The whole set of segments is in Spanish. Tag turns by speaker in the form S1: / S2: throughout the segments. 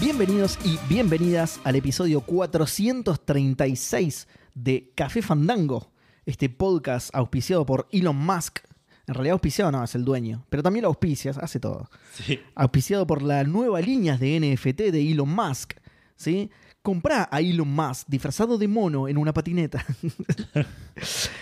S1: Bienvenidos y bienvenidas al episodio 436 de Café Fandango, este podcast auspiciado por Elon Musk. En realidad auspiciado no, es el dueño, pero también lo auspicias, hace todo.
S2: Sí.
S1: Auspiciado por la nueva línea de NFT de Elon Musk, ¿sí? Comprá a Elon Musk disfrazado de mono en una patineta.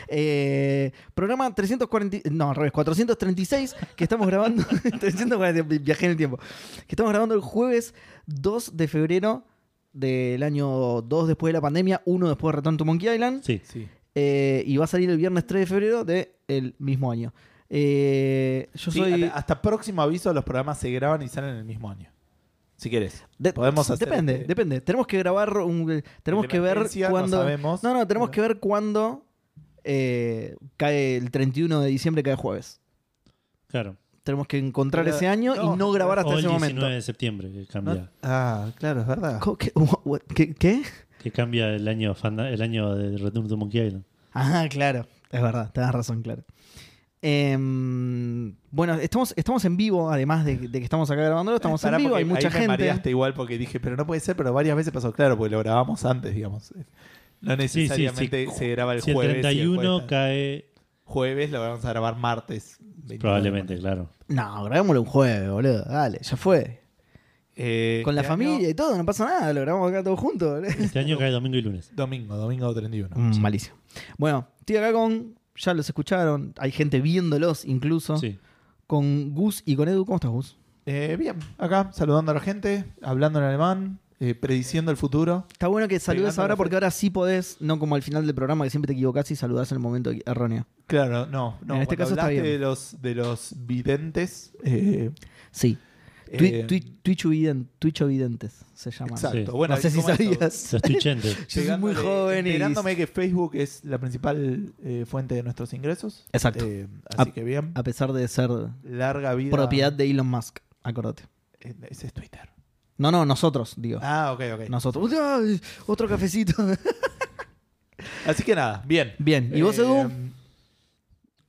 S1: Eh, programa 340, no, al revés, 436 que estamos grabando, 340, viajé en el tiempo, que estamos grabando el jueves 2 de febrero del año 2 después de la pandemia, 1 después de Return to Monkey Island.
S2: Sí.
S3: Sí.
S1: Eh, y va a salir el viernes 3 de febrero del mismo año. Eh, yo
S3: Sí,
S1: soy.
S3: hasta, hasta próximo aviso los programas se graban y salen el mismo año. Si quieres.
S1: de-
S3: podemos hacer
S1: Depende,
S3: este-
S1: depende. Tenemos que grabar un. eh, Tenemos
S3: El
S1: que ver
S3: emergencia, no
S1: cuándo.
S3: sabemos.
S1: no, no, tenemos que ver cuándo eh, cae el 31 de diciembre, cada jueves.
S2: Claro.
S1: Tenemos que encontrar
S3: Pero-
S1: ese año
S3: no,
S1: y no grabar hasta
S2: o el
S1: ese
S2: 19
S1: momento.
S2: de septiembre que cambia.
S3: No- Ah, claro, es verdad.
S1: Co- ¿Qué? What- what- ¿Qué- ¿Qué?
S2: Que cambia el año, fanda- el año de Return to Monkey Island.
S1: Ah, claro. Es verdad, tenés razón, claro. Em, bueno, estamos, estamos en vivo, además de, de que estamos acá grabándolo, estamos
S3: Ah, Pará,
S1: en vivo,
S3: porque
S1: hay mucha
S3: ahí Me mareaste
S1: gente.
S3: igual porque dije, pero no puede ser, pero varias veces pasó. Claro, porque lo grabamos antes, digamos. No
S2: sí.
S3: necesariamente se graba el
S2: si el
S3: jueves. y
S2: 31
S3: jueves,
S2: cae,
S3: jueves lo vamos a grabar martes. 29.
S2: probablemente, claro.
S1: No, grabémoslo un jueves, boludo. Dale, ya fue.
S3: Eh,
S1: Con la
S3: este año,
S1: familia y todo, no pasa nada, lo grabamos acá todos juntos. boludo.
S2: Este año cae domingo y lunes.
S3: Domingo, domingo 31.
S1: Mm, malísimo. Bueno, estoy acá con. Ya los escucharon, hay gente viéndolos incluso.
S2: Sí.
S1: Con Gus y con Edu. ¿Cómo estás, Gus?
S3: Eh, bien, acá saludando a la gente, hablando en alemán, eh, prediciendo el futuro.
S1: Está bueno que saludes
S3: Pegando
S1: ahora
S3: la
S1: porque ahora sí podés, no como al final del programa que siempre te equivocás y saludás en el momento erróneo.
S3: Claro, no, no.
S1: En este caso
S3: cuando
S1: está
S3: hablaste
S1: bien.
S3: de los, de los videntes. eh,
S1: Sí. Twi-
S3: eh,
S1: twi- Twitch Oviden- Twitch Ovidentes se llama.
S3: Exacto.
S2: Sí.
S3: Bueno,
S1: no sé si
S3: ¿cómo es todo?
S1: sabías.
S2: Los Twitchentes.
S1: Yo soy muy
S3: Pegándole-
S1: joven y.
S3: enterándome que Facebook es la principal eh, fuente de nuestros ingresos.
S1: Exacto.
S3: Eh, así
S1: A-
S3: que bien.
S1: A pesar de ser
S3: Larga vida.
S1: propiedad de Elon Musk, acordate.
S3: Eh, Ese es Twitter.
S1: No, no, nosotros, digo.
S3: Ah, ok, ok.
S1: Nosotros. ¡Ay! Otro cafecito.
S3: Así que nada, bien.
S1: Bien, ¿y vos,
S3: Eh,
S1: Edu?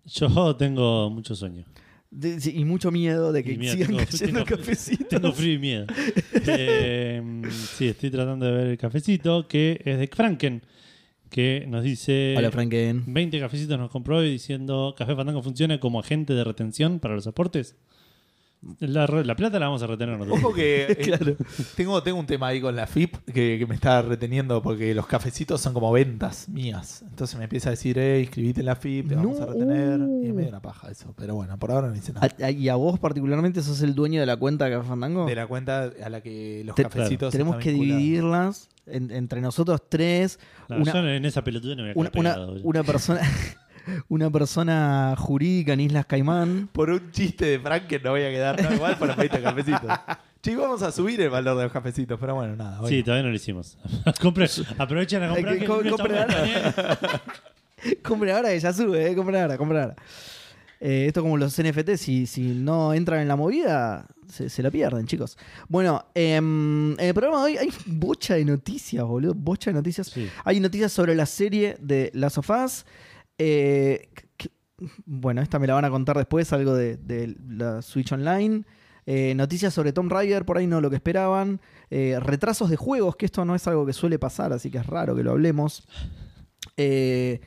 S2: Yo tengo mucho sueño.
S1: De- sí, y mucho miedo de que
S2: Y mira,
S1: sigan
S2: tengo-
S1: cayendo
S2: tengo-
S1: cafecitos.
S2: Tengo frío y miedo. Eh, sí, estoy tratando de ver el cafecito que es de Franken, que nos dice...
S1: Hola, Franken.
S2: 20 cafecitos nos compró hoy diciendo Café Fandango funciona como agente de retención para los aportes. La, re- la plata la vamos a retener nosotros.
S3: Ojo que eh, tengo, tengo un tema ahí con la FIP que, que me está reteniendo porque los cafecitos son como ventas mías. Entonces me empieza a decir, eh, inscribite en la FIP, te vamos
S1: No.
S3: a retener. Y es medio una paja eso. Pero bueno, por ahora no hice nada.
S1: A- a- y a vos, particularmente, sos el dueño de la cuenta de Café Fandango.
S3: De la cuenta a la que los
S1: Te-
S3: cafecitos.
S1: Tenemos
S3: están
S1: que
S3: vinculados.
S1: dividirlas en- entre nosotros tres.
S2: No,
S1: una-
S2: yo en esa pelotuda no voy a
S1: una,
S2: quedar
S1: una-
S2: pegado.
S1: una persona una persona jurídica en Islas Caimán
S3: Por un chiste de Frank que no voy a quedar no, igual para pedirte cafecitos. Che, vamos a subir el valor de los cafecitos, pero bueno, nada.
S2: Sí,
S3: bueno.
S2: todavía no lo hicimos. Compre- aprovechen a comprar.
S1: Eh, que
S2: que
S1: co-
S2: el lunes
S1: compren
S2: estamos en Daniel.
S1: compren ahora que ya sube eh, compren ahora compren ahora Eh, esto como los NFT si, si no entran en la movida se, se la pierden chicos bueno em, en el programa de hoy hay bocha de noticias boludo bocha de noticias
S2: Sí.
S1: hay noticias sobre la serie de Las Us eh, que- bueno esta me la van a contar después algo de, de la Switch Online Eh, noticias sobre Tom Raider, por ahí no lo que esperaban. Eh, retrasos de juegos, que esto no es algo que suele pasar, así que es raro que lo hablemos. Eh,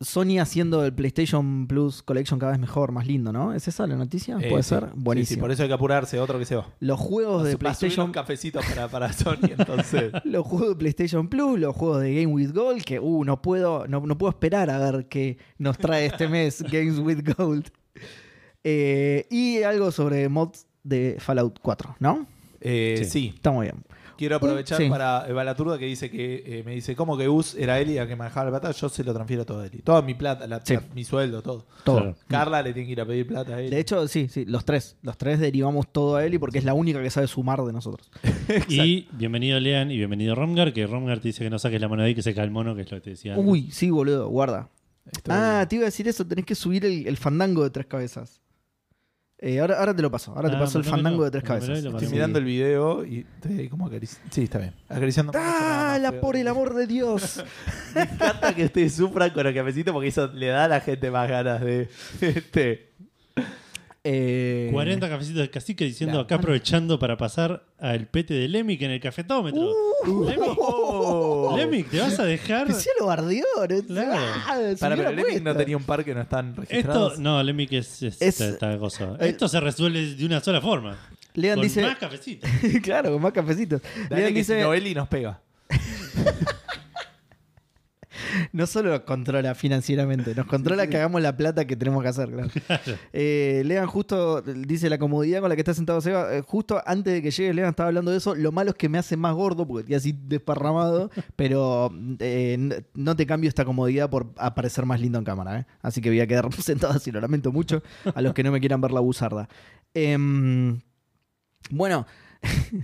S1: Sony haciendo el PlayStation Plus Collection cada vez mejor, más lindo, ¿no? ¿Es esa la noticia?
S3: Eh,
S1: Puede
S3: sí.
S1: ser.
S3: Sí,
S1: Buenísimo.
S3: sí, por eso hay que apurarse, otro que se va.
S1: Los juegos de
S3: Para subir los
S1: PlayStation.
S3: cafecitos para, para Sony, entonces.
S1: Los juegos de PlayStation Plus, los juegos de Game with Gold, que uh, no puedo, no, no puedo esperar a ver qué nos trae este mes Games with Gold. Eh, y algo sobre mods de Fallout 4, ¿no?
S3: Eh,
S2: Sí.
S3: sí.
S1: Está muy bien.
S3: quiero aprovechar
S1: Sí.
S3: para eh, Balaturda que dice que eh, me dice, ¿cómo que Gus era Eli la que manejaba la plata? Yo se lo transfiero todo a Eli. Toda mi plata, la-
S1: Sí.
S3: la- mi sueldo, todo.
S1: Todo.
S2: Claro.
S3: Carla le tiene que ir a pedir plata a Eli.
S1: De hecho, sí, sí, los tres. Los tres derivamos todo a Eli porque es la única que sabe sumar de nosotros.
S2: Y bienvenido Lean y bienvenido Romgar, que Romgar te dice que no saques la mano de ahí, que se cae el mono, que es lo que te decía. antes.
S1: Uy, sí, boludo, guarda.
S3: Estoy-
S1: Ah, te iba a decir eso, tenés que subir el, el fandango de tres cabezas. Eh, ahora, ahora te lo paso, ahora te
S2: Ah,
S1: paso el
S2: mándamelo,
S1: fandango de tres
S2: mándamelo
S1: cabezas.
S2: y lo mandamos.
S3: estoy
S1: Sí.
S3: mirando el video y estoy como acariciando. Sí, está bien. Acariciando.
S1: ¡Ah, la por el amor de Dios!
S3: Me encanta que ustedes sufran con el cafecito porque eso le da a la gente más ganas de. Este.
S1: Eh,
S2: 40 cafecitos de cacique diciendo
S1: la
S2: acá aprovechando para pasar al pete de Lemic en el cafetómetro.
S1: Uh.
S2: Lemic,
S3: Oh.
S2: Lemic, te vas a dejar.
S1: pero sí lo bardeó, ¿no?
S2: Claro.
S1: Ah, subió
S3: Para, pero
S1: la
S3: Lemming no
S1: apuesta.
S3: tenía un par que no están registrados.
S2: Esto, no, Lemic es, es
S1: Es-
S2: esta, esta cosa.
S1: eh,
S2: Esto se resuelve de una sola forma.
S1: Lean
S2: con
S1: dice.
S2: más cafecitos.
S1: claro, con más cafecitos.
S3: Dale
S1: Lean
S3: que
S1: dice.
S3: si Noeli nos pega.
S1: No solo controla financieramente, nos controla que hagamos la plata que tenemos que hacer, claro. Eh, Lean, justo dice la comodidad con la que está sentado Seba. eh, justo antes de que llegue Lean estaba hablando de eso. Lo malo es que me hace más gordo porque estoy así desparramado, pero eh, n- no te cambio esta comodidad por aparecer más lindo en cámara. ¿eh? Así que voy a quedar sentado así, lo lamento mucho a los que no me quieran ver la buzarda. Em, bueno,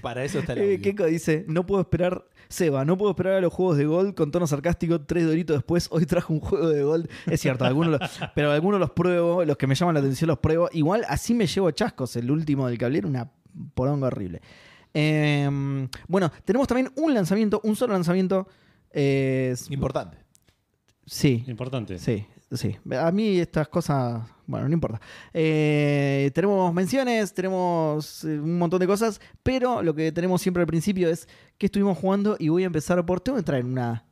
S3: Para eso está el
S1: eh,
S3: audio.
S1: Keiko dice, no puedo esperar, Seba, no puedo esperar a los juegos de Gold con tono sarcástico, tres doritos después, hoy trajo un juego de Gold. Es cierto, algunos los- pero algunos los pruebo, los que me llaman la atención los pruebo. Igual así me llevo chascos, el último del cable era una poronga horrible. Eh, bueno, tenemos también un lanzamiento, un solo lanzamiento. eh, s-
S3: Importante.
S1: sí,
S2: Importante.
S1: Sí, sí. A mí estas cosas, bueno, no importa. Eh, tenemos menciones, tenemos eh, un montón de cosas, pero lo que tenemos siempre al principio es que estuvimos jugando y voy a empezar por... Tengo que traer una...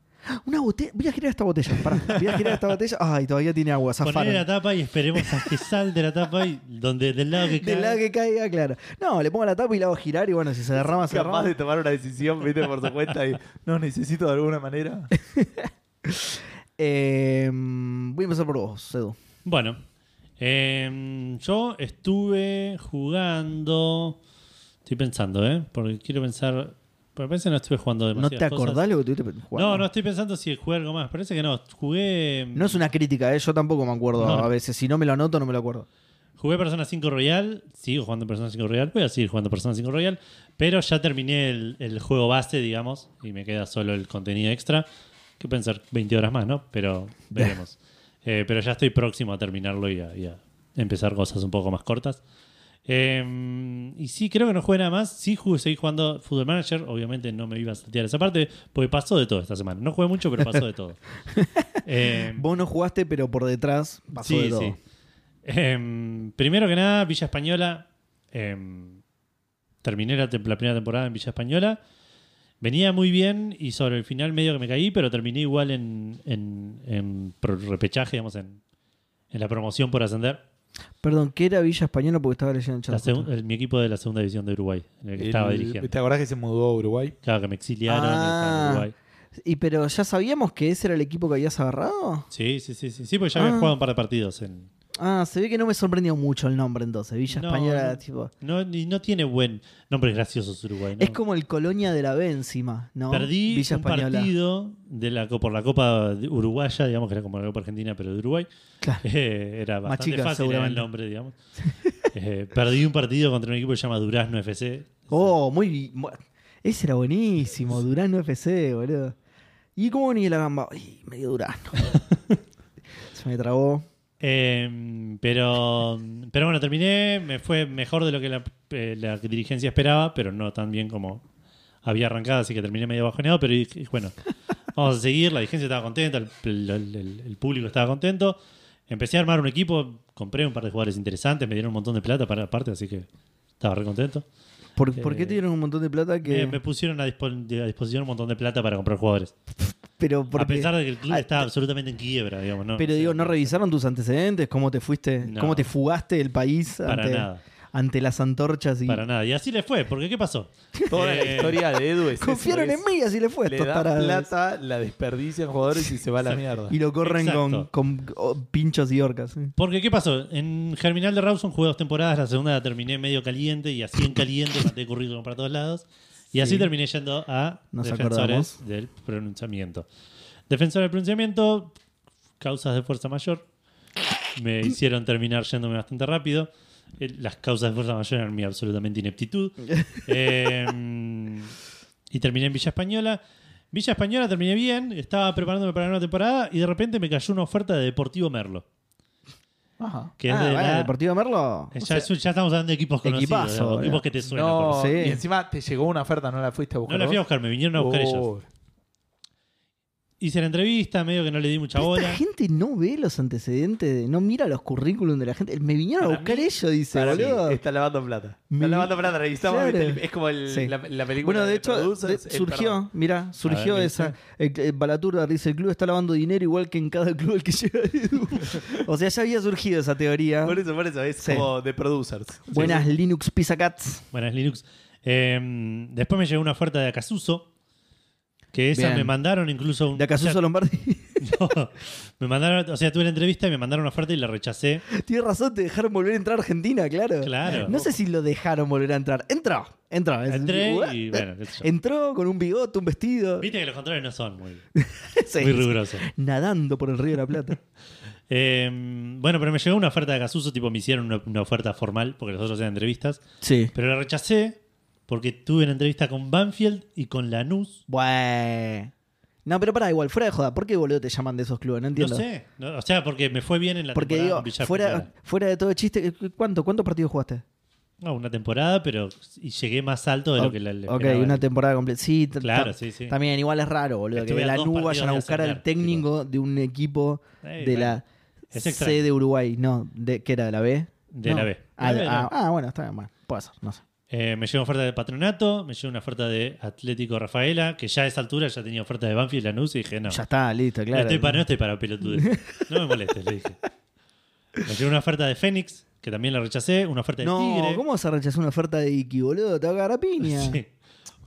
S1: Una botella... Voy a girar esta botella, pará. Voy a girar esta botella. Ay, todavía tiene agua,
S2: Ponerle la
S1: zafaron.
S2: tapa y esperemos a que sal de la tapa y donde del lado que
S1: Del
S2: cae,
S1: lado que caiga, claro. No, le pongo la tapa y la hago girar y bueno, si se derrama, se derrama.
S3: Capaz de tomar una decisión, viste, por su cuenta y no necesito de alguna manera.
S1: Eh, voy a empezar por vos, Edu.
S2: Bueno, em, yo estuve jugando. Estoy pensando, ¿eh? Porque quiero pensar. Pero parece que no estuve jugando
S1: ¿No
S2: demasiado.
S1: te acordás lo que tuviste jugando?
S2: No, no estoy pensando si jugué algo más. Parece que no. Jugué. em,
S1: No es una crítica, ¿eh? yo tampoco me acuerdo
S2: No, no.
S1: a veces. Si no me lo anoto, no me lo acuerdo.
S2: Jugué Persona 5 Royal. Sigo jugando Persona 5 Royal. Voy a seguir jugando Persona 5 Royal. Pero ya terminé el, el juego base, digamos. Y me queda solo el contenido extra. Que pensar 20 horas más, ¿no? Pero veremos. Eh, pero ya estoy próximo a terminarlo y a, y a empezar cosas un poco más cortas. Eh, y sí, creo que no jugué nada más. Sí, jugué, seguí jugando Football Manager. Obviamente no me iba a saltear esa parte, porque pasó de todo esta semana. No jugué mucho, pero pasó de todo. Eh,
S1: Vos no jugaste, pero por detrás pasó de todo.
S2: Em, primero que nada, Villa Española. em, terminé la, tem- la primera temporada en Villa Española. Venía muy bien y sobre el final medio que me caí, pero terminé igual en, en, en pro- repechaje, digamos, en, en la promoción por ascender.
S1: Perdón, ¿qué era Villa Española? Porque estaba leyendo el
S2: La
S1: chat.
S2: segun- el- mi equipo de la segunda división de Uruguay, en el que estaba
S3: El-
S2: dirigiendo.
S3: ¿Te acordás que se mudó a Uruguay?
S2: Claro, que me exiliaron estaba en
S1: Ah.
S2: Uruguay.
S1: ¿Y pero ya sabíamos que ese era el equipo que habías agarrado?
S2: Sí, sí, sí, sí, sí, porque ya había
S1: Ah.
S2: jugado un par de partidos en,
S1: Ah, se ve que no me sorprendió mucho el nombre entonces. Villa
S2: No,
S1: Española,
S2: no.
S1: tipo.
S2: No, ni- no tiene buen nombre graciosos Uruguay. ¿no?
S1: Es como el Colonia de la B encima, ¿no?
S2: Perdí
S1: Villa
S2: un partido de la, co- por la Copa de- Uruguaya, digamos que era como la Copa Argentina, pero de Uruguay.
S1: Claro.
S2: Eh, era
S1: Más
S2: bastante
S1: chica,
S2: fácil era el
S1: seguramente.
S2: nombre, digamos. Eh, perdí un partido contra un equipo que se llama Durazno FC.
S1: Oh, muy. mu- Ese era buenísimo, Durano FC, boludo. ¿Y cómo venía la gamba? Ay, medio Durano. se me trabó.
S2: Eh, pero, pero bueno, terminé. Me fue mejor de lo que la, eh, la dirigencia esperaba, pero no tan bien como había arrancado, así que terminé medio bajoneado. Pero dije, bueno, vamos a seguir. La dirigencia estaba contenta, el, el- el- el público estaba contento. Empecé a armar un equipo, compré un par de jugadores interesantes, me dieron un montón de plata para aparte, así que estaba re contento.
S1: ¿Por, por qué
S2: Eh,
S1: te dieron un montón de plata que.?
S2: Me, me pusieron a, dispo- a disposición un montón de plata para comprar jugadores.
S1: pero porque...
S2: a pesar de que el club
S1: Ah,
S2: estaba absolutamente en quiebra, digamos, ¿no?
S1: Pero
S2: O sea,
S1: digo, ¿no revisaron tus antecedentes? ¿Cómo te fuiste?
S2: No.
S1: ¿Cómo te fugaste del país
S2: Para
S1: ante,
S2: nada.
S1: ante las antorchas? Y...
S2: Para nada. Y así le fue, porque ¿qué pasó?
S3: Toda la
S2: Eh,
S3: historia de Edu es
S1: Confiaron
S3: eso,
S1: en
S3: es-
S1: mí, pues, así le fue.
S3: Le
S1: estos
S3: da
S1: tarados.
S3: plata, la desperdician jugadores y se va a la mierda.
S1: Y lo corren con,
S2: Exacto.
S1: con oh, pinchos y orcas.
S2: Porque, ¿qué pasó? En Germinal de Rawson jugué dos temporadas, la segunda la terminé medio caliente y así en caliente maté currículum para todos lados. Y así
S1: Sí.
S2: terminé yendo a
S1: Nos
S2: Defensores
S1: acordamos.
S2: del Pronunciamiento. Defensores del Pronunciamiento, causas de fuerza mayor, me hicieron terminar yéndome bastante rápido. Eh, Las causas de fuerza mayor eran mi absolutamente ineptitud. Eh, y terminé en Villa Española. Villa Española terminé bien, estaba preparándome para la nueva temporada y de repente me cayó una oferta de Deportivo Merlo.
S3: Ajá.
S2: Que es
S1: ah,
S2: de
S1: bueno,
S2: la-
S1: Deportivo Merlo.
S2: ya, es- ya estamos hablando de equipos conocidos,
S1: Equipazo,
S2: digamos,
S1: boludo.
S2: equipos que te suenan. por-
S3: No,
S1: sí.
S3: Y encima te llegó una oferta, no la fuiste a
S2: No
S3: buscar.
S1: Oh.
S2: la fui a buscar, me vinieron a buscar ellos. hice la entrevista, medio que no le di mucha
S1: Pero
S2: bola.
S1: Esta gente no ve los antecedentes, de- no mira los currículum de la gente. Me vinieron a
S3: Para
S1: buscar
S3: mí-
S1: ellos, dice,
S3: Para mí,
S1: boludo.
S3: está lavando plata.
S1: Me-
S3: Está lavando plata, revisamos.
S1: Claro.
S3: ¿viste? Es como el-
S1: Sí.
S3: la, la película.
S1: Bueno, de hecho,
S3: Producers,
S1: de-
S3: el-
S1: surgió,
S3: perdón.
S1: mira, surgió
S2: A ver,
S1: esa. El, el Balaturda dice: el club está lavando dinero igual que en cada club al que llega Edu". o sea, ya había surgido esa teoría.
S3: Por eso, por eso, es
S1: Sí.
S3: como de producers.
S1: Buenas Linux Pizza Cats.
S2: Bueno, es Linux. Eh, después me llegó una oferta de Acasuso. Que esa
S1: Bien.
S2: me mandaron incluso. un-
S1: De
S2: o sea,
S1: Acasuso Lombardi.
S2: no, me mandaron, o sea, tuve la entrevista y me mandaron una oferta y la rechacé.
S1: Tienes razón, te dejaron volver a entrar a Argentina, claro.
S2: Claro.
S1: No sé si lo dejaron volver a entrar. Entró, entró. Es-
S2: Entré
S1: Uah.
S2: y bueno, qué sé yo.
S1: Entró con un bigote, un vestido.
S2: Viste que los controles no son muy,
S1: Sí,
S2: muy rigurosos.
S1: nadando por el río de la Plata.
S2: Eh, bueno, pero me llegó una oferta de Acasuso, tipo me hicieron una, una oferta formal, porque los otros eran entrevistas.
S1: Sí.
S2: Pero la rechacé porque tuve una entrevista con Banfield y con Lanús.
S1: Bueno. No, pero pará, igual, fuera de joda. ¿Por qué, boludo, te llaman de esos clubes? No
S2: No
S1: entiendo.
S2: sé, no, o sea, porque me fue bien en la
S1: Porque
S2: temporada
S1: digo,
S2: en Villar
S1: fuera,
S2: Peral.
S1: fuera de todo chiste, ¿cuánto, ¿cuántos partidos jugaste?
S2: No, una temporada, pero y llegué más alto de lo que la le
S1: ok,
S2: esperaba.
S1: una temporada completa. Sí, t-
S2: Claro,
S1: ta-
S2: sí, sí.
S1: También, igual es raro, boludo,
S2: Estuve
S1: que
S2: a
S1: la
S2: dos
S1: nube
S2: partidos
S1: vayan a
S2: de
S1: buscar al
S2: ascender,
S1: técnico de un equipo
S2: Eh,
S1: de
S2: bueno,
S1: la
S2: es
S1: C
S2: extraño.
S1: de Uruguay. No, de, ¿qué era? ¿De la B?
S2: De
S1: No.
S2: la B.
S1: Ah,
S2: De
S1: de-
S2: la
S1: ah,
S2: B.
S1: ah, bueno, está bien, bueno, puede ser, no sé.
S2: Eh, me llegó oferta de Patronato, me llegó una oferta de Atlético Rafaela, que ya a esa altura ya tenía oferta de Banfield y Lanús, y dije, no,
S1: Ya está, listo, claro.
S2: no, estoy para, no estoy para pelotudes. no me molestes, le dije. Me llegó una oferta de Fénix, que también la rechacé, una oferta de
S1: No,
S2: Tigre.
S1: ¿cómo vas a rechazar una oferta de Iki, boludo? Te va a cagar a piña.
S2: Sí.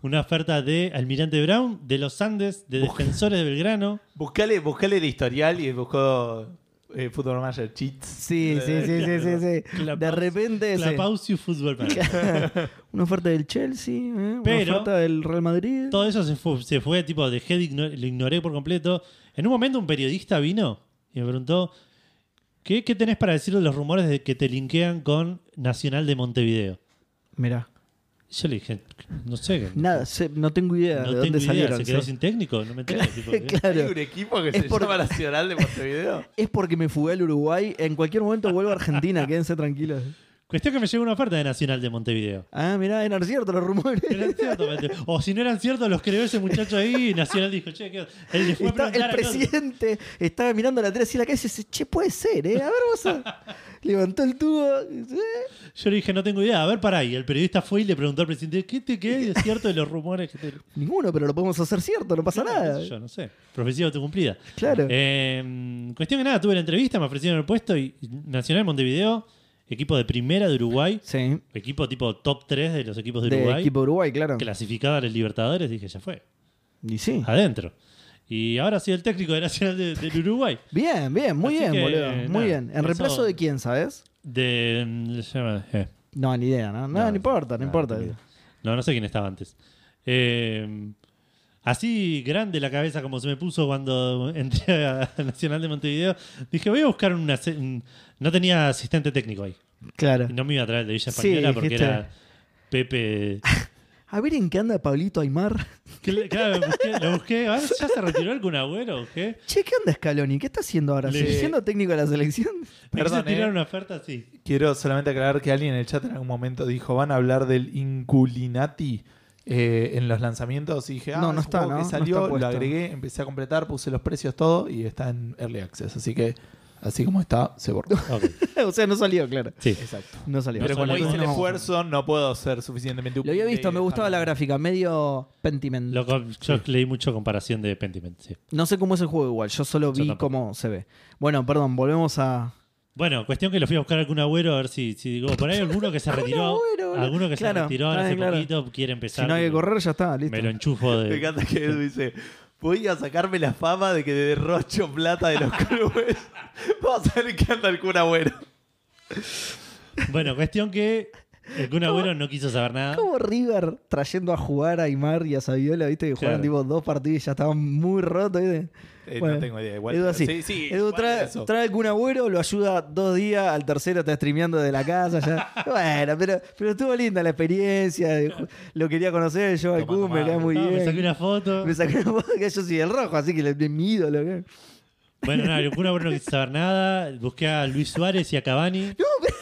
S2: Una oferta de Almirante Brown, de los Andes, de Defensores de Belgrano.
S3: Buscale, buscale el historial y buscó eh, Football Manager Cheats.
S1: Sí, sí, sí, sí, sí, sí.
S2: Clapaus-
S1: De repente sí.
S2: Clapaucio Fútbol Manager.
S1: una oferta del Chelsea, ¿eh?
S2: Pero-
S1: una oferta del Real Madrid.
S2: Todo eso se fue, se fue, tipo, dejé de igno- lo ignoré por completo. En un momento un periodista vino y me preguntó, ¿qué, qué tenés para decir de los rumores de que te linkean con Nacional de Montevideo?
S1: Mirá,
S2: Yo le dije, no sé.
S1: nada, sé- no tengo idea
S2: no
S1: de
S2: tengo
S1: dónde
S2: idea,
S1: salieron.
S2: se quedó
S1: sí.
S2: sin ¿eh? técnico, no me enteré. tipo, ¿qué?
S1: Claro.
S3: Hay un equipo que
S1: Es
S3: se
S1: por-
S3: llama Nacional de Montevideo.
S1: Es porque me fugué al Uruguay. En cualquier momento vuelvo a Argentina, quédense tranquilos.
S2: Cuestión que me llegó una oferta de Nacional de Montevideo.
S1: Ah, mirá, eran ciertos los rumores.
S2: Eran ciertos, o si no eran ciertos, los creó ese muchacho ahí y Nacional dijo, che, ¿qué? onda?". Él le fue a
S1: Está-
S2: preguntar
S1: el
S2: al otro.
S1: presidente estaba mirando la tele así en la calle y dice, che, puede ser, ¿eh? A ver vos. a-". Levantó el tubo. dice, "Eh".
S2: Yo le dije, no tengo idea. A ver, pará. Y el periodista fue y le preguntó al presidente, ¿qué te qué es cierto de los rumores que te...
S1: Ninguno, pero lo podemos hacer cierto, no pasa
S2: Claro, qué
S1: nada.
S2: sé Yo no sé. Profecía autocumplida.
S1: Claro.
S2: Eh, cuestión que nada, tuve la entrevista, me ofrecieron el puesto y Nacional de Montevideo, equipo de primera de Uruguay,
S1: Sí.
S2: equipo tipo top 3 de los equipos de,
S1: De
S2: Uruguay,
S1: equipo de Uruguay, claro.
S2: clasificado a los Libertadores, dije, ya fue,
S1: Y sí.
S2: adentro. Y ahora soy el técnico de Nacional de- del Uruguay,
S1: Bien, bien, muy
S2: Así
S1: bien,
S2: que,
S1: boludo. Muy
S2: nada,
S1: bien. ¿En
S2: eso-
S1: reemplazo de quién, sabes?
S2: de... mm, se llama- eh,
S1: No, ni idea, ¿no? No, no, importa, no,
S2: nada,
S1: importa.
S2: ni idea. No, no sé quién estaba antes. Eh, así grande la cabeza como se me puso cuando entré a Nacional de Montevideo. Dije, voy a buscar una... se- un- No tenía asistente técnico ahí.
S1: Claro.
S2: Y No me iba a traer el de Villa
S1: Sí,
S2: Española porque
S1: dijiste.
S2: era Pepe...
S1: A ver en qué anda Pablito Aymar.
S2: Cl- Claro, lo busqué. Lo busqué. Ah, ¿Ya se retiró algún agüero o qué?
S1: Che, ¿qué onda Scaloni? ¿Qué está haciendo ahora?
S2: Le-
S1: ¿Sigue siendo técnico de la selección?
S2: Me
S3: Perdón,
S2: quise tirar
S3: eh.
S2: una oferta así.
S3: Quiero solamente aclarar que alguien en el chat en algún momento dijo: van a hablar del Inculinati eh, en los lanzamientos. Y dije: ah,
S1: No, no
S3: es un
S1: está,
S3: juego
S1: ¿no?
S3: que
S1: No
S3: salió,
S1: está puesto.
S3: lo agregué, empecé a completar, puse los precios, todo y está en Early Access. Así que, así como está, se borró.
S2: Ok,
S1: o sea, no salió, claro.
S2: sí.
S3: Exacto.
S1: No salió.
S3: Pero
S2: son
S3: como
S2: las
S3: hice
S2: dos.
S3: el esfuerzo, no puedo ser suficientemente eh, ah,
S1: Lo había visto, me gustaba la gráfica, medio Pentiment.
S2: Lo com- yo leí mucho comparación de Pentiment, sí.
S1: No sé cómo es el juego igual, yo solo
S2: Yo
S1: vi
S2: tampoco.
S1: cómo se ve. Bueno, perdón, volvemos a...
S2: Bueno, cuestión que lo fui a buscar algún agüero a ver si, si digo, por ahí alguno que se retiró,
S1: agüero, boludo.
S2: alguno que
S1: Claro,
S2: se retiró
S1: está
S2: hace
S1: bien, claro.
S2: poquito quiere
S1: Si
S2: empezar.
S1: no hay que
S2: me-
S1: correr, ya está, listo.
S2: Me lo enchufo
S3: Me
S2: de.
S3: encanta que Edu dice: Voy a sacarme la fama de que derrocho plata de los clubes. Vamos a ver qué anda el cura bueno.
S2: Bueno, cuestión que el Kun Agüero no quiso saber nada.
S1: Como River trayendo a jugar a Aymar y a Saviola, viste que jugaron
S2: Claro.
S1: tipo dos partidos y ya estaban muy rotos, ¿viste?
S3: Eh,
S1: Bueno,
S3: no tengo idea. Igual,
S1: Edu así.
S3: Sí, sí,
S1: Edu
S3: igual
S1: trae,
S3: eso.
S1: trae algún agüero, lo ayuda dos días, al tercero está streameando de la casa ya. bueno, pero, pero estuvo linda la experiencia, eh, ju- lo quería conocer, yo al
S3: Toma,
S1: Kun me
S3: toma.
S1: cae muy
S2: Ah,
S1: bien.
S2: me saqué una foto.
S1: Me saqué una foto que yo soy el rojo, así que le, de mi ídolo. ¿qué?
S2: Bueno, nada, el Kun Agüero no quiso saber nada. Busqué a Luis Suárez y a Cavani.
S1: No, pero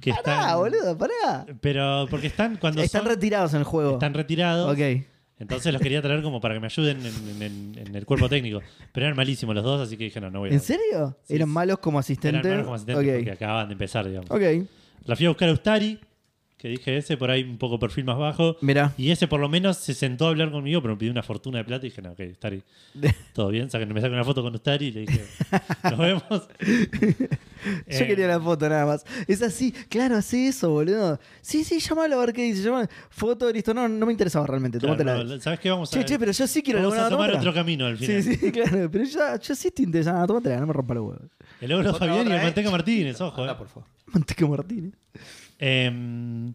S2: que están,
S1: pará, boludo, pará.
S2: Pero porque están cuando
S1: Están
S2: son-
S1: retirados en el juego.
S2: están retirados.
S1: Ok.
S2: Entonces los quería traer como para que me ayuden en, en- en- en el cuerpo técnico. Pero eran malísimos los dos, así que dije, no, no voy a.
S1: ¿En serio?
S2: Sí,
S1: ¿Eran
S2: sí.
S1: malos como
S2: Eran
S1: asistentes?
S2: hermanos como asistentes porque acababan de empezar, digamos.
S1: Ok, ok.
S2: La fui a buscar a Ustari, que dije ese, por ahí un poco perfil más bajo.
S1: Mirá.
S2: Y ese por lo menos se sentó a hablar conmigo, pero me pidió una fortuna de plata y dije, no, ok, Ustari, todo bien. Saquen- me saqué una foto con Ustari y le dije, nos vemos.
S1: Yo
S2: Eh,
S1: quería la foto nada más. Es así, claro, así eso, boludo. Sí, sí, llámalo a ver qué dice. llámalo. Foto, listo. No, no me interesaba realmente.
S2: claro,
S1: Tómatela.
S2: no, ¿Sabes qué? Vamos a,
S1: che, che, pero yo sí quiero
S2: vamos a
S1: alguna
S2: tomar
S1: otra.
S2: otro camino al final.
S1: Sí, sí, claro. Pero yo, yo sí te interesaba. Tómatela, no me rompa los huevos.
S2: El Euro
S3: Otra,
S2: Fabián y
S3: otra,
S2: el
S3: eh.
S2: Manteca Martínez, ojo.
S3: Anda,
S2: eh.
S3: por favor.
S1: Manteca Martínez.
S2: Em,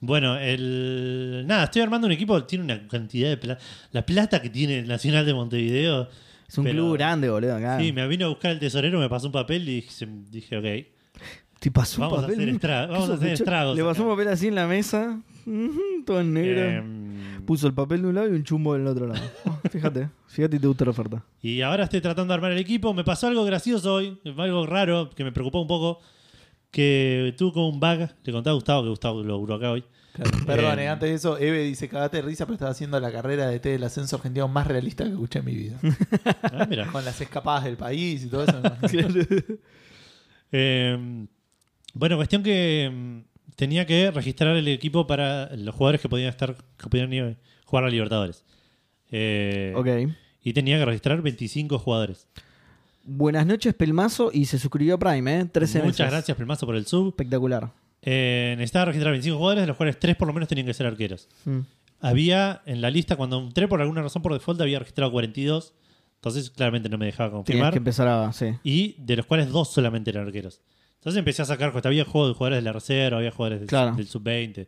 S2: bueno, el. Nada, estoy armando un equipo, tiene una cantidad de plata. La plata que tiene el Nacional de Montevideo.
S1: Es un
S2: pero-
S1: club grande, boludo. Acá.
S2: Sí, me vino a buscar el tesorero, me pasó un papel y dije, dije, ok.
S1: Te pasó
S2: Vamos a
S1: un papel.
S2: hacer
S1: ¿no?
S2: estra-
S1: Qué
S2: vamos a hacer
S1: sospechoso.
S2: estragos
S1: Le pasó
S2: acá.
S1: un papel así en la mesa. ujú, Todo en negro.
S2: em,
S1: Puso el papel de un lado y un chumbo del otro lado. Oh, fíjate, fíjate y te gusta la oferta.
S2: y ahora estoy tratando de armar el equipo. Me pasó algo gracioso hoy, algo raro que me preocupó un poco. Que tuve como un bug, le contaba a Gustavo que Gustavo lo logró acá hoy.
S3: Claro, Perdone,
S2: Eh,
S3: antes de eso, Eve dice: Cagate de risa, pero estaba haciendo la carrera de té del ascenso argentino más realista que escuché en mi vida.
S2: Ah, mira.
S3: Con las escapadas del país y todo eso. me imagino.
S2: Eh, bueno, cuestión que mm, tenía que registrar el equipo para los jugadores que podían estar que podían ir a jugar a Libertadores. Eh,
S1: Ok.
S2: Y tenía que registrar 25 jugadores.
S1: Buenas noches, Pelmazo. Y se suscribió a Prime, ¿eh? 13
S2: Muchas
S1: meses.
S2: gracias, Pelmazo, por el sub.
S1: Espectacular.
S2: Eh, necesitaba registrar 25 jugadores, de los cuales 3 por lo menos tenían que ser arqueros.
S1: Mm.
S2: Había en la lista, cuando entré por alguna razón por default, había registrado 42. Entonces, claramente no me dejaba
S1: Tenías
S2: confirmar.
S1: que empezar a. Sí.
S2: y de los cuales dos solamente eran arqueros. Entonces empecé a sacar, cuesta- había juegos de jugadores de la reserva, había jugadores del,
S1: Claro.
S2: del sub-20.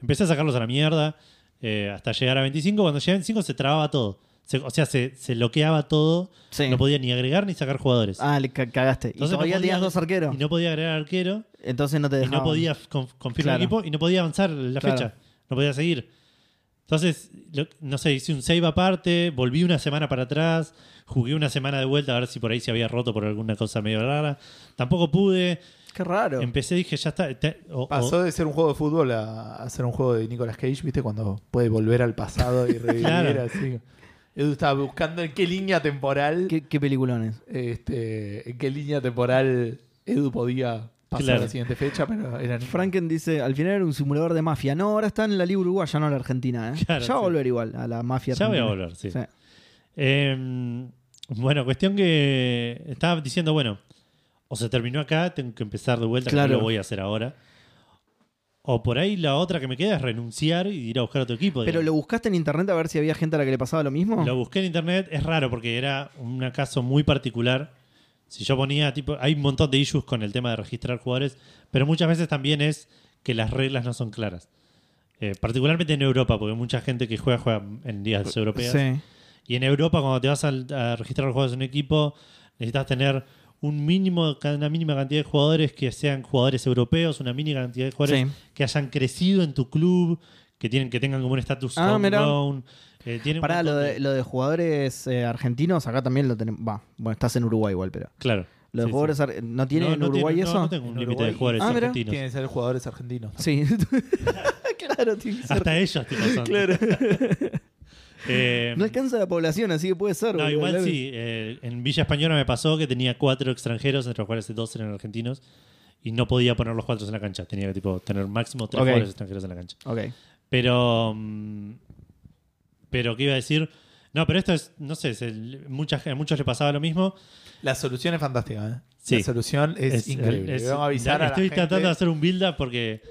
S2: Empecé a sacarlos a la mierda eh, hasta llegar a 25. Cuando llegué a 25 se trababa todo. Se- o sea, se, se bloqueaba todo.
S1: Sí.
S2: No podía ni agregar ni sacar jugadores.
S1: Ah, le ca- cagaste.
S2: Entonces
S1: y todavía
S2: no podía-
S1: tenías dos arqueros.
S2: Y no podía agregar arquero.
S1: Entonces no te
S2: Y
S1: dejaban.
S2: no podía con- confirmar
S1: Claro.
S2: el equipo. Y no podía avanzar la
S1: Claro.
S2: fecha. No podía seguir. Entonces, lo- no sé, hice un save aparte. Volví una semana para atrás. Jugué una semana de vuelta a ver si por ahí se había roto por alguna cosa medio rara. Tampoco pude.
S1: Qué raro.
S2: Empecé, dije, ya está. te- o- o-
S3: Pasó de ser un juego de fútbol a, a ser un juego de Nicolas Cage, ¿viste? Cuando puede volver al pasado y revivir
S2: Claro.
S3: así. Edu estaba buscando en qué línea temporal.
S1: ¿Qué, qué peliculones.
S3: Este, en qué línea temporal Edu podía pasar
S2: Claro.
S3: la siguiente fecha, pero era Nicolas.
S1: Franken dice: al final era un simulador de mafia. No, ahora está en la Liga Uruguaya, no en la Argentina. ¿eh?
S2: Claro,
S1: ya va a
S2: sí.
S1: volver igual a la mafia
S2: Ya voy
S1: argentina.
S2: a volver, sí. Eh, bueno, cuestión que estaba diciendo, bueno, o se terminó acá, tengo que empezar de vuelta, que
S1: Claro.
S2: no lo voy a hacer ahora. O por ahí la otra que me queda es renunciar y ir a buscar otro equipo.
S1: Pero lo
S2: digamos.
S1: buscaste en internet a ver si había gente a la que le pasaba lo mismo.
S2: Lo busqué en internet, es raro porque era un caso muy particular. Si yo ponía, tipo, hay un montón de issues con el tema de registrar jugadores, pero muchas veces también es que las reglas no son claras. Eh, particularmente en Europa, porque mucha gente que juega juega en ligas europeas.
S1: Sí.
S2: Y en Europa, cuando te vas al- a, registrar los juegos en un equipo, necesitas tener un mínimo, una mínima cantidad de jugadores que sean jugadores europeos, una mínima cantidad de jugadores
S1: Sí.
S2: que hayan crecido en tu club, que tienen, que tengan como un estatus
S1: Ah, mirá.
S2: homegrown. eh, tienen un
S1: Pará, lo
S2: montón
S1: de, lo de jugadores eh, argentinos, acá también lo tenemos. Va, bueno, estás en Uruguay igual, pero.
S2: Claro.
S1: Los
S2: Sí,
S1: jugadores
S2: sí.
S1: ar- ¿No tiene
S2: No,
S1: en
S2: no
S1: Uruguay
S2: tiene- no,
S1: eso?
S2: No, tengo un
S3: En
S2: límite de
S3: Uruguay.
S2: jugadores
S1: Ah, mirá.
S2: argentinos.
S3: Tiene que ser jugadores argentinos.
S1: Sí. claro, tiene que ser.
S2: Hasta ellos tipo, son.
S1: Claro.
S2: Eh,
S1: No alcanza la población, así que puede ser.
S2: No,
S1: boludo,
S2: igual
S1: claro.
S2: sí. eh, en Villa Española me pasó que tenía cuatro extranjeros, entre los cuales dos eran argentinos, y no podía poner los cuatro en la cancha. Tenía que tipo, tener máximo tres
S1: Ok.
S2: jugadores extranjeros en la cancha.
S1: Ok.
S2: Pero. mm, Pero, ¿qué iba a decir? No, pero esto es. No sé, es el- mucha- a muchos le pasaba lo mismo.
S3: La solución es fantástica, ¿eh?
S2: Sí.
S3: La solución es,
S2: Es-
S3: increíble.
S2: es-
S3: Le Vamos a avisar a la
S2: estoy
S3: gente.
S2: tratando de hacer un build-up porque.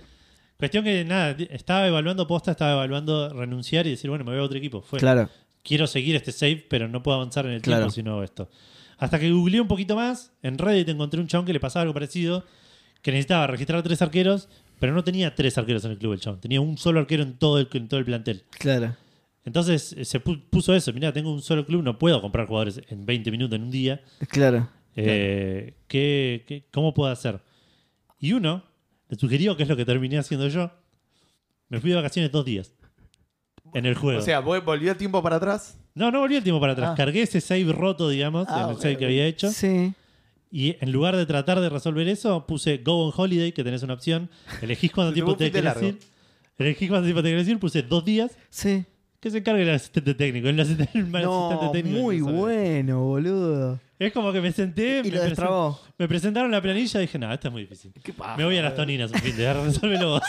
S2: Cuestión que nada, estaba evaluando posta, estaba evaluando renunciar y decir, bueno, me voy a otro equipo. Fue,
S1: Claro.
S2: quiero seguir este save, pero no puedo avanzar en el
S1: Claro.
S2: tiempo si no hago esto. Hasta que googleé un poquito más, en Reddit encontré un chabón que le pasaba algo parecido, que necesitaba registrar tres arqueros, pero no tenía tres arqueros en el club el chabón, tenía un solo arquero en todo el, en todo el plantel.
S1: Claro.
S2: Entonces eh, se pu- puso eso, mirá, tengo un solo club, no puedo comprar jugadores en 20 minutos, en un día,
S1: Claro.
S2: Eh, ¿qué- qué- cómo puedo hacer? Y uno le sugirió, que es lo que terminé haciendo yo, me fui de vacaciones dos días en el juego.
S3: O sea, vol- volvió el tiempo para atrás.
S2: No, no volví el tiempo para atrás.
S3: Ah.
S2: Cargué ese save roto, digamos,
S3: Ah,
S2: en el
S3: ok,
S2: save que
S3: ok.
S2: había hecho.
S1: Sí.
S2: Y en lugar de tratar de resolver eso, puse Go on Holiday, que tenés una opción. Elegís cuánto
S3: Se te
S2: tiempo
S3: fue
S2: te
S3: un fin de
S2: querés
S3: largo.
S2: ir. Elegís cuánto tiempo te querés ir, puse dos días.
S1: Sí.
S2: Que se encargue el asistente técnico. El asistente, el
S1: No,
S2: asistente técnico
S1: muy
S2: es que sabe.
S1: bueno, boludo.
S2: Es como que me senté.
S1: Y
S2: me,
S1: lo
S2: presen-
S1: destrabó.
S2: me presentaron la planilla y dije, no, esto es muy difícil.
S3: ¿Qué pasa?
S2: me voy a las toninas, un fin de resolvelo vos.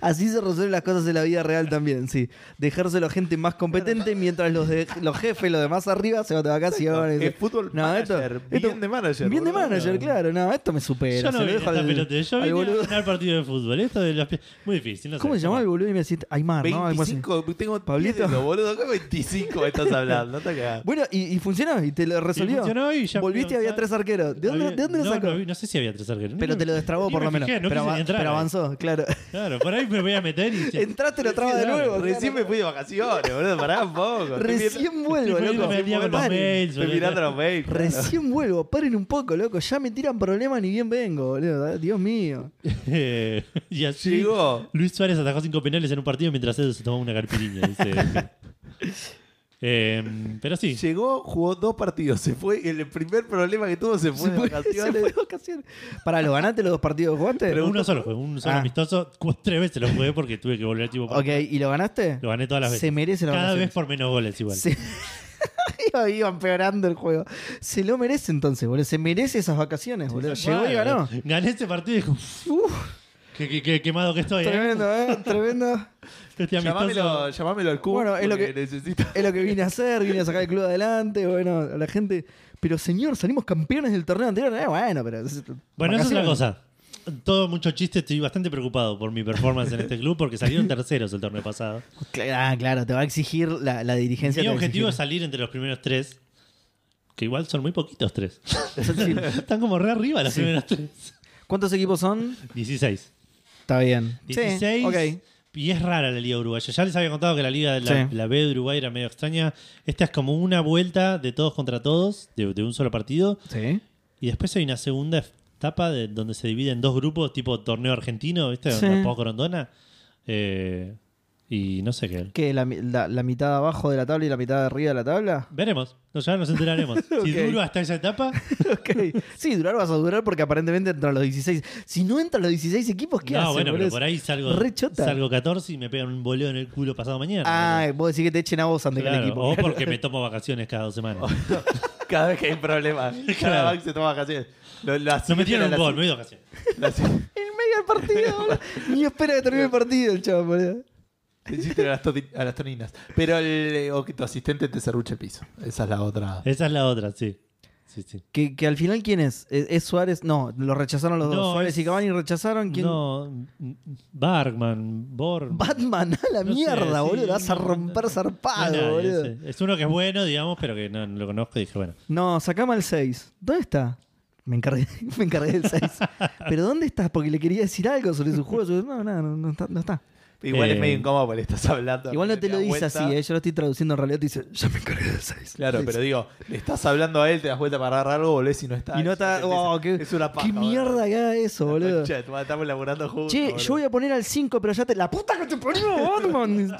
S1: Así se resuelven las cosas de la vida real también, sí. Dejárselo a gente más competente mientras los, de- los jefes, los demás arriba, se van de vacaciones.
S3: Es fútbol manager, bien de manager,
S1: Bien de
S3: boludo.
S1: manager, claro. No, esto me supera.
S2: Yo
S1: se
S2: no
S1: lo
S2: vine a
S1: dejo
S2: esta
S1: al-
S2: pelota. Yo
S1: al
S2: vine
S1: boludo.
S2: a ganar partido de fútbol. Esto de las pie- Muy difícil, no sé.
S1: ¿Cómo se llamaba el boludo? Y me decía, Aymar, ¿no? Algo así.
S3: 25, tengo
S1: Pablito.
S3: Pablito. boludo, ¿qué 25 estás hablando? No te hagas.
S1: Bueno, y, y funcionó, y te lo resolvió.
S2: funcionó y ya-
S1: Volviste y había tres arqueros. ¿De dónde,
S2: Había-
S1: ¿de dónde lo
S2: no,
S1: sacó?
S2: No, vi- no sé si había tres arqueros.
S1: Pero
S2: Ni
S1: te lo
S2: me-
S1: destrabó
S2: ni
S1: por
S2: me
S1: lo menos.
S2: fijé, no
S1: pero,
S2: quise
S1: ava-
S2: ni entrar. eh.
S1: pero avanzó, claro.
S2: Claro, por ahí me voy a meter y...
S1: Entraste, lo traba de
S2: Claro,
S1: nuevo.
S3: Recién me fui de vacaciones, boludo, pará un poco. Estoy mirando-
S1: Recién vuelvo,
S2: Estoy
S1: loco.
S2: poniéndome al día con los
S1: Paren.
S2: mails,
S3: Estoy mirando los mails. claro.
S1: Recién vuelvo, paren un poco, loco. Ya me tiran problemas ni bien vengo, boludo. Ah, Dios mío.
S2: Eh, y así
S3: Llegó.
S2: Luis Suárez atajó cinco penales en un partido mientras Edu se tomaba una carpiriña. dice. Eh, pero sí,
S3: Llegó, jugó dos partidos, se fue. El primer problema que tuvo se fue
S1: Se
S3: de
S1: fue- se fue
S3: vacaciones.
S1: de vacaciones. Para, ¿lo ganaste los dos partidos que jugaste?
S2: pero uno solo fue, un solo
S1: Ah.
S2: amistoso. Cu- Tres veces lo jugué porque tuve que volver tipo
S1: Ok, ¿y lo ganaste?
S2: Lo gané todas las veces.
S1: Se merece la
S2: Cada
S1: vacación.
S2: vez por menos goles igual.
S1: Se- iba, iba empeorando el juego. Se lo merece entonces, boludo. Se merece esas vacaciones, boludo. Llegó y ganó.
S2: Gané este partido y dije, "Uf,
S1: Uf,
S2: qué, qué- qué quemado que estoy. ¿eh?
S1: tremendo, ¿eh? Tremendo.
S2: Este amistoso.
S3: Llamámelo, llamámelo al cubo.
S1: Bueno, es lo
S3: porque
S1: que-
S3: necesito.
S1: Es lo que vine a hacer, vine a sacar el club adelante. Bueno, a la gente. Pero señor, salimos campeones del torneo anterior. Eh, bueno, pero.
S2: Bueno, esa es
S1: la
S2: la cosa. Todo mucho chiste, estoy bastante preocupado por mi performance en este club porque salieron terceros el torneo pasado.
S1: Ah, claro, te va a exigir la, la dirigencia.
S2: Mi
S1: te va a
S2: objetivo es
S1: exigir.
S2: salir entre los primeros tres. Que igual son muy poquitos tres.
S1: Sí.
S2: Están como re arriba los primeros tres.
S1: ¿Cuántos equipos son?
S2: 16.
S1: Está bien.
S2: 16.
S1: Sí, ok.
S2: Y es rara la Liga Uruguaya. Ya les había contado que la Liga de la,
S1: Sí.
S2: la B de Uruguay era medio extraña. Esta es como una vuelta de todos contra todos, de, de un solo partido.
S1: Sí.
S2: Y después hay una segunda etapa de, donde se divide en dos grupos, tipo torneo argentino, ¿viste?
S1: Sí.
S2: Una poco rondona. Eh, y no sé qué.
S1: ¿Qué? La, mi- la- la mitad de abajo de la tabla y la mitad de arriba de la tabla?
S2: Veremos. No, ya nos enteraremos. Si
S1: Ok.
S2: duro hasta esa etapa,
S1: Ok. Sí, durar vas a durar porque aparentemente entran los 16. Si no entran los 16 equipos, ¿qué
S2: no,
S1: hacen,
S2: bueno,
S1: boludo?
S2: pero por ahí salgo,
S1: Re chota.
S2: salgo 14 y me pegan un boleo en el culo pasado mañana.
S1: Ah, vos decís que te echen a vos antes
S2: Claro,
S1: que al equipo.
S2: o
S1: Claro.
S2: porque me tomo vacaciones cada dos semanas.
S3: Cada vez que hay un problema,
S2: Claro.
S3: cada vez que se toma vacaciones. Lo, lo
S2: No
S3: asisten
S2: me tiran
S3: a
S2: un
S3: la-
S2: gol, me voy de vacaciones.
S3: la-
S1: En medio del partido, boludo. Ni espera que termine el partido el chavo, boludo.
S3: Te hiciste a las, toti- a las toninas. Pero el, o que tu asistente te serruche el piso. Esa es la otra.
S2: Esa es la otra, sí. Sí, sí.
S1: Que, que al final, ¿quién es? ¿Es, es Suárez? No, lo rechazaron los
S2: No,
S1: dos. Suárez y
S2: es-
S1: Cavani rechazaron. ¿Quién?
S2: No, mm, Bargman, Born.
S1: Batman a la
S2: No sé,
S1: mierda,
S2: sí,
S1: boludo. Vas a
S2: no,
S1: romper
S2: no,
S1: zarpado,
S2: no hay nadie,
S1: boludo.
S2: sí. Es uno que es bueno, digamos, pero que no, no lo conozco y dije, bueno.
S1: No, sacame el 6. ¿Dónde está? Me encargué, me encargué del 6. ¿Pero dónde estás? Porque le quería decir algo sobre su juego. Yo, No, no, no, no está. no está.
S3: Igual
S2: Eh,
S3: es medio incómodo porque le estás hablando.
S1: Igual no te lo
S3: das
S1: dice
S3: vuelta.
S1: así, ¿eh? yo lo estoy traduciendo en realidad. Te dice, ya me encargué del 6.
S3: Claro, pero digo, le estás hablando a él, te das vuelta para agarrar algo, volvés y no está.
S1: Y no está.
S3: Es-
S1: wow,
S3: es-
S1: qué,
S3: es una paja.
S1: qué
S3: boludo.
S1: mierda que haga eso,
S3: La
S1: boludo.
S3: concha de tu madre, estamos laburando juntos.
S1: Che,
S3: boludo.
S1: yo voy a poner al 5, pero ya te. ¡La puta que te ponía, Batman!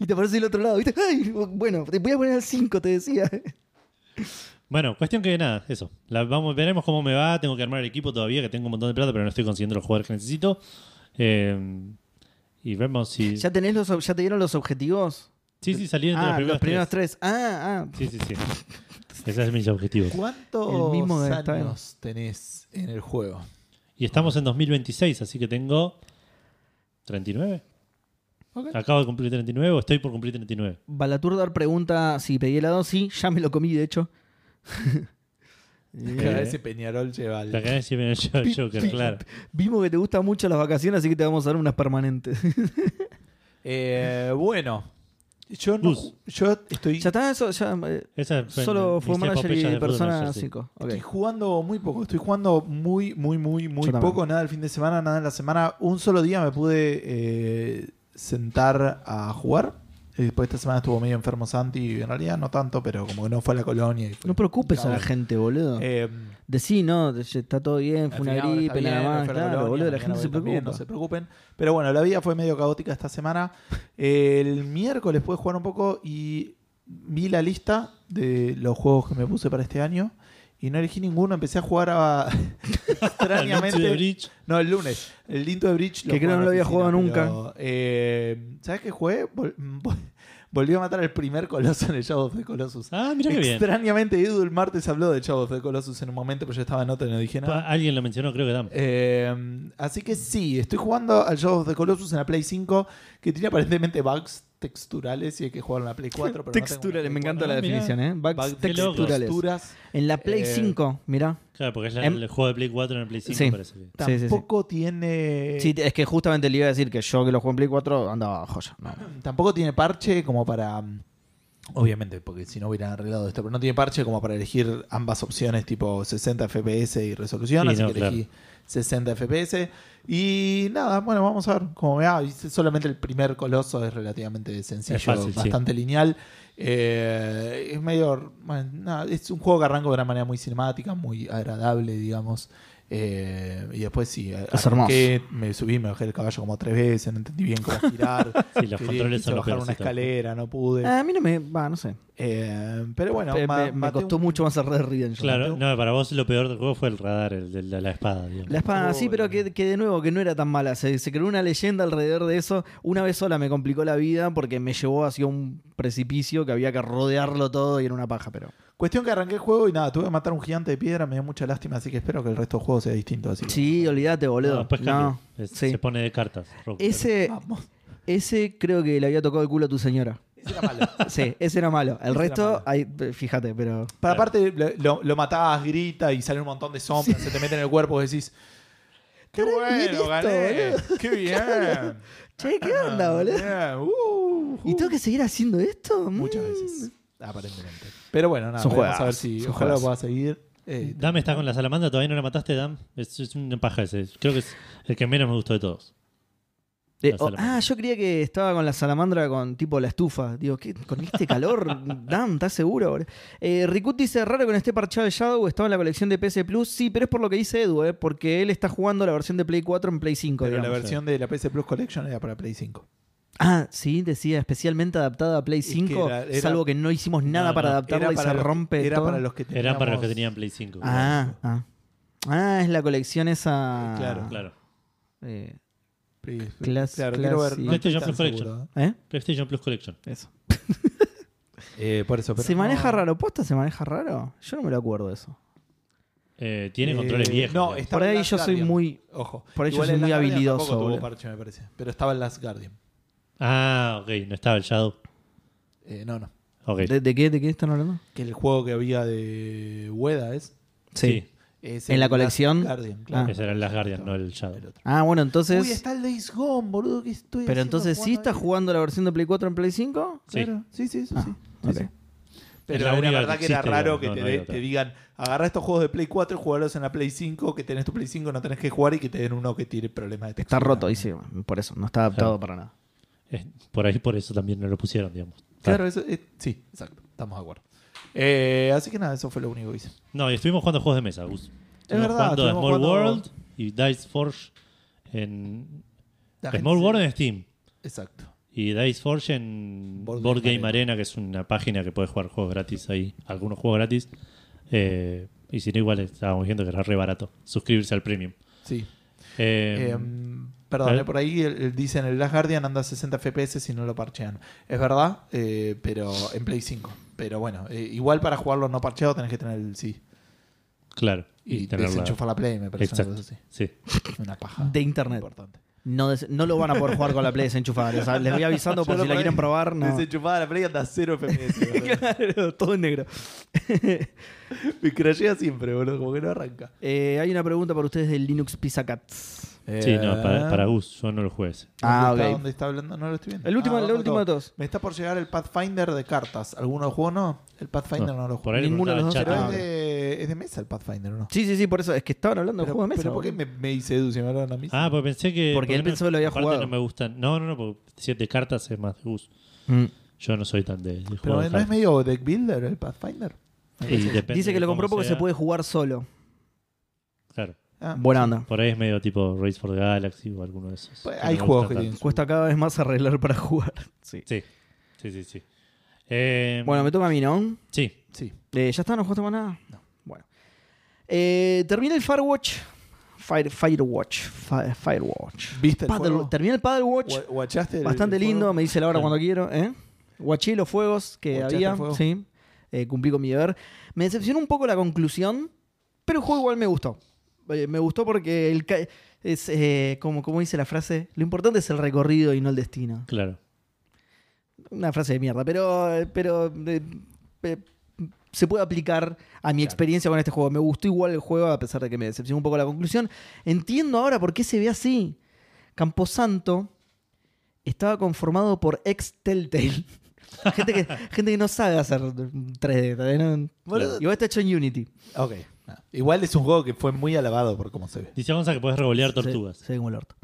S1: y te aparece del otro lado, ¿viste? Ay, bueno, te voy a poner al 5, te decía.
S2: Bueno, cuestión que nada, eso. La- vamos, veremos cómo me va. Tengo que armar el equipo todavía, que tengo un montón de plata, pero no estoy consiguiendo los jugadores que necesito. Eh, y vemos si.
S1: ¿Ya, tenés los, ob- ¿Ya te dieron los objetivos?
S2: sí, sí, salir entre
S1: Ah,
S2: los primeros, tres.
S1: tres. Ah, ah.
S2: Sí, sí, sí. Ese es mis objetivos.
S3: ¿Cuántos
S1: El mismo de- está bien.
S3: años tenés en el juego?
S2: Y estamos en 2026, así que tengo 39.
S3: Ok.
S2: Acabo de cumplir 39 o estoy por cumplir 39.
S1: Balaturdar pregunta si pedí helado. Sí, ya me lo comí, de hecho. Eh,
S3: Cada vez ese Peñarol lleva al-
S2: La cadena siempre me el Joker, claro.
S1: Vimos que te gustan mucho las vacaciones, así que te vamos a dar unas permanentes.
S3: Eh, bueno, yo, no,
S2: Bus.
S3: yo estoy,
S1: ya está, eso ya. eh,
S2: Esa fue
S1: solo
S2: mis
S1: fue manager
S2: epopeyas
S1: y
S2: de fútbol
S1: persona
S2: manager, sí.
S1: 5. Ok.
S3: estoy jugando muy poco. Estoy jugando muy, muy, muy, muy
S1: Yo también.
S3: poco. Nada el fin de semana, nada en la semana. Un solo día me pude eh, sentar a jugar. Eh, Después esta semana estuvo medio enfermo Santi. En realidad no tanto, pero como que no fue a la colonia. y fue-
S1: No preocupes a la gente, boludo.
S3: Eh,
S1: Decí, no, de- está todo bien, fue
S3: Al
S1: una
S3: final ahora está
S1: gripe,
S3: bien,
S1: nada más.
S3: fue la
S1: Claro,
S3: colonia,
S1: boludo, la
S3: mañana
S1: gente se
S3: voy también,
S1: preocupa.
S3: no se preocupen. Pero bueno, la vida fue medio caótica esta semana. El miércoles pude jugar un poco y vi la lista de los juegos que me puse para este año. Y y no elegí ninguno. Empecé a jugar a.
S2: Al Mitsu de
S3: extrañamente.
S2: Bridge.
S3: No, el lunes. El Linto de Bridge.
S1: Que creo
S3: jugué
S1: no lo
S3: en la
S1: había jugado
S3: oficina, pero, eh, ¿Sabes qué jugué? Vol- vol- volví a matar al primer coloso en el Shadow of the Colossus.
S2: Ah, mira qué bien.
S3: Extrañamente, Edu el martes habló de Shadow of the Colossus en un momento, pero yo estaba en otra y no dije nada.
S2: Pa- Alguien lo mencionó, creo que Dam.
S3: Eh, así que sí, estoy jugando al Shadow of the Colossus en la Play 5, que tiene aparentemente bugs texturales y hay que jugar en la Play 4. Pero no tengo una
S1: texturales,
S3: Play
S1: me encanta
S2: Ah,
S1: la
S2: mirá.
S1: definición, ¿eh?
S3: 4.
S1: Bugs
S3: Bugs
S2: Qué locos.
S1: texturales.
S3: texturas.
S1: En la Play
S3: Eh,
S1: 5, mirá.
S2: Claro, porque es la-
S1: Em-
S2: el juego de Play 4 en el Play 5,
S1: Sí.
S2: parece que.
S1: Sí, sí, sí.
S3: Tampoco tiene.
S1: Sí, es que justamente le iba a decir que yo que lo jugué en Play 4 andaba joya. No, no.
S3: Tampoco tiene parche como para. mm, Obviamente, porque si no hubieran arreglado esto, pero no tiene parche como para elegir ambas opciones, tipo 60 FPS y resolución,
S2: Y
S3: así
S2: no,
S3: que elegí 60 FPS. Y nada, bueno, vamos a ver cómo me va. Y Solamente el primer coloso es relativamente sencillo,
S2: Es fácil, sí.
S3: bastante lineal. Eh, es medio. bueno, nada, es un juego que arranco de una manera muy cinemática, muy agradable, digamos. Eh, y después sí,
S1: Es hermoso.
S3: arranqué, me subí, me bajé el caballo como tres veces, no entendí bien cómo girar.
S2: Sí, los
S3: Quería-
S2: controles
S3: quise
S2: son los
S3: bajar una
S2: peorcitos.
S3: escalera, no pude.
S1: Ah, a mí no me. Va, no sé.
S3: Eh, pero bueno,
S1: Eh,
S3: ma-
S1: me, me
S3: maté
S1: costó
S3: un-
S1: mucho más el Red Redemption.
S2: Claro,
S3: Mateo.
S2: no, para vos lo peor del juego fue el radar, el de la, la espada. digamos.
S1: La espada,
S3: Oh,
S1: sí, pero que, que de nuevo, que no era tan mala. Se, se creó una leyenda alrededor de eso. Una vez sola me complicó la vida porque me llevó hacia un precipicio que había que rodearlo todo y era una paja, pero.
S3: Cuestión que arranqué el juego y nada, tuve que matar a un gigante de piedra, me dio mucha lástima, así que espero que el resto del juego sea distinto. Así que-
S1: Sí, olvídate,
S2: No,
S1: boludo.
S2: después
S1: No,
S2: cambia. Es-
S1: sí.
S2: Se pone de cartas. Roku,
S1: Ese,
S3: Vamos.
S1: ese creo que le había tocado el culo a tu señora.
S3: Ese era malo.
S1: Sí, ese era malo. El
S3: Ese era
S1: resto,
S3: malo.
S1: ahí, fíjate, pero.
S3: Pero aparte lo, lo- lo matabas, grita y sale un montón de sombras, se te mete en el cuerpo y decís. ¡Qué
S1: Estará bien
S3: bueno,
S1: esto,
S3: gané! ¡Qué bien! Ah,
S1: Che, ¿qué onda, Ah, boludo?
S3: Bien, uh,
S1: ¿Y tengo que seguir haciendo esto? Mm.
S3: Muchas veces, aparentemente. Pero bueno, nada,
S1: Son
S3: vamos a ver
S1: juegazos,
S3: si
S1: son
S3: ojalá lo
S1: juegazos.
S3: pueda seguir. Eh,
S1: Mm.
S2: pero- Dam está con la salamandra, todavía no la mataste, Dam. Es, es una paja ese. Creo que es el que menos me gustó de todos.
S1: Eh,
S2: La
S1: oh,
S2: salamandra.
S1: ah, yo creía que estaba con la salamandra con tipo la estufa. Digo, ¿qué? ¿Con este calor? Damn, ¿estás seguro? boludo? Eh, Rikut dice, raro que no esté parchado el Shadow, estaba en la colección de PS Plus. Sí, pero es por lo que dice Edu, eh, porque él está jugando la versión de Play 4 en Play 5.
S3: Pero la
S1: digamos.
S3: versión de la PC Plus Collection era para Play 5.
S1: Ah, sí, decía, especialmente adaptada a Play
S3: que
S1: 5,
S3: era- era-
S1: salvo que no hicimos nada
S2: No,
S1: para
S2: no.
S1: adaptarla y se
S3: los que-
S1: rompe
S3: era
S1: todo.
S3: para los que tenían.
S2: Era para los que tenían Play 5.
S1: Ah, ah. Ah, es la colección esa...
S3: Claro.
S2: Claro.
S1: Eh,
S3: Claro,
S1: Class-
S3: quiero ver.
S1: classy.
S3: No estoy
S2: PlayStation
S3: tan
S2: Plus Collection.
S3: seguro,
S1: ¿eh?
S2: PlayStation Plus Collection.
S1: Eso.
S3: ¿eh? Eh, por eso, pero
S1: ¿Se
S3: no-
S1: maneja raro? ¿Posta se maneja raro? Yo no me lo acuerdo de eso.
S2: Eh, tiene
S3: Eh,
S2: controles viejos.
S3: No,
S2: digamos.
S3: estaba
S1: Por
S3: en
S1: ahí
S3: Last
S1: yo soy
S3: Guardian.
S1: muy-
S3: Ojo.
S1: por ahí yo
S3: Igual
S1: soy
S3: en
S1: muy
S3: Last Guardian
S1: habilidoso,
S3: tampoco tuvo
S1: boludo.
S3: parche, me parece. Pero estaba en Last Guardian.
S2: Ah, ok, no estaba el Shadow.
S3: Eh, no, no.
S2: Ok.
S1: ¿De, de qué, ¿De qué están hablando?
S3: Que el juego que había de Ueda es.
S2: Sí.
S3: es
S1: ¿En
S3: el
S1: la
S3: Last
S1: colección?
S3: Guardian, claro.
S2: Ese era el Last Guardian, no el Shadow.
S3: El otro.
S1: Ah, bueno,
S3: Uy,
S1: entonces.
S3: está el Days Gone, boludo. ¿Qué estoy
S1: Pero
S3: haciendo
S1: entonces, ¿sí
S3: jugando
S1: está
S3: ahí?
S1: jugando la versión de Play 4 en Play 5?
S2: Sí.
S3: Claro. Sí, sí, eso
S1: Ah,
S3: sí. Sí,
S1: ok.
S3: sí.
S2: Es
S3: Pero
S2: la
S3: la
S2: única
S3: verdad
S2: que
S3: que, era
S2: existe,
S3: raro
S2: digamos,
S3: que
S2: no,
S3: te,
S2: no hay
S3: de-
S2: otra.
S3: te digan, agarra estos juegos de Play 4, jugarlos en la Play 5, que tenés tu Play 5, no tenés que jugar y que te den uno que tiene problemas de
S1: Está
S3: textura.
S1: roto, dice. Por eso, no está adaptado para nada.
S2: Eh, por ahí, por eso también no lo pusieron, digamos.
S3: Claro, eso, eh, sí, exacto, estamos de acuerdo. Eh, así que nada, eso fue lo único que hice.
S2: No, y estuvimos jugando juegos de mesa, Gus. Estuvimos
S3: verdad,
S2: jugando Small
S3: estuvimos jugando-
S2: World y Dice Forge en.
S3: La gente
S2: Small
S3: se-
S2: World en Steam.
S3: Exacto.
S2: Y Dice Forge en
S3: Board
S2: Board,
S3: Game
S2: Game Arena. que es una página que puedes jugar juegos gratis ahí, algunos juegos gratis. Eh, y si no, igual estábamos viendo que era re barato suscribirse al premium.
S3: Sí.
S2: Eh,
S3: Em, perdón,
S2: ¿eh?
S3: eh, por ahí el- el- dicen el Last Guardian anda a 60 FPS si no lo parchean. Es verdad, eh, pero en Play 5. Pero bueno, eh, igual para jugarlo no parcheado tenés que tener el sí.
S2: claro.
S3: Y,
S2: tenerla-
S3: desenchufar la Play, me parece
S2: Exacto.
S3: una cosa
S2: Sí.
S3: así. Una paja.
S1: De internet.
S3: Importante.
S1: No, des- no lo van a poder jugar con la Play desenchufada. Les, les voy avisando por
S3: Yo
S1: si
S3: lo
S1: la quieren
S3: probé.
S1: probar. No.
S3: Desenchufada la Play anda a 0 FPS. boludo.
S1: Claro, todo en negro.
S3: Me crashea siempre, boludo, como que no arranca.
S1: Eh, hay una pregunta para ustedes del Linux Pizza Cats.
S2: Sí,
S1: Eh,
S2: no,
S3: Eh,
S2: para, para Gus, yo no lo jugué ese.
S1: Ah,
S3: ¿Dónde está,
S1: ok.
S3: dónde está hablando? No lo estoy viendo.
S1: El último-
S3: Ah,
S1: el
S3: Dota
S1: último
S3: Go.
S1: de todos.
S3: Me está por llegar el Pathfinder de cartas. ¿Alguno lo jugó? No. El Pathfinder no, lo jugó.
S2: Por ahí le
S1: Ninguno de los
S2: preguntaba
S1: dos
S2: al
S1: Ah,
S3: Pero es,
S2: chat.
S1: ok.
S3: de, es de mesa el Pathfinder, ¿o ¿no?
S1: Sí, sí, sí, por eso. Es que estaban hablando de
S3: Pero,
S1: juegos de mesa.
S3: pero ¿por qué
S1: boludo.
S3: me, me dice Edu si me hablaron a mí?
S2: Ah, porque pensé que.
S1: Porque él
S2: no-
S1: pensó que lo había
S2: aparte
S1: jugado.
S2: no me gustan. No, no, no, porque siete cartas es más de Gus.
S1: Mm.
S2: Yo no soy tan de, de
S3: pero
S2: jugar
S3: ¿no
S2: cartas.
S3: es medio deck builder el Pathfinder?
S2: Y depende
S1: Dice que
S2: de
S1: lo compró
S2: cómo
S1: porque se
S2: sea.
S1: puede jugar solo.
S2: Claro.
S3: Ah,
S1: Buena onda.
S2: Por ahí es medio tipo Race for the Galaxy o alguno de esos.
S3: Pues,
S2: que
S3: hay
S2: no me
S3: juegos que
S2: gustan
S3: tienen.
S1: Cuesta cada vez más arreglar para jugar. Sí.
S2: tanto. Sí, sí, sí. sí. Eh,
S1: Bueno, me toca a mí, ¿no?
S2: sí.
S3: Sí.
S1: Eh, ¿Ya está? ¿No jugaste más nada?
S3: No.
S1: Bueno. Eh, terminé el Firewatch. Fire, Firewatch. Fi- Firewatch.
S3: ¿Viste el
S1: Paddle-
S3: juego?
S1: terminé el Paddlewatch.
S3: Gua- guachaste el-
S1: Bastante
S3: el
S1: lindo,
S3: juego?
S1: me dice la hora
S2: Claro.
S1: cuando quiero. ¿eh? Guaché los fuegos que
S3: Guachaste
S1: había.
S3: el fuego.
S1: Sí. Eh, cumplí con mi deber. Me decepcionó un poco la conclusión, pero el juego igual me gustó. Eh, me gustó porque el ca- es eh, como, como dice la frase, lo importante es el recorrido y no el destino.
S2: Claro.
S1: Una frase de mierda, pero, pero eh, eh, se puede aplicar a mi experiencia con este juego. Me gustó igual el juego, a pesar de que me decepcionó un poco la conclusión. Entiendo ahora por qué se ve así. Camposanto estaba conformado por ex Telltale. gente, que, gente que no sabe hacer 3D. ¿sabes? No-
S3: Boludo.
S1: Igual está hecho en Unity.
S3: Ok. Ah. Igual es un juego que fue muy alabado por cómo se ve.
S2: Dice Gonza que puedes revolear tortugas.
S1: Se, se ve como el orto.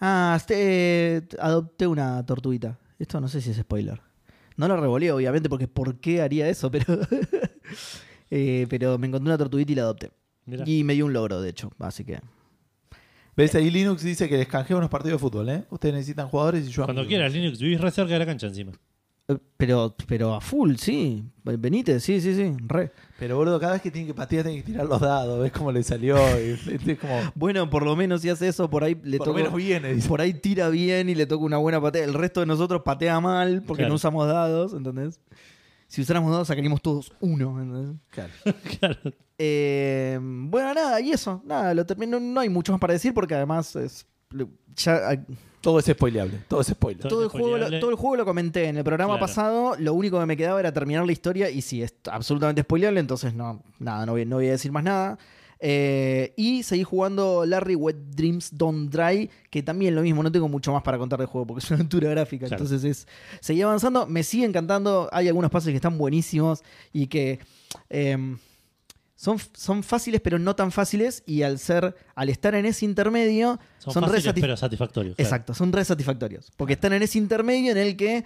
S1: Ah, este, eh, adopté una tortuguita. Esto no sé si es spoiler. No la revoleé, obviamente, porque ¿por qué haría eso? Pero, Eh, pero me encontré una tortuguita y la adopté.
S2: Mirá.
S1: Y me dio un logro, de hecho. Así que. eh,
S2: Eh.
S3: ¿Ves? Ahí Linux dice que les canjea unos partidos de fútbol, ¿eh? Ustedes necesitan jugadores y yo...
S2: Cuando
S3: amigos.
S2: quieras, Linux, vivís re cerca de la cancha encima.
S1: eh, Pero, pero a full, sí. Benítez, sí, sí, sí. Re.
S3: Pero, boludo, cada vez que tienen que patear tienen que tirar los dados. ¿Ves cómo le salió? Y, este es como...
S1: Bueno, por lo menos si hace eso, por ahí le
S3: por lo
S1: toca.
S3: menos viene, dice.
S1: Por ahí tira bien y le toca una buena patea. El resto de nosotros patea mal porque
S2: Claro.
S1: no usamos dados, ¿entendés? Si usáramos dados, sacaríamos todos uno, ¿entendés?
S3: Claro.
S2: claro.
S1: Eh, bueno, nada, y eso. Nada, lo termino. No hay mucho más para decir porque además es. ya, ah,
S3: Todo es spoileable. Todo es spoiler.
S2: Todo-
S1: todo, el juego lo,
S2: spoileable.
S1: todo el juego lo comenté en el programa
S2: Claro.
S1: pasado. Lo único que me quedaba era terminar la historia. Y si es absolutamente spoileable, entonces no, nada, no voy, no voy a decir más nada. Eh, y seguí jugando Larry Wet Dreams Don't Dry, que también lo mismo, no tengo mucho más para contar del juego porque es una aventura gráfica.
S2: Claro.
S1: Entonces es. Seguí avanzando, me sigue encantando. Hay algunos pases que están buenísimos y que. em, son, son fáciles, pero no tan fáciles. Y al ser, al estar en ese intermedio,
S2: Son,
S1: son, re
S2: fáciles,
S1: satisfa-
S2: pero satisfactorios. claro.
S1: Exacto, son re satisfactorios. Porque están en ese intermedio en el que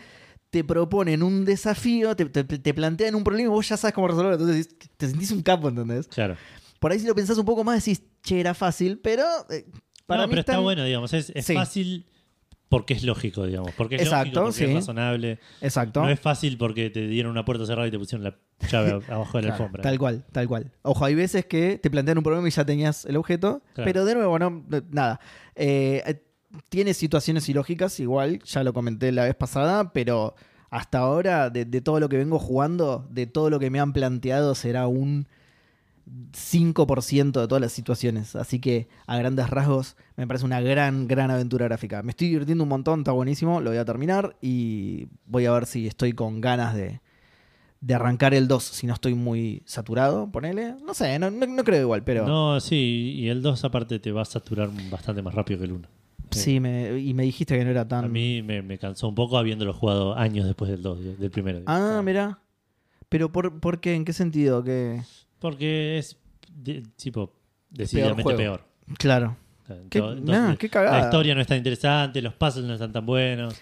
S1: te proponen un desafío, te, te- te plantean un problema y vos ya sabes cómo resolverlo. Entonces decís, te sentís un capo, ¿entendés?
S2: Claro.
S1: Por ahí si lo pensás un poco más decís, che, era fácil, pero eh, para
S2: no,
S1: mí
S2: pero está
S1: están-
S2: bueno, digamos. Es, es
S1: Sí.
S2: fácil porque es lógico, digamos. Porque es
S1: Exacto,
S2: lógico, porque es
S1: sí.
S2: razonable.
S1: Exacto.
S2: No es fácil porque te dieron una puerta cerrada y te pusieron la llave ab- abajo de la
S1: Claro,
S2: alfombra.
S1: Tal cual, tal cual. Ojo, hay veces que te plantean un problema y ya tenías el objeto,
S2: Claro.
S1: pero de nuevo, no, no- nada. Eh, eh, tiene situaciones ilógicas, igual, ya lo comenté la vez pasada, pero hasta ahora, de, de todo lo que vengo jugando, de todo lo que me han planteado, será un 5% de todas las situaciones. Así que, a grandes rasgos, me parece una gran, gran aventura gráfica. Me estoy divirtiendo un montón, está buenísimo, lo voy a terminar y voy a ver si estoy con ganas de, de arrancar el 2 si no estoy muy saturado, ponele. No sé, no, no- no creo igual, pero
S2: No, sí, y el 2 aparte te va a saturar bastante más rápido que el 1.
S1: sí, me, y me dijiste que no era tan...
S2: A mí me, me cansó un poco habiéndolo jugado años después del 2, de- del primero.
S1: Ah, mira. Pero por, ¿por qué? ¿En qué sentido? Que...
S2: Porque es, de- tipo, decididamente
S3: juego.
S2: peor.
S1: Claro. Qué- nah, qué cagada.
S2: La historia no es tan interesante, los puzzles no están tan buenos.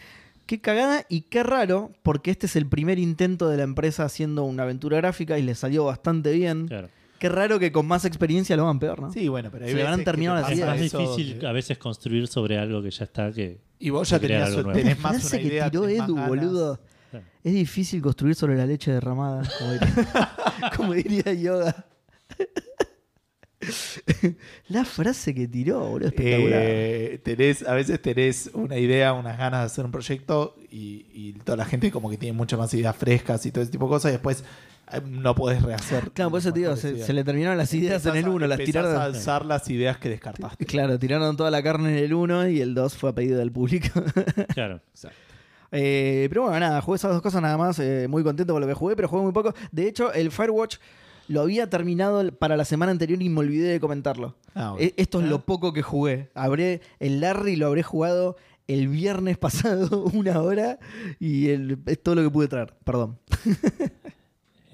S1: Qué cagada y qué raro, porque este es el primer intento de la empresa haciendo una aventura gráfica y le salió bastante bien.
S2: Claro.
S1: Qué raro que con más experiencia lo hagan peor, ¿no?
S3: Sí, bueno, pero ahí
S1: Se le habrán terminado las
S2: Es
S1: Hacía
S2: más difícil a veces construir sobre algo que ya está que.
S3: Y vos ya
S2: que crear
S3: tenías,
S2: algo nuevo.
S3: tenés
S1: La
S3: más
S1: frase
S3: una
S1: que
S3: idea,
S1: tiró
S3: tenés más
S1: Edu,
S3: ganas.
S1: boludo.
S2: Claro.
S1: Es difícil construir sobre la leche derramada, como diría, como diría Yoda. la frase que tiró, boludo, espectacular.
S3: Eh, tenés- a veces tenés una idea, unas ganas de hacer un proyecto y, y toda la gente como que tiene muchas más ideas frescas y todo ese tipo de cosas y después eh, no podés rehacer.
S1: claro, por eso te digo,
S3: mejores
S1: se,
S3: ideas.
S1: se le terminaron las ideas en
S3: Empezás
S1: el
S3: a-
S1: 1, las
S3: empezás a
S1: tiraron.
S3: alzar las ideas que descartaste.
S1: Claro, tiraron toda la carne en el 1 y el 2 fue a pedido del público.
S2: Claro.
S1: Eh, pero bueno, nada, jugué esas dos cosas nada más. eh, muy contento con lo que jugué, pero jugué muy poco. De hecho, el Firewatch lo había terminado para la semana anterior y me olvidé de comentarlo.
S3: Ah, bueno.
S1: E- Esto es
S2: Ah.
S1: lo poco que jugué. Habré, el Larry lo habré jugado el viernes pasado, una hora, y el- es todo lo que pude traer. Perdón.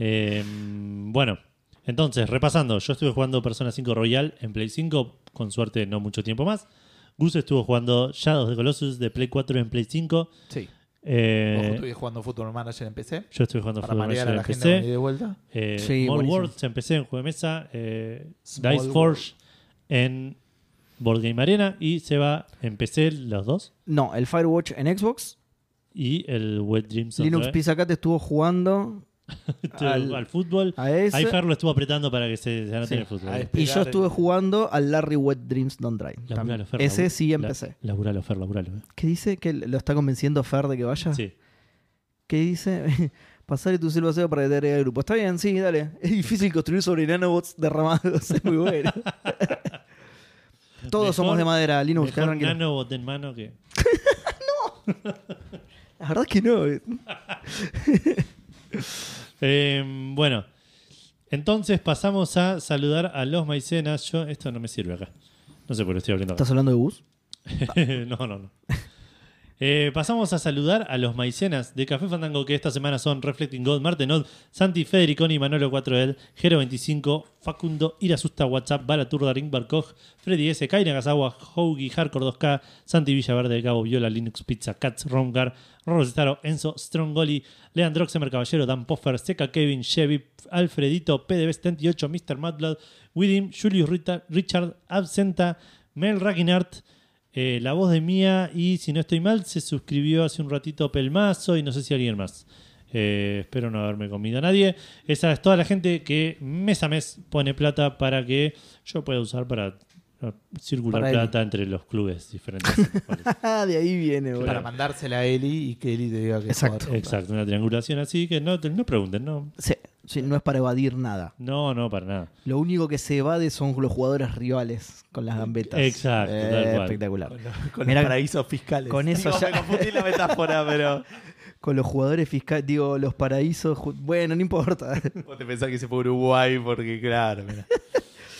S2: Eh, bueno, entonces, repasando, yo estuve jugando Persona 5 Royal en Play 5, con suerte no mucho tiempo más. Gus estuvo jugando Shadows de Colossus de Play 4 en Play 5.
S3: Sí.
S2: Eh,
S3: Ojo, estuve jugando Football Manager en PC.
S2: yo estuve jugando
S3: Para
S2: Football
S3: marear a
S2: Manager
S3: la
S2: en
S3: gente cuando
S2: PC.
S3: llegue de vuelta.
S2: Eh,
S1: Sí,
S2: More
S1: buenísimo.
S2: Worlds en PC, en juego de mesa. eh,
S3: Small
S2: Dice Forge en Board Game Arena. Y se va en PC los dos.
S1: No, el Firewatch en Xbox.
S2: Y el Wet Dreams on
S1: Linux
S2: Dry.
S1: Pizza Cat estuvo jugando Al-
S2: al, fútbol.
S1: a ese.
S2: Ahí Fer lo estuvo apretando para que se, se anote
S1: Sí.
S2: en el fútbol.
S3: A este.
S1: Y yo
S3: Pegar
S1: estuve
S3: el-
S1: jugando al Larry Wet Dreams Don't Drive.
S2: Laburalo, Fer,
S1: Ese
S2: labu-
S1: sí
S2: la-
S1: empecé.
S2: Laburalo, Fer, laburalo. eh.
S1: ¿Qué dice? ¿Que lo está convenciendo Fer de que vaya?
S2: Sí.
S1: ¿Qué dice? Pasar tu silbo vacío para detener el grupo. Está bien, sí, dale. Es difícil construir sobre nanobots derramados. Es muy bueno. Todos
S2: Mejor-
S1: somos de madera, Linux. quedá
S2: Mejor
S1: tranquilo.
S2: nanobot en mano que.
S1: La verdad es que no.
S2: Eh, bueno, entonces pasamos a saludar a los maicenas. Yo, esto no me sirve acá. No sé por qué estoy abriendo acá.
S1: ¿Estás hablando de bus?
S2: no, no, no. Eh, pasamos a saludar a los maicenas de Café Fandango que esta semana son Reflecting God, Martenot, Santi Federiconi, Manolo 4L, Gero25, Facundo, Irasusta, WhatsApp, Balaturda, Ring Barcoj, Freddy S, Kaira Gazawa, Hougi, Hardcore 2K, Santi Villaverde de Cabo, Viola, Linux Pizza, Cats, Rongar, Rosestaro, Enzo, Strongoli, Leandro Oxemer Caballero, Dan Poffer, Seca Kevin, Chevy, Alfredito, PDB78, Mr. Madblad, Widim, Julius Rita- Richard, Absenta, Mel Raginart, eh, la voz de Mía y si no estoy mal se suscribió hace un ratito Pelmazo y no sé si alguien más. Eh, espero no haberme comido a nadie. Esa es toda la gente que mes a mes pone plata para que yo pueda usar para eh, circular
S1: Para él.
S2: plata entre los clubes diferentes.
S1: Ah, de ahí viene, boludo.
S3: Para mandársela a Eli y que Eli te diga que
S1: Exacto.
S3: jugar.
S2: Exacto, una triangulación así que no, no pregunten, no.
S1: Sí, sí, no es para evadir nada.
S2: No, no, para nada.
S1: Lo único que se evade son los jugadores rivales con las gambetas. Eh,
S2: Exacto, tal cual.
S1: espectacular.
S3: Con, los- con
S1: Mirá,
S3: los paraísos fiscales.
S1: con eso
S3: Digo,
S1: ya-
S3: Me confundí la metáfora, pero.
S1: Con los jugadores fiscales, digo, los paraísos. ju- Bueno, no importa.
S3: Vos te pensás que se fue a Uruguay porque, claro, mirá.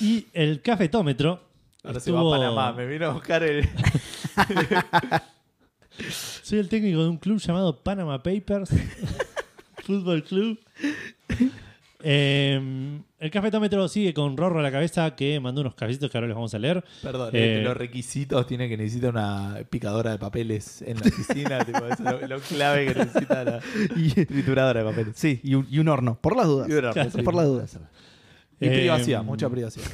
S2: Y el cafetómetro.
S3: Ahora se
S2: estuvo-
S3: va a Panamá. Me vino a buscar el.
S2: Soy el técnico de un club llamado Panama Papers, Fútbol Club. Eh, el cafetómetro sigue con Rorro a la cabeza que mandó unos cafecitos que ahora los vamos a leer.
S3: Perdón,
S2: Eh,
S3: eh, los requisitos tiene que necesita una picadora de papeles en la oficina. tipo, eso es lo, lo clave que necesita la
S1: Y-
S3: trituradora de papeles.
S1: sí, y un, y un horno. Por las dudas.
S3: Y una
S2: Claro,
S3: razón.
S1: por las dudas.
S3: Y
S2: Eh,
S3: privacidad, mucha privacidad.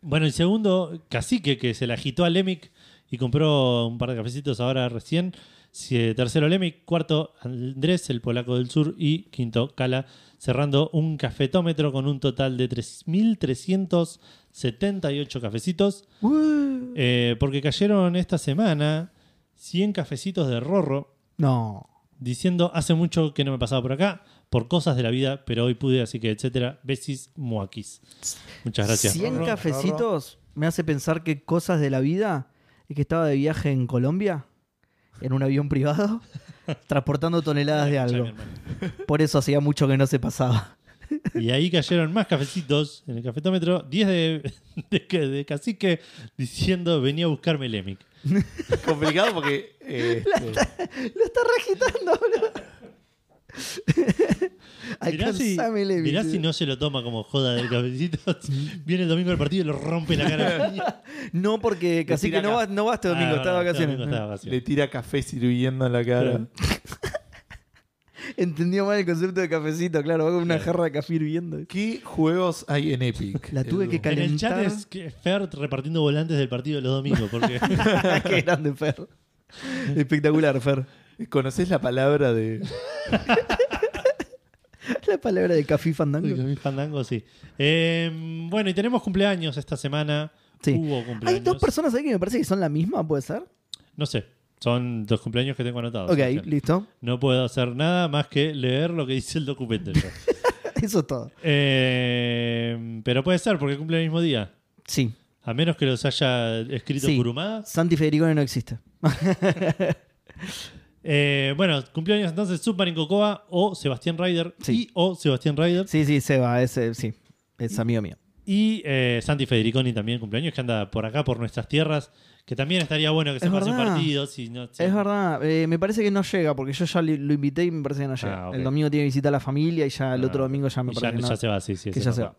S2: Bueno, el segundo, Cacique, que se le agitó a Lemic y compró un par de cafecitos ahora recién. Sie- Tercero, Lemic. Cuarto, Andrés, el polaco del sur. Y quinto, Cala, cerrando un cafetómetro con un total de 3.378 cafecitos.
S1: Uh,
S2: Eh, porque cayeron esta semana 100 cafecitos de Rorro
S1: no.
S2: diciendo hace mucho que no me pasaba por acá por cosas de la vida, pero hoy pude, así que etcétera. Besis, muakis. Muchas gracias.
S1: 100
S2: Rorro.
S1: cafecitos me hace pensar que cosas de la vida y que estaba de viaje en Colombia, en un avión privado, transportando toneladas de
S2: Escuchá, mi
S1: algo.
S2: hermano.
S1: Por eso hacía mucho que no se pasaba.
S2: Y ahí cayeron más cafecitos en el cafetómetro. 10 de, de, ca- de cacique diciendo venía a buscarme Lemic.
S3: Complicado porque. eh, este,
S1: Lo está regitando, boludo.
S2: Mirá si,
S1: Alcanzame, Levi.
S2: mirá si no se lo toma como joda de cafecitos. Viene el domingo del partido y lo rompe la cara.
S1: No, porque casi que
S3: tira
S1: no
S3: acá.
S1: vas, no vas este domingo,
S2: Ah,
S1: está de
S2: verdad, este
S1: vacaciones.
S2: domingo está de vacaciones.
S3: le tira café sirviendo en la cara.
S1: Entendió mal el concepto de cafecito, claro, va con una jarra de café hirviendo.
S3: ¿Qué juegos hay en Epic?
S1: La tuve
S3: Edu?
S1: que
S2: En el
S1: calentar.
S2: chat es que Fer repartiendo volantes del partido de los domingos, porque
S1: Qué grande, Fer. Espectacular, Fer.
S3: Eh, ¿Conocés la palabra de.?
S1: La palabra de Café Fandango.
S2: Uy, fandango, sí. Eh, bueno, y tenemos cumpleaños esta semana.
S1: Sí.
S2: Hubo cumpleaños.
S1: Hay dos personas ahí que me parece que son la misma, ¿puede ser?
S2: No sé, son dos cumpleaños que tengo anotados.
S1: ok,
S2: Así que
S1: listo.
S2: No puedo hacer nada más que leer lo que dice el documento. yo.
S1: Eso es todo.
S2: Eh, pero puede ser, porque cumple el mismo día.
S1: Sí.
S2: A menos que los haya escrito
S1: Sí.
S2: Kurumada.
S1: Santi Federicone no existe.
S2: Eh, bueno, cumpleaños entonces Submarin Cocoa o Sebastián Ryder.
S1: Sí.
S2: Y o Sebastián Ryder.
S1: Sí, sí, Seba, ese, sí. Es amigo mío.
S2: Y eh, Santi Federiconi también cumpleaños, que anda por acá, por nuestras tierras. Que también estaría bueno que se
S1: Es
S2: pasen
S1: verdad.
S2: partidos. Y no,
S1: Es verdad, eh, me parece que no llega, porque yo ya li- lo invité y me parece que no llega.
S2: Ah, ok.
S1: El domingo tiene que visitar a la familia y ya el
S2: Ah,
S1: otro domingo ya me
S2: y
S1: parece que, no-
S2: ya se va, sí, sí.
S1: que
S2: sí,
S1: ya
S2: no,
S1: se
S2: no.
S1: va.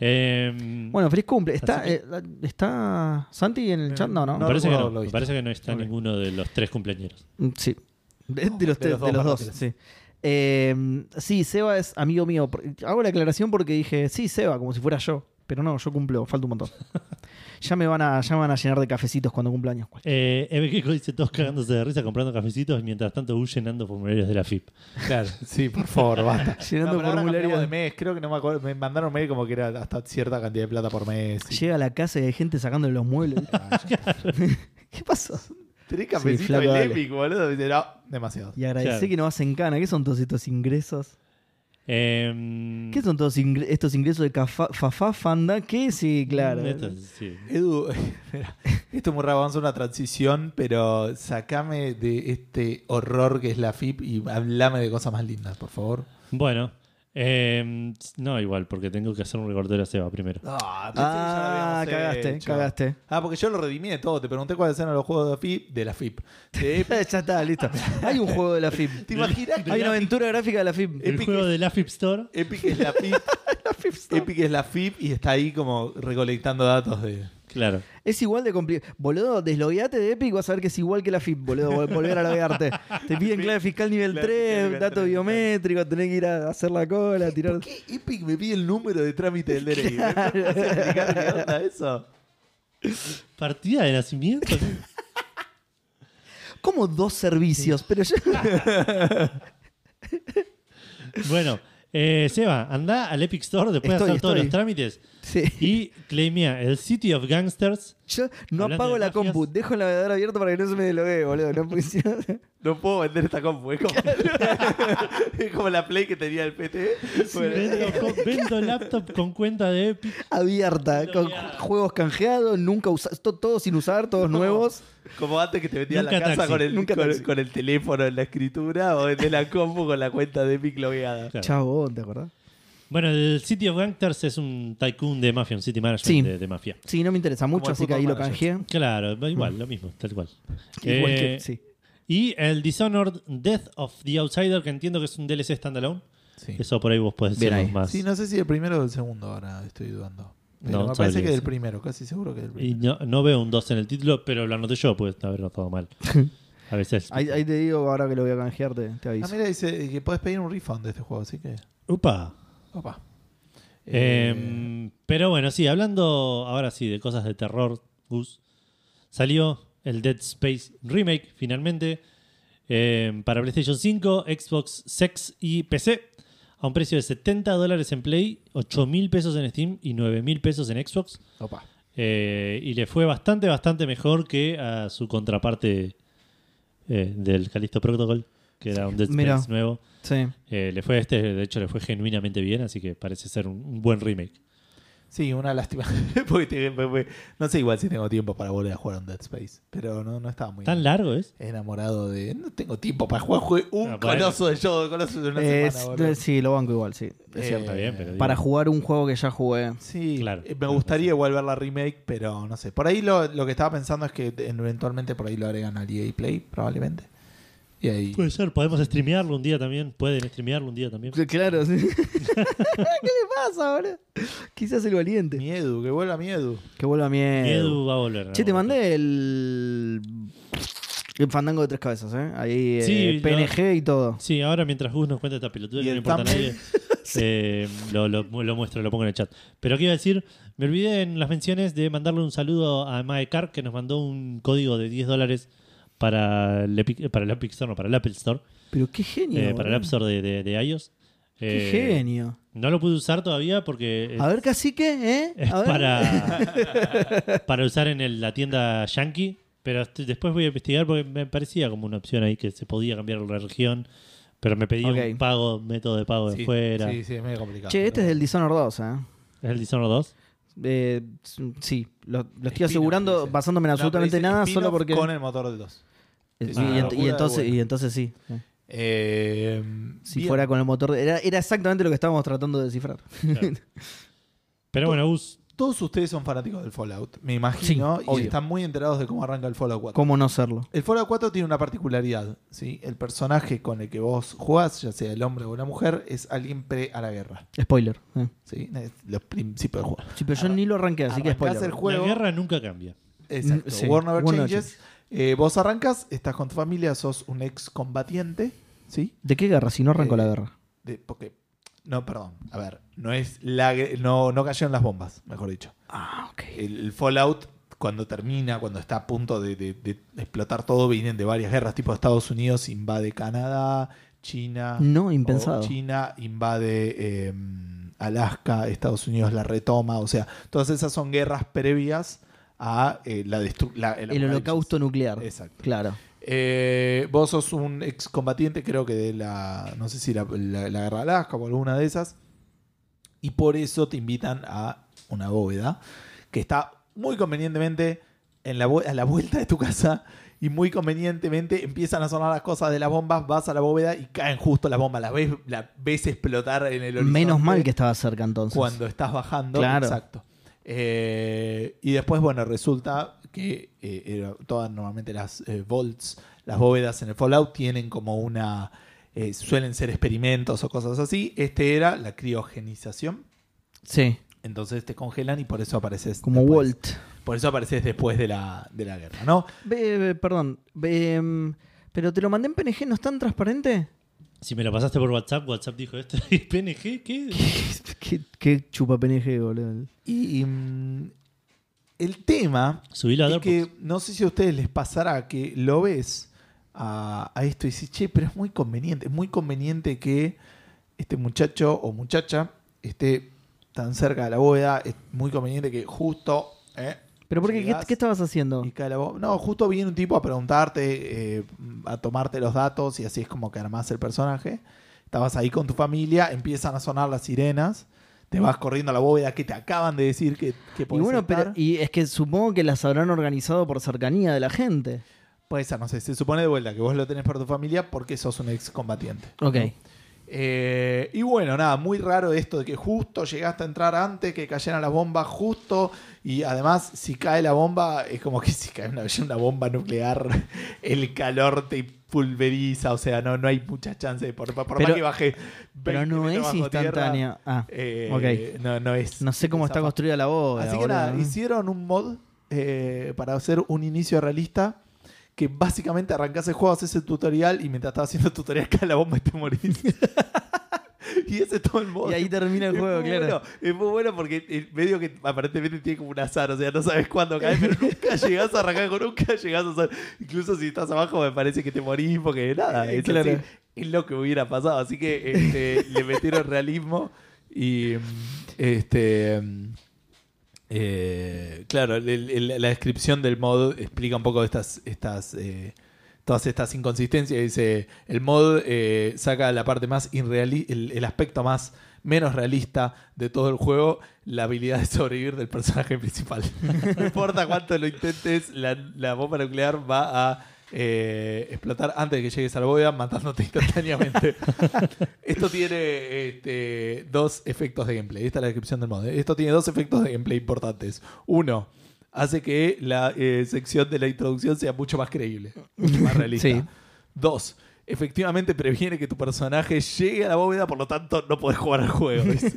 S2: Eh,
S1: Bueno, feliz cumple. ¿Está,
S2: Así que- Eh,
S1: eh, la- ¿Está Santi en el chat? No, no.
S2: Em, me parece que
S3: recuerdo
S2: no.
S3: lo
S2: Me
S3: visto.
S2: parece que no está
S3: Ok.
S2: ninguno de los tres cumpleañeros.
S1: Mm, Sí. De, de los,
S3: de
S1: tres-
S3: los
S1: de los dos.
S3: dos,
S1: Sí. Eh, sí, Seba es amigo mío. Por- Hago la aclaración porque dije, sí, Seba, como si fuera yo. Pero no, yo cumplo, falta un montón. ya, me van a, ya me van a llenar de cafecitos cuando cumpla años.
S2: Eh, Eve Keiko dice todos cagándose de risa comprando cafecitos mientras tanto Gus llenando formularios de la FIP.
S3: Claro. Sí, por favor, basta.
S1: Llenando
S3: No, pero ahora
S1: formularios.
S3: cambiamos de mes, creo que no me acuerdo. Me mandaron mail como que era hasta cierta cantidad de plata por mes. y-
S1: Llega a la casa y hay gente sacándole los muebles. ¿Qué pasó?
S3: Tres cafecitos
S1: flaco,
S3: el
S1: dale.
S3: Epic, boludo. Dice, no, demasiado.
S1: Y agradecí
S2: Claro.
S1: que no vas en cana. ¿Qué son todos estos ingresos?
S2: Eh,
S1: ¿Qué son todos ingre- estos ingresos de cafa- Fafá Fanda? ¿Qué? Sí, claro. ¿eh?
S2: Esto, sí.
S3: Edu, mira, esto es muy raro, vamos a hacer una transición, pero sacame de este horror que es la FIP y hablame de cosas más lindas, por favor.
S2: Bueno, eh, no igual, porque tengo que hacer un recordatorio a Seba primero.
S3: Ah, pensé que ya lo
S1: Ah,
S3: habíamos
S1: cagaste,
S3: hecho.
S1: cagaste.
S3: Ah, porque yo lo redimí de todo. Te pregunté cuáles eran los juegos de la FIP. De la FIP. De Epic.
S1: Eh, ya está, listo. Hay un juego de la FIB.
S3: ¿Te imaginas que
S1: Hay una
S3: la-
S1: aventura gráfica de la FIB.
S2: El
S3: Epic
S2: juego
S3: es-
S2: de la FIP Store.
S3: Epic es la FIP? Epic es la FIP y está ahí como recolectando datos de...
S2: Claro.
S1: Es igual de complicado. Boludo, deslogueate de Epic, vas a ver que es igual que la FIB, boludo. vol- Volver a loguearte. Te piden clave fiscal nivel
S3: Clave
S1: 3,
S3: fiscal nivel
S1: dato
S3: 3,
S1: biométrico, tenés que ir a hacer la cola, tirar.
S3: ¿Por qué Epic me pide el número de trámite del DNI? ¿Me puedes explicar qué onda eso?
S2: Partida de nacimiento.
S1: Como dos servicios, pero yo.
S2: bueno, eh, Seba, anda al Epic Store después
S1: Estoy,
S2: de hacer todos
S1: estoy.
S2: los trámites
S1: Sí.
S2: y claimea el City of Gangsters.
S1: Yo no
S2: Hablando
S1: apago
S2: de
S1: la
S2: mafias.
S1: compu, dejo el navegador abierto para que no se me desloguee, boludo. No funciona.
S3: No puedo vender esta compu. Es como, es como la Play que tenía el PT. Bueno,
S2: Vendo, co- vendo laptop con cuenta de Epic.
S1: Abierta, con
S2: Bloqueada.
S1: juegos canjeados, nunca usados, todos sin usar, todos nuevos.
S3: como antes que te vendían la
S2: Nunca
S3: casa
S2: taxi,
S3: con el,
S1: nunca
S3: con,
S1: taxi.
S3: con el teléfono en la escritura o vendés la compu con la cuenta de Epic logueada.
S2: Claro.
S1: Chabón, ¿te acordás?
S2: Bueno, el City of Gangsters es un tycoon de mafia, un city manager
S1: Sí.
S2: de, de mafia.
S1: Sí, no me interesa mucho,
S3: el
S1: así que ahí
S3: Football
S1: lo canjeé.
S2: Claro, va igual, lo mismo, tal cual.
S1: Mm. Igual
S2: Eh,
S1: que- sí.
S2: Y el Dishonored Death of the Outsider, que entiendo que es un DLC standalone.
S3: Sí.
S2: Eso por ahí vos podés
S1: Bien
S2: decirnos
S1: ahí.
S2: más.
S3: Sí, no sé si el primero o el segundo ahora estoy dudando. Pero
S2: No,
S3: me parece
S2: sabría
S3: que del
S2: eso.
S3: primero, casi seguro que del
S2: Y
S3: primero.
S2: no, no veo un 2 en el título, pero lo anoté yo, puede haber notado mal. A veces.
S1: Ahí, ahí te digo, ahora que lo voy a canjear, te, te aviso.
S3: Ah, mira, dice que podés pedir un refund de este juego, así que.
S2: Upa.
S3: Opa. Eh,
S2: Em, pero bueno, sí, hablando ahora sí de cosas de terror, Gus, salió el Dead Space Remake finalmente em, para PlayStation 5, Xbox 6 y PC a un precio de 70 dólares en Play, 8 mil pesos en Steam y 9 mil pesos en Xbox.
S3: opa.
S2: Eh, y le fue bastante, bastante mejor que a su contraparte eh, del Callisto Protocol, que era un Dead Space
S1: Mira.
S2: nuevo.
S1: Sí.
S2: Eh, le fue a este, de hecho, le fue genuinamente bien, así que parece ser un, un buen remake.
S3: Sí, una lástima. Porque te- porque- no sé igual si tengo tiempo para volver a jugar a un Dead Space. Pero no, no estaba muy
S2: ¿Tan largo es?
S1: Eh,
S3: enamorado de. No tengo tiempo para jugar. Jugué un
S2: Ah, bueno.
S3: coloso de yo, coloso de una
S1: Eh, Es-
S3: semana, boludo.
S1: sí, lo banco igual, sí.
S3: Eh,
S1: Es cierto.
S2: Está bien, pero digo,
S1: Para jugar un juego que ya jugué.
S3: Sí,
S2: Claro.
S3: eh, me gustaría igual ver la remake, pero no sé. Por ahí lo, lo que estaba pensando es que eventualmente por ahí lo agregan al EA Play, probablemente. Y ahí.
S2: Puede ser, podemos streamearlo un día también. Pueden streamearlo un día también.
S1: Claro, sí. ¿Qué le pasa, boludo? Quizás el valiente.
S3: miedo, que vuelva miedo.
S1: Que vuelva miedo.
S2: Edu va a volver.
S1: Che, te
S2: ¿no?
S1: mandé el. El fandango de tres cabezas, ¿eh? Ahí, eh,
S2: Sí,
S1: PNG y todo.
S2: Sí, ahora mientras Gus nos cuenta esta pelotuda
S3: Y
S2: que no
S3: el
S2: importa a nadie,
S3: thumbnail.
S2: eh, lo, lo, lo muestro, lo pongo en el chat. Pero ¿qué iba a decir? Me olvidé en las menciones de mandarle un saludo a Mae Carr, que nos mandó un código de 10 dólares para el, Epic, para el Epic Store, no, para el Apple Store,
S1: Pero qué genio.
S2: eh, para el
S1: boludo.
S2: App Store de, de- de iOS.
S1: Qué
S2: Eh,
S1: genio.
S2: No lo pude usar todavía porque es,
S1: A ver, cacique, ¿eh?
S2: es
S1: A ver.
S2: para, para usar en el- la tienda Yankee. Pero estoy- después voy a investigar porque me parecía como una opción ahí que se podía cambiar la región. Pero me pedía
S1: Ok.
S2: un pago, método de pago de
S3: Sí,
S2: fuera.
S3: sí, sí, es medio complicado.
S1: Che, este
S3: pero-
S1: es del Dishonored 2, ¿eh?
S2: ¿Es el Dishonored 2?
S1: Eh, sí, lo, lo estoy
S3: Spin-off,
S1: asegurando
S3: dice.
S1: basándome en
S3: No,
S1: absolutamente
S3: dice
S1: nada,
S3: spin-off
S1: solo porque.
S3: Con el motor del 2.
S1: Eh,
S2: Ah,
S1: y, ent-
S3: locura
S1: y
S3: de
S1: entonces,
S3: bueno.
S1: y entonces sí. eh.
S3: Eh,
S1: Si
S3: bien.
S1: fuera con el motor. de- Era, era exactamente lo que estábamos tratando de descifrar.
S2: Pero bueno, Gus,
S3: Todos ustedes son fanáticos del Fallout, me imagino,
S1: Sí,
S3: y
S1: obvio.
S3: están muy enterados de cómo arranca el Fallout 4.
S1: ¿Cómo no serlo?
S3: El Fallout 4 tiene una particularidad, ¿sí? El personaje con el que vos jugás, ya sea el hombre o la mujer, es alguien pre a la guerra,
S1: Spoiler. eh.
S3: ¿sí? Es los principios del juego.
S1: Sí, pero yo ni lo arranqué, así que
S3: Arrancás
S1: spoiler.
S3: el juego,
S2: la guerra nunca cambia.
S3: Exacto.
S1: Mm, sí.
S3: War Never
S1: War Never
S3: Changes. Eh, vos arrancas, estás con tu familia, sos un excombatiente, ¿sí?
S1: ¿De qué guerra? Si no arrancó
S3: Eh,
S1: la guerra.
S3: De- porque No, perdón. A ver, no es la gre- no, no cayeron las bombas, mejor dicho.
S1: Ah, ok.
S3: El, el Fallout, cuando termina, cuando está a punto de, de- de explotar todo, vienen de varias guerras, tipo Estados Unidos invade Canadá, China.
S1: No,
S3: o
S1: impensado.
S3: Oh, China invade eh, Alaska, Estados Unidos la retoma. O sea, todas esas son guerras previas a eh, la, destru- la- el
S1: El
S3: apocalipsis.
S1: holocausto nuclear.
S3: Exacto.
S1: Claro.
S3: Eh, vos sos un excombatiente, creo que de la, no sé si la, la- la guerra de Alaska o alguna de esas. Y por eso te invitan a una bóveda que está muy convenientemente en la, vu- a la vuelta de tu casa y muy convenientemente empiezan a sonar las cosas de las bombas, vas a la bóveda y caen justo las bombas, las ves, la ves explotar en el horizonte.
S1: Menos mal que estaba cerca entonces.
S3: Cuando estás bajando,
S1: Claro.
S3: exacto. Eh, y después, bueno, resulta que eh, era- todas normalmente las eh, vaults, las bóvedas en el Fallout tienen como una... eh, suelen ser experimentos o cosas así. Este era la criogenización.
S1: Sí,
S3: Entonces te congelan y por eso apareces...
S1: como
S3: después.
S1: Walt.
S3: Por eso apareces después de la, de la guerra, ¿no?
S1: Ve- ve- perdón. Ve, em, pero te lo mandé en PNG, ¿no es tan transparente?
S2: Si me lo pasaste por WhatsApp, WhatsApp dijo esto. ¿Y PNG? ¿Qué?
S1: qué, qué chupa PNG, boludo.
S3: Y mm, el tema
S2: Subilo a
S3: Es
S2: Dropbox.
S1: pues.
S3: que no sé si a ustedes les pasará que lo ves a, a esto y dices, che, pero es muy conveniente, es muy conveniente que este muchacho o muchacha esté tan cerca de la bóveda, es muy conveniente que justo... eh,
S1: Pero porque, ¿qué,
S3: llegás
S1: qué estabas haciendo?
S3: y cae la bóveda. No, justo viene un tipo a preguntarte, eh, a tomarte los datos y así es como que armás el personaje. Estabas ahí con tu familia, empiezan a sonar las sirenas, te vas corriendo a la bóveda que te acaban de decir que, que
S1: Y
S3: podés
S1: bueno, pero,
S3: estar.
S1: y es que supongo que las habrán organizado por cercanía de la gente.
S3: Puede ser, Pues no sé. Se supone de vuelta que vos lo tenés por tu familia porque sos un excombatiente.
S1: Ok.
S3: Eh, y bueno, nada, muy raro esto de que justo llegaste a entrar antes que cayeran las bombas, justo. Y además, si cae la bomba, es como que si cae una, una bomba nuclear, el calor te pulveriza. O sea, no, no hay mucha chance de por, por
S1: Pero-
S3: más que baje.
S1: Pero
S3: 20
S1: no
S3: metros
S1: es
S3: bajo tierra,
S1: instantánea. Ah,
S3: eh, No, no es.
S1: no sé cómo está
S3: zapa-
S1: construida la bóveda.
S3: Así que
S1: boludo,
S3: nada,
S1: ¿no?
S3: hicieron un mod eh, para hacer un inicio realista que básicamente arrancás el juego, haces el tutorial y mientras estás haciendo el tutorial cae la bomba y te morís. y ese es todo el mod.
S1: Y ahí termina el
S3: Es
S1: juego,
S3: muy
S1: claro.
S3: bueno, es muy bueno porque el medio que aparentemente tiene como un azar, o sea, no sabes cuándo cae, pero nunca llegás a arrancar, con- nunca llegás a hacer. Incluso si estás abajo me parece que te morís porque nada,
S1: Eh,
S3: es,
S1: claro.
S3: así, es lo que hubiera pasado. Así que este, le metieron realismo y mm, este mm, eh, claro, el- el- la descripción del mod explica un poco estas, estas eh, todas estas inconsistencias. Dice, el mod eh, saca la parte más irreali- el, el aspecto más menos realista de todo el juego, la habilidad de sobrevivir del personaje principal. no importa cuánto lo intentes, la, la bomba nuclear va a eh, explotar antes de que llegues a la bóveda, matándote instantáneamente. Esto tiene este, dos efectos de gameplay. Esta es la descripción del mod. ¿eh? Esto tiene dos efectos de gameplay importantes. Uno, hace que la eh, sección de la introducción sea mucho más creíble, mucho más realista.
S1: Sí.
S3: Dos, efectivamente previene que tu personaje llegue a la bóveda, por lo tanto no podés jugar al juego. Dice,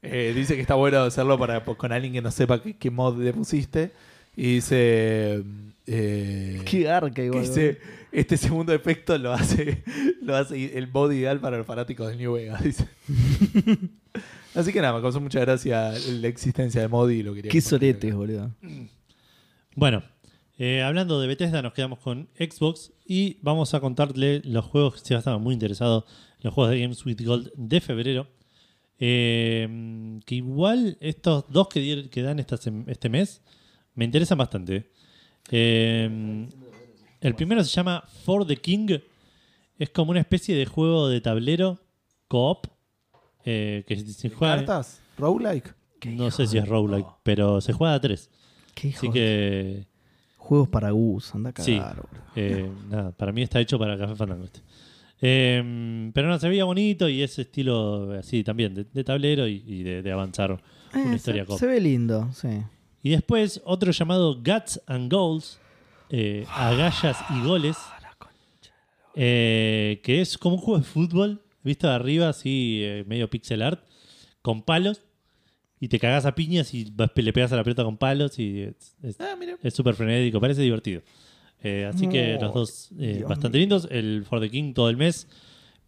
S3: Eh, dice que está bueno hacerlo para, con alguien que no sepa qué, qué mod le pusiste. Y dice... eh,
S1: Qué arca
S3: que
S1: igual. boludo.
S3: ese- este segundo efecto lo hace, lo hace el mod ideal para los fanáticos del New Vegas, dice. Así que nada, me causó mucha gracia la existencia de mod y lo quería.
S1: Qué
S3: compartir
S1: soretes, boludo.
S2: Bueno, eh, hablando de Bethesda, nos quedamos con Xbox y vamos a contarle los juegos que si estaban muy interesados, los juegos de Games with Gold de febrero. Eh, que igual estos dos que, dieron- que dan esta sem- este mes me interesan bastante. Eh, el primero se llama For the King. Es como una especie de juego de tablero co-op. eh, que se
S3: acá.
S2: juega.
S3: ¿Cartas? ¿Roguelike?
S1: Qué
S2: No
S1: hijo
S2: sé si
S1: de-
S2: es roguelike,
S3: No.
S2: pero se juega a tres.
S1: Qué hijo
S2: Así
S1: de-
S2: que.
S1: Juegos para Gus, anda a cagar,
S2: Sí.
S1: boludo.
S2: Eh, nada, para mí está hecho para Café Fandango este. Eh, pero no, se veía bonito y ese estilo eh, así también, de, de tablero y, y de, de avanzar
S1: Eh,
S2: una
S1: se-
S2: historia
S1: se,
S2: cop.
S1: ve lindo, sí.
S2: Y después otro llamado Guts and Goals, eh, agallas y goles, eh, que es como un juego de fútbol, visto de arriba, así eh, medio pixel art, con palos, y te cagas a piñas y vas- le pegas a la pelota con palos y es- es-
S3: Ah, mira.
S2: es súper frenético, parece divertido. Eh, así que
S1: Oh,
S2: los dos eh,
S1: Dios
S2: bastante lindos. El For the King todo el mes.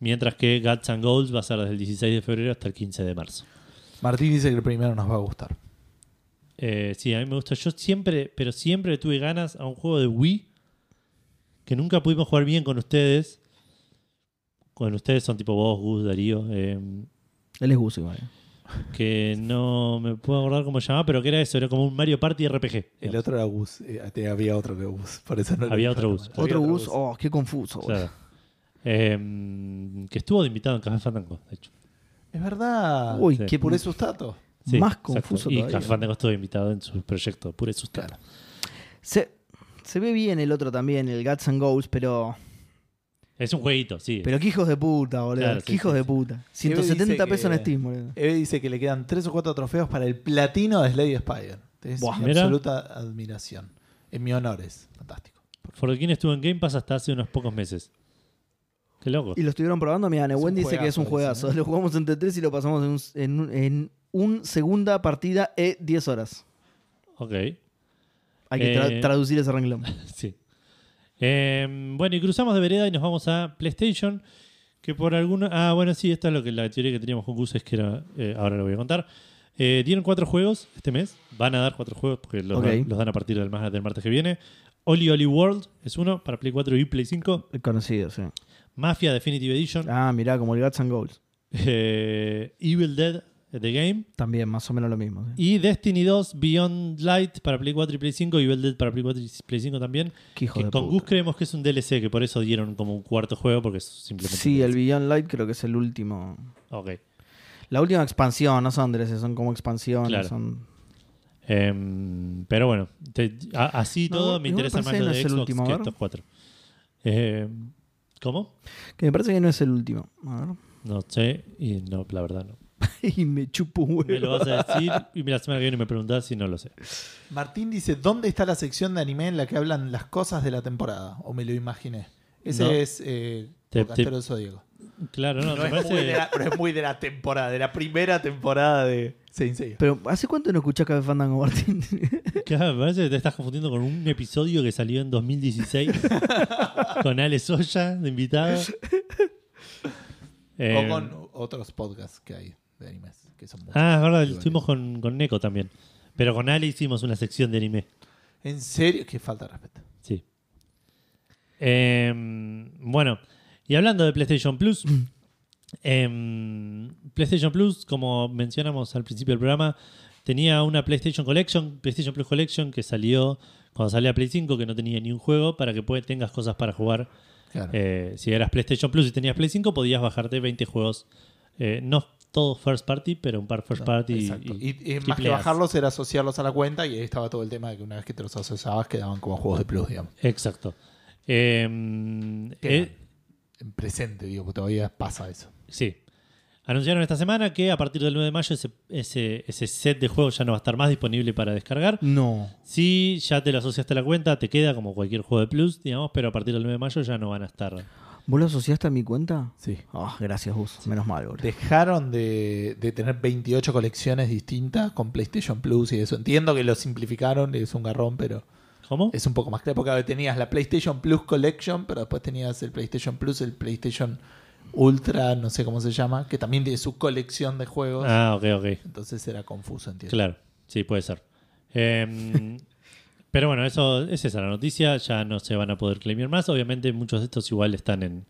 S2: Mientras que Guts and Goals va a ser desde el 16 de febrero hasta el 15 de marzo.
S3: Martín dice que el primero nos va a gustar.
S2: Eh, sí, a mí me gusta. Yo siempre, pero siempre le tuve ganas a un juego de Wii que nunca pudimos jugar bien con ustedes. Con ustedes son tipo vos, Gus, Darío. eh,
S1: Él es Gus igual.
S2: que no me puedo acordar cómo se llamaba, pero que era eso, era como un Mario Party RPG.
S3: El otro era Gus. eh, te- había otro que Gus. Por eso no lo
S2: Había
S3: dije.
S2: otro Gus.
S3: Había
S1: Otro Gus, oh, qué confuso. boludo.
S2: Claro. Eh, que estuvo de invitado en Café Fandango, de hecho.
S3: Es verdad.
S1: Uy,
S2: Sí.
S1: qué
S3: Por eso Tato.
S2: Sí,
S1: Más
S2: exacto.
S1: confuso
S2: Y
S1: todavía.
S2: Café Fandango estuvo invitado en su proyecto, Pure Sustana.
S1: Se, se ve bien el otro también, el Guts and Goals, pero.
S2: Es un jueguito, sí.
S1: Pero qué hijos de puta, boludo.
S2: Claro,
S1: qué
S2: sí,
S1: hijos
S2: sí,
S1: de
S2: sí.
S1: puta. 170
S3: dice
S1: pesos
S3: que-
S1: en Steam, boludo.
S3: Eve dice que le quedan tres o cuatro trofeos para el platino de Slade Spider. Es
S1: Buah,
S3: mi
S2: mira.
S3: absoluta admiración. En mi honor es. Fantástico.
S2: Forkin estuvo en Game Pass hasta hace unos pocos meses. Qué loco.
S1: Y lo estuvieron probando, mira, Nehuen
S3: un
S1: dice que es un juegazo.
S3: juegazo,
S1: ¿eh?
S3: dice, ¿no?
S1: Lo jugamos entre tres y lo pasamos en un, en un- en un segunda partida e 10 horas.
S2: Ok.
S1: Hay que tra-
S2: Eh.
S1: traducir ese renglón.
S2: Sí. Eh, bueno, y cruzamos de vereda y nos vamos a PlayStation. Que por alguna. Ah, bueno, sí, esta es lo que la teoría que teníamos con Gus es que era. eh, ahora lo voy a contar. Eh, dieron cuatro juegos este mes. Van a dar cuatro juegos porque los,
S1: Ok.
S2: dan, los dan a partir del, ma- del martes que viene. Oli Oli World es uno para Play 4 y Play 5.
S1: Conocido, sí.
S2: Mafia Definitive Edition.
S1: Ah, mirá, como el Guts and Goals.
S2: Eh, Evil Dead eh, The Game.
S1: También, más o menos lo mismo. sí.
S2: Y Destiny 2, Beyond Light para Play 4 y Play 5, y Evil Dead para Play 4 y Play 5 también.
S1: Qué hijo
S2: que
S1: de
S2: con
S1: puta.
S2: Gus creemos que es un DLC, que por eso dieron como un cuarto juego, porque es simplemente. un
S1: Sí, el
S2: DLC.
S1: Beyond Light creo que es el último.
S2: Ok.
S1: La última expansión, no son DLC, son como expansiones.
S2: Claro.
S1: Son...
S2: Em, pero bueno, te- a- así
S1: No,
S2: todo
S1: igual
S2: me interesa
S1: pensé
S2: más
S1: que
S2: lo
S1: no
S2: de
S1: es el
S2: Xbox
S1: último, a
S2: que
S1: ver.
S2: estos cuatro. Em, ¿Cómo?
S1: Que me parece que no es el último. A ver.
S2: No sé, y no, la verdad no.
S1: y me chupo un
S2: Me lo
S1: huevo.
S2: vas a decir, y la semana que viene me preguntás si no lo sé.
S3: Martín dice: ¿Dónde está la sección de anime en la que hablan las cosas de la temporada? O me lo imaginé. Ese
S2: No.
S3: es eh,
S2: Te-
S3: Podcastero
S2: te-
S3: del Zodíaco.
S2: Claro, no,
S3: No
S2: me
S3: es, muy de
S2: parece.
S3: la, no es muy de la temporada, de la primera temporada de Saint Seiya.
S1: Pero, ¿hace cuánto no escuchás Café Fandango, Martín?
S2: Claro, me parece que te estás confundiendo con un episodio que salió en 2016 con Ale Soya de invitado. Eh,
S3: o con otros podcasts que hay de animes, que son muchos.
S2: Ah, es verdad, estuvimos con, con Neko también. Pero con Ale hicimos una sección de anime.
S3: En serio, que falta de respeto.
S2: Sí. Eh, bueno, y hablando de PlayStation Plus, eh, PlayStation Plus, como mencionamos al principio del programa, tenía una PlayStation Collection, PlayStation Plus Collection, que salió cuando salía Play 5, que no tenía ni un juego, para que puedas tengas cosas para jugar.
S3: Claro.
S2: Eh, si eras PlayStation Plus y tenías Play 5, podías bajarte 20 juegos. Eh, no todos first party, pero un par first party. y-
S3: Exacto. Y, y
S2: y
S3: más que
S2: players.
S3: bajarlos era asociarlos a la cuenta y ahí estaba todo el tema de que una vez que te los asociabas quedaban como juegos de plus, digamos.
S2: Exacto. Eh,
S3: Qué
S2: eh,
S3: mal. En presente, digo, porque todavía pasa eso.
S2: Sí. Anunciaron esta semana que a partir del 9 de mayo ese, ese- ese set de juegos ya no va a estar más disponible para descargar.
S1: no.
S2: Si ya te lo asociaste a la cuenta, te queda como cualquier juego de Plus, digamos, pero a partir del 9 de mayo ya no van a estar.
S1: ¿Vos lo asociaste a mi cuenta?
S3: Sí.
S1: Ah, gracias, Gus. Menos mal, boludo.
S3: Dejaron de, de tener 28 colecciones distintas con PlayStation Plus y eso. Entiendo que lo simplificaron, es un garrón, pero
S2: ¿Cómo?
S3: es un poco más claro. Porque tenías la PlayStation Plus Collection, pero después tenías el PlayStation Plus, el PlayStation Ultra, no sé cómo se llama, que también tiene su colección de juegos.
S2: Ah, ok, ok.
S3: Entonces era confuso, entiendo.
S2: Claro, sí, puede ser. Eh, pero bueno, eso es esa la noticia. Ya no se van a poder claimar más. Obviamente, muchos de estos igual están en,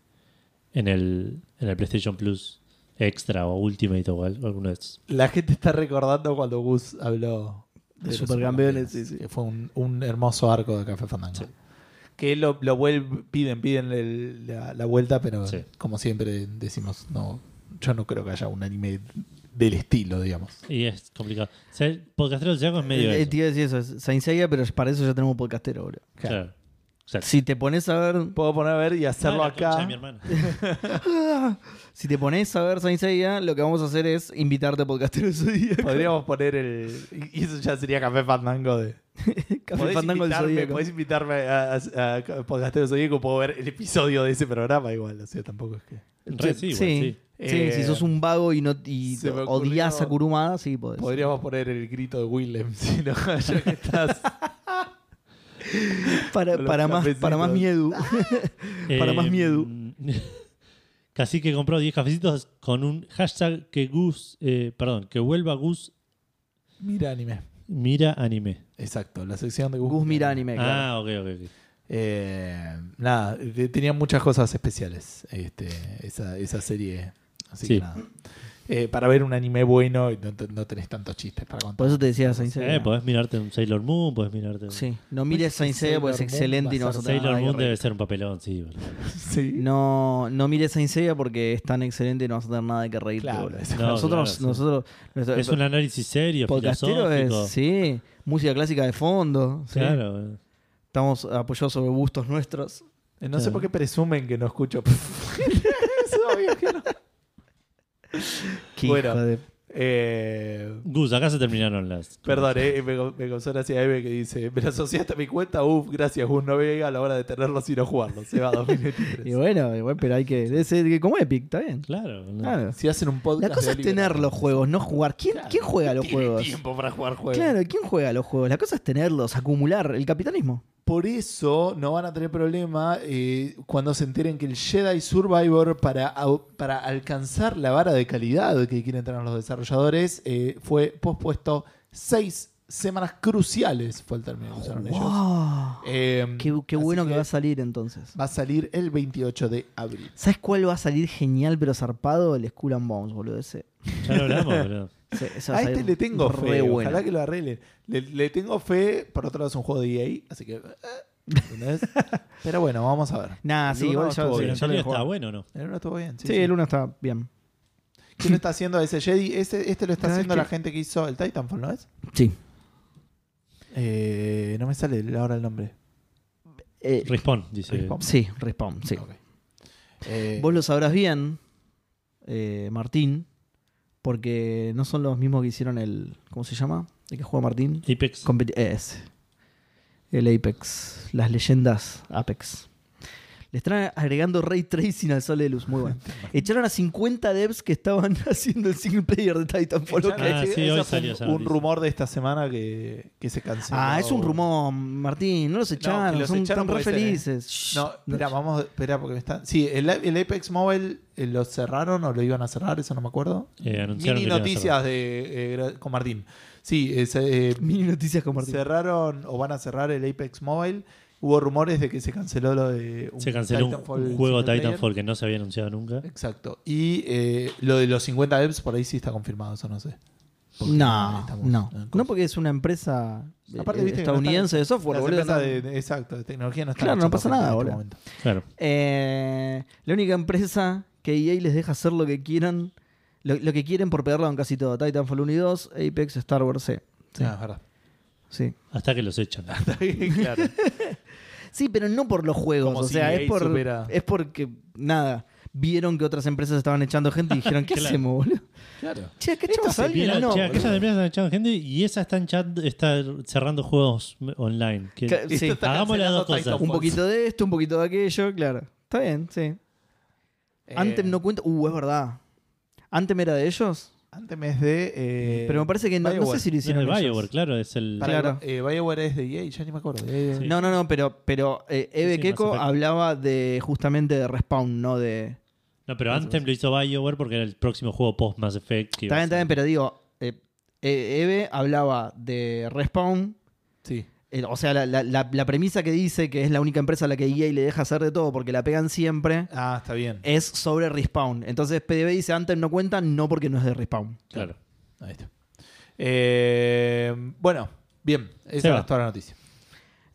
S2: en, el, en el PlayStation Plus Extra o Ultimate o al- alguno de estos.
S3: La gente está recordando cuando Gus habló
S1: De
S3: los
S1: supercampeones,
S3: supercampeones,
S1: sí, sí.
S3: Que fue un, un hermoso arco de Café Fandango. Que lo, lo vuel- piden, piden el- la, la vuelta, pero
S2: Sí.
S3: como siempre decimos, no, yo no creo que haya un anime del estilo, digamos.
S2: Y es complicado. O sea, el podcastero del Zodiaco es medio.
S1: Eh,
S2: eso.
S1: te iba a decir eso, es Saint Seiya, pero para eso ya tenemos podcastero, boludo.
S3: Claro.
S2: Claro. Exacto.
S1: Si te pones a ver.
S3: Puedo poner a ver y hacerlo
S2: Ah, la concha
S3: acá.
S2: de mi hermana.
S1: Si te pones a ver Saint Seiya, lo que vamos a hacer es invitarte a podcastero ese día.
S3: Podríamos poner el. Y eso ya sería Café Fandango de.
S1: Café
S3: podés,
S1: Fandango del
S3: invitarme,
S1: Zodíaco.
S3: podés invitarme a, a, a Podcastero Zodíaco, puedo ver el episodio de ese programa igual, o sea, tampoco es que.
S2: Re, sí, igual,
S1: sí.
S2: sí.
S1: Sí,
S3: Eh,
S1: si sos un vago y, no, y
S3: se me ocurrió-
S1: odias a Kurumada, sí podés.
S3: Podríamos poner el grito de Willem, si no, ya que estás.
S1: Para,
S3: Los
S1: para más,
S3: cafecitos.
S1: para más miedo. Para más miedo.
S2: Mm, Casi que Eh, compró 10 cafecitos con un hashtag que Gus, eh, perdón, que vuelva Gus
S3: Mira anime.
S2: mira anime.
S3: Exacto, la sección de Gus.
S1: Gus mira anime, Eh, claro.
S2: Ah, ok, ok, ok.
S3: Eh, nada, te- tenía muchas cosas especiales este, esa, esa serie. Así
S2: Sí.
S3: que nada. Eh, para ver un anime bueno y no, te- no tenés tantos chistes para contar.
S1: Por eso te decía Saint
S2: Eh,
S1: Seiya.
S2: podés mirarte un Sailor Moon, podés mirarte un...
S1: Sí, no mires Saint Seiya porque es
S3: Sailor Moon
S1: excelente y no
S3: va a
S1: vas a
S3: ser
S1: tener
S2: Sailor
S1: nada que
S2: Moon
S1: reír.
S2: debe ser un papelón, sí. boludo.
S3: Sí.
S1: No, no mires Saint Seiya porque es tan excelente y no vas a tener nada que reírte.
S3: Claro,
S1: boludo.
S3: eso-
S2: No, claro,
S1: nosotros,
S2: sí.
S1: nosotros, nuestro-
S2: Es un análisis serio,
S1: pues, podcastero es,
S2: filosófico.
S1: sí, música clásica de fondo. sí.
S2: Claro, boludo.
S1: Estamos apoyados sobre gustos nuestros.
S3: Eh, No sé por qué presumen que no escucho. Es obvio que no.
S1: Qué
S3: Bueno.
S1: hijo de-
S3: Eh,
S2: Gus, acá se terminaron las.
S3: perdón, eh, me, me causó gracia Eve que dice: Me lo asociaste a mi cuenta. Uf, gracias, Gus. No vega a la hora de tenerlos y no jugarlos. Se va a 2023.
S1: Y bueno, igual, pero hay que. es- es como Epic, está bien.
S2: Claro. boludo.
S1: Claro.
S3: Si hacen un podcast.
S1: La cosa
S3: de
S1: es
S3: Oliver.
S1: tener los juegos, no jugar. ¿Quién,
S3: Claro,
S1: ¿quién juega los
S3: Tiene
S1: juegos?
S3: tiempo para jugar juegos.
S1: Claro, ¿quién juega los juegos? La cosa es tenerlos, acumular el capitalismo.
S3: Por eso no van a tener problema eh, cuando se enteren que el Jedi Survivor, para, au- para alcanzar la vara de calidad que quieren tener los desarrolladores, eh, fue pospuesto seis semanas cruciales, fue el término que usaron ellos.
S1: Oh, Wow.
S3: Eh,
S1: Qué, qué
S3: así
S1: bueno que, va a salir entonces.
S3: va a salir el 28 de abril.
S1: ¿Sabes cuál va a salir genial pero zarpado? El Skull and Bones, boludo. Ese,
S2: Ya lo hablamos, boludo.
S1: ese- ese va
S3: A
S1: salir
S3: este le tengo
S1: re
S3: fe,
S1: bueno.
S3: ojalá que lo arreglen. Le, le tengo fe, por otro lado es un juego de EA, así que... eh, ¿entendés? Pero bueno, vamos a ver.
S1: Nah,
S3: El
S1: sí,
S3: uno
S1: igual ya,
S3: estuvo
S1: sí,
S2: Pero
S3: bien.
S2: en
S1: ya lo
S2: serio
S1: dejó.
S2: está bueno, ¿no?
S3: El uno estuvo bien. sí,
S1: Sí,
S3: sí.
S1: el uno está bien.
S3: ¿Quién lo está haciendo ese Jedi? Ese, este lo está
S1: Cada vez
S3: haciendo
S1: que-
S3: la gente que hizo el Titanfall, ¿no es?
S1: Sí.
S3: Eh, no me sale ahora el nombre.
S1: Eh,
S2: Respawn, dice.
S3: Respawn.
S1: sí, Respawn, sí.
S3: Ok. Eh,
S1: Vos lo sabrás bien, eh, Martín, porque no son los mismos que hicieron el. ¿Cómo se llama? ¿De qué juega Martín?
S2: Apex.
S1: Competi- eh, ese. El Apex. Las leyendas Apex. Le están agregando ray tracing al sol de luz. Muy bueno. Echaron a 50 devs que estaban haciendo el single player de Titanfall.
S3: Echaron-
S1: ok.
S2: Ah,
S3: ese-
S2: sí,
S3: ese
S2: hoy
S3: Eh, fue
S2: salió
S3: un-
S2: esa
S3: un,
S2: noticia.
S3: rumor de esta semana que, que se canceló.
S1: Ah, es un rumor, Martín. No los echaron.
S3: los
S1: son
S3: echaron
S1: tan re
S3: puede ser, ¿eh?
S1: felices. Shh.
S3: No, espera, vamos, espera, porque me están. Sí, el, el Apex Mobile eh, lo cerraron o lo iban a cerrar, eso no me acuerdo.
S2: Eh, anunciaron que
S3: Mini
S2: lo iban a
S3: noticias de, eh, gra- con Martín. Sí, es, eh,
S1: Mini noticias con Martín.
S3: cerraron o van a cerrar el Apex Mobile. Hubo rumores de que se canceló lo de un
S2: Se canceló un-
S3: Titanfall
S2: un juego
S3: single player.
S2: Titanfall que no se había anunciado nunca.
S3: Exacto. Y eh, lo de los 50 devs por ahí sí está confirmado, eso no sé. Porque
S1: No,
S3: estamos
S1: no.
S3: en
S1: No
S3: cosas.
S1: porque es una empresa eh,
S3: Aparte, viste que no
S1: estadounidense
S3: está-
S1: de software,
S3: las
S1: boludo.
S3: empresas
S1: están-
S3: de- de- exacto, de tecnología no están
S1: Claro, no
S3: echando
S1: pasa
S3: gente en
S1: nada,
S3: este
S1: boludo.
S3: momento.
S2: Claro.
S1: Eh, la única empresa que EA les deja hacer lo que quieran, lo, lo que quieren por pegarla en casi todo. Titanfall 1 y 2, Apex, Star Wars, sí. Sí,
S3: Ah, es verdad.
S1: sí.
S2: Hasta que los echan.
S3: claro.
S1: Sí, pero no por los juegos,
S3: Como
S1: o
S3: si
S1: sea,
S3: EA
S1: es, por,
S3: supera.
S1: es porque, nada, vieron que otras empresas estaban echando gente y dijeron, ¿qué
S2: Claro.
S1: hacemos, boludo?
S3: claro.
S1: Che, ¿qué echamos a alguien o no?
S2: che,
S1: boludo?
S2: aquellas empresas están echando gente y esa está, en chat- está cerrando juegos online. Que-
S1: Ca- sí.
S3: Esto está
S2: Hagamos las
S3: cancelando
S2: dos cosas.
S3: Titanfall.
S1: Un poquito de esto, un poquito de aquello, claro. Está bien, sí.
S3: Eh,
S1: Anthem no cuenta. Uh, es verdad. Anthem era de ellos.
S3: Anthem es de. eh,
S1: Pero me parece que no, no sé
S3: BioWare.
S1: si lo
S2: No es el
S1: hicieron. ellos.
S2: Bioware, claro, es el.
S3: Para-
S1: claro.
S3: eh, BioWare es de EA, ya ni me acuerdo. Eh,
S2: Sí.
S1: No, no, no, pero, pero eh, Eve
S2: Sí, sí,
S1: Keko
S2: Mass Effect.
S1: hablaba de justamente de Respawn, no de.
S2: No, pero Anthem lo hizo Bioware porque era el próximo juego post Mass Effect. que iba
S1: Está bien,
S2: a
S1: está bien,
S2: ser.
S1: pero digo, eh, eh, Eve hablaba de Respawn.
S3: Sí.
S1: eh, o sea, la, la- la- la premisa que dice que es la única empresa a la que EA le deja hacer de todo porque la pegan siempre
S3: Ah, está bien.
S1: es sobre Respawn. Entonces PDB dice Anthem no cuenta, no porque no es de Respawn.
S2: Claro.
S3: Ahí está. Eh, bueno, bien. Esa
S2: Seba.
S3: era toda la noticia.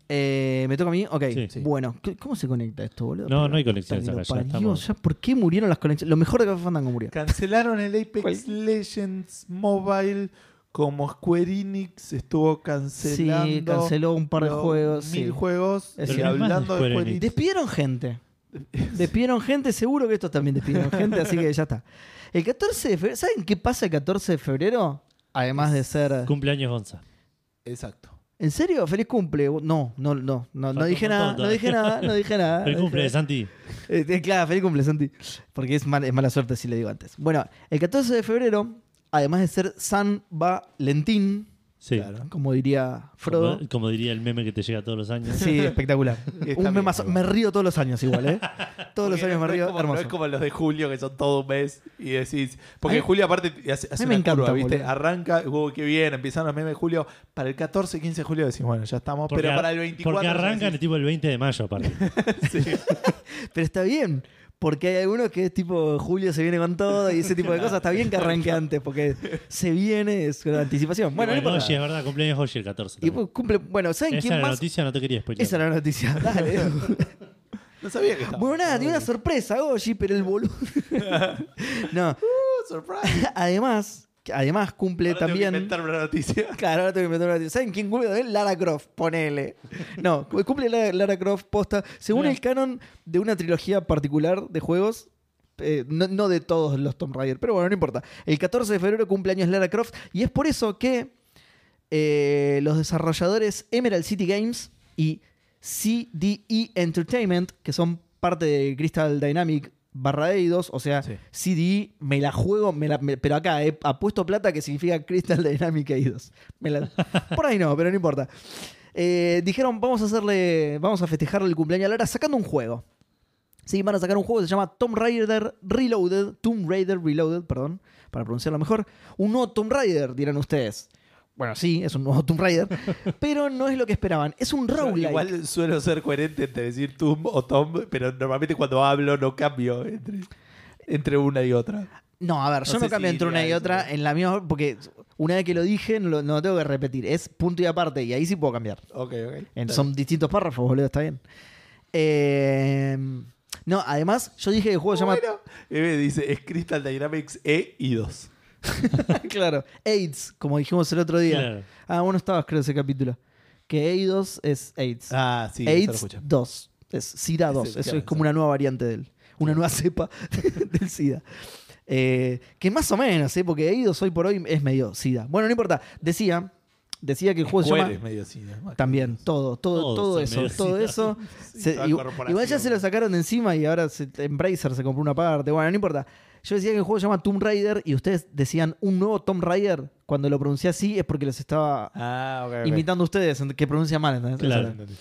S1: Eh, ¿Me toca a mí? Ok.
S2: Sí. Sí.
S1: Bueno, ¿qué- ¿cómo se conecta esto, boludo?
S2: No,
S1: Pero-
S2: no hay conexiones
S1: Puta que
S2: acá,
S1: lo
S2: ya
S1: parió,
S2: estamos-
S1: ya, ¿Por qué murieron las conexiones? Lo mejor de Café Fandango murió.
S3: Cancelaron el Apex
S1: ¿Cuál?
S3: Legends Mobile como Square Enix estuvo cancelando.
S1: Sí, canceló un par de
S3: los
S1: juegos,
S3: Mil
S1: sí.
S3: juegos.
S1: Es
S3: y
S1: cierto.
S3: hablando de Square Enix.
S1: Despidieron gente. Despidieron gente, seguro que estos también despidieron gente, así que ya está. El 14 de febrero, ¿saben qué pasa el 14 de febrero? Además de ser.
S2: Cumpleaños Gonza.
S3: Exacto.
S1: ¿En serio? ¡Feliz cumple! No, no, no, no, no
S2: Faltó
S1: dije
S2: un
S1: nada,
S2: montón
S1: no dije nada, no dije
S3: Ah,
S1: nada.
S2: El cumple de Santi.
S1: Eh, eh, claro, feliz cumple, Santi. Porque es, mal- es mala suerte si le digo antes. Bueno, el 14 de febrero, además de ser San Valentín,
S2: Sí.
S3: Claro.
S1: Como diría Frodo.
S2: Como, como diría el meme que te llega todos los años.
S1: Sí, espectacular.
S3: Está
S1: Un
S3: bien,
S1: memazo-
S3: está bien.
S1: me río todos los años igual, ¿eh? Todos los
S3: Porque
S1: años me
S3: no es
S1: río,
S3: como- No
S1: hermoso.
S3: es como los de julio, que son todo un mes y decís.
S1: A
S3: Porque
S1: mí-
S3: en julio, aparte, hace, hace
S1: me
S3: una
S1: encanta,
S3: curva, ¿viste?
S1: boludo.
S3: Arranca, uh, qué bien, empiezan los memes de julio. Para el 14, 15 de julio decís, bueno, ya estamos.
S2: Porque
S3: pero
S2: ar-
S3: para el 24.
S2: Porque
S3: ya
S2: arrancan
S3: decís,
S2: tipo el 20 de mayo, aparte.
S3: sí.
S1: Pero está bien, porque hay algunos que es tipo Julio se viene con todo y ese tipo de cosas. Está bien que arranque antes, porque se viene, es una anticipación. Bueno, no
S2: Bueno,
S1: importa.
S2: Oye, es verdad, cumpleaños hoy el 14.
S1: Y
S2: también.
S1: pues cumple. Bueno, ¿saben
S2: Esa
S1: quién
S2: era la
S1: más?
S2: noticia, no te quería spoiler.
S1: Esa era la noticia. Dale.
S3: No sabía que estaba.
S1: bueno, nada, tiene una sorpresa, Goji, pero el boludo. no,
S3: Uh, surprise.
S1: además, además cumple
S3: Ahora tengo que
S1: también.
S3: inventarme una noticia.
S1: Claro, ahora te voy a inventar una noticia. ¿Saben quién cumple también? Lara Croft, ponele. No, cu- cumple Lara, Lara Croft posta. Según
S2: Mira.
S1: el canon de una trilogía particular de juegos, eh, no, no de todos los Tomb Raider, pero bueno, no importa. El 14 de febrero cumple años Lara Croft y es por eso que eh, los desarrolladores Emerald City Games y CDE Entertainment, que son parte de Crystal Dynamic barra Eidos, o sea,
S3: Sí.
S1: CDE, me la juego, me la- me- pero acá eh, apuesto plata que significa Crystal Dynamic Eidos. Me la- por ahí no, pero no importa. Eh, dijeron, vamos a hacerle, vamos a festejarle el cumpleaños a Lara sacando un juego. Sí, van a sacar un juego que se llama Tomb Raider Reloaded, Tomb Raider Reloaded, perdón, para pronunciarlo mejor. Un nuevo Tomb Raider, dirán ustedes. Bueno, sí, es un nuevo Tomb Raider, pero no es lo que esperaban. Es un
S3: Yo
S1: roguelike.
S3: Igual suelo ser coherente entre decir Tom o Tom, pero normalmente cuando hablo no cambio entre, entre una y otra.
S1: No, a ver, yo
S3: No
S1: no
S3: sé
S1: cambio
S3: si
S1: entre una y
S3: diría
S1: otra
S3: eso.
S1: en la misma, porque una vez que lo dije, no lo, no lo tengo que repetir. Es punto y aparte, y ahí sí puedo cambiar.
S3: Ok, ok.
S1: En- son distintos párrafos, boludo, está bien. Eh, no, además, yo dije que el juego se llama.
S3: Bueno, Eve dice, es Crystal Dynamics E y 2.
S1: claro, AIDS, como dijimos el otro día.
S2: Claro.
S1: Ah, bueno, estabas, creo, ese capítulo. Que AIDS es AIDS.
S3: Ah, sí, eso lo
S1: AIDS
S3: escuché.
S1: 2. Es SIDA 2.
S3: Es
S1: Eso
S3: el-
S1: es
S3: claro,
S1: como
S3: sí.
S1: una nueva variante de él. Una nueva cepa del SIDA. Eh, que más o menos, ¿eh? porque AIDS hoy por hoy es medio SIDA. Bueno, no importa. Decía, decía que el juego se llama.
S3: Cueres medio así, ¿no?
S1: También, todo, todo,
S2: Todos
S1: todo
S2: son
S1: eso,
S2: medio
S1: todo
S2: SIDA.
S1: eso.
S3: Sí,
S1: Se-
S3: toda
S1: igu-
S3: corporación.
S1: igual ya se lo sacaron de encima y ahora se, Embracer se compró una parte. Bueno, no importa. Yo decía que el juego se llama Tomb Raider y ustedes decían un nuevo Tomb Raider. Cuando lo pronuncié así es porque los estaba
S3: Ah, ok. ok.
S1: imitando a ustedes, ent- que pronuncia mal. ¿entendés?
S2: Claro.
S1: Eso era.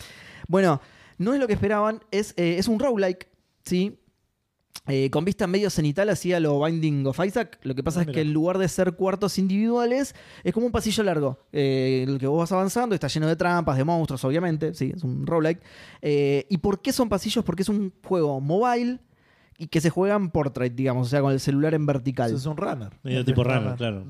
S1: Bueno, no es lo que esperaban, es, eh, es un roguelike, ¿sí? Eh, con vista medio cenital hacía lo Binding of Isaac. Lo que pasa
S2: Ah,
S1: es
S2: mira.
S1: que en lugar de ser cuartos individuales, es como un pasillo largo. eh, en el que vos vas avanzando, está lleno de trampas, de monstruos, obviamente. Sí, es un roguelike. Eh, ¿Y por qué son pasillos? Porque es un juego mobile y que se juega en portrait, digamos, o sea, con el celular en vertical.
S3: Eso es un runner.
S2: Medio tipo
S3: Es
S2: raro, claro.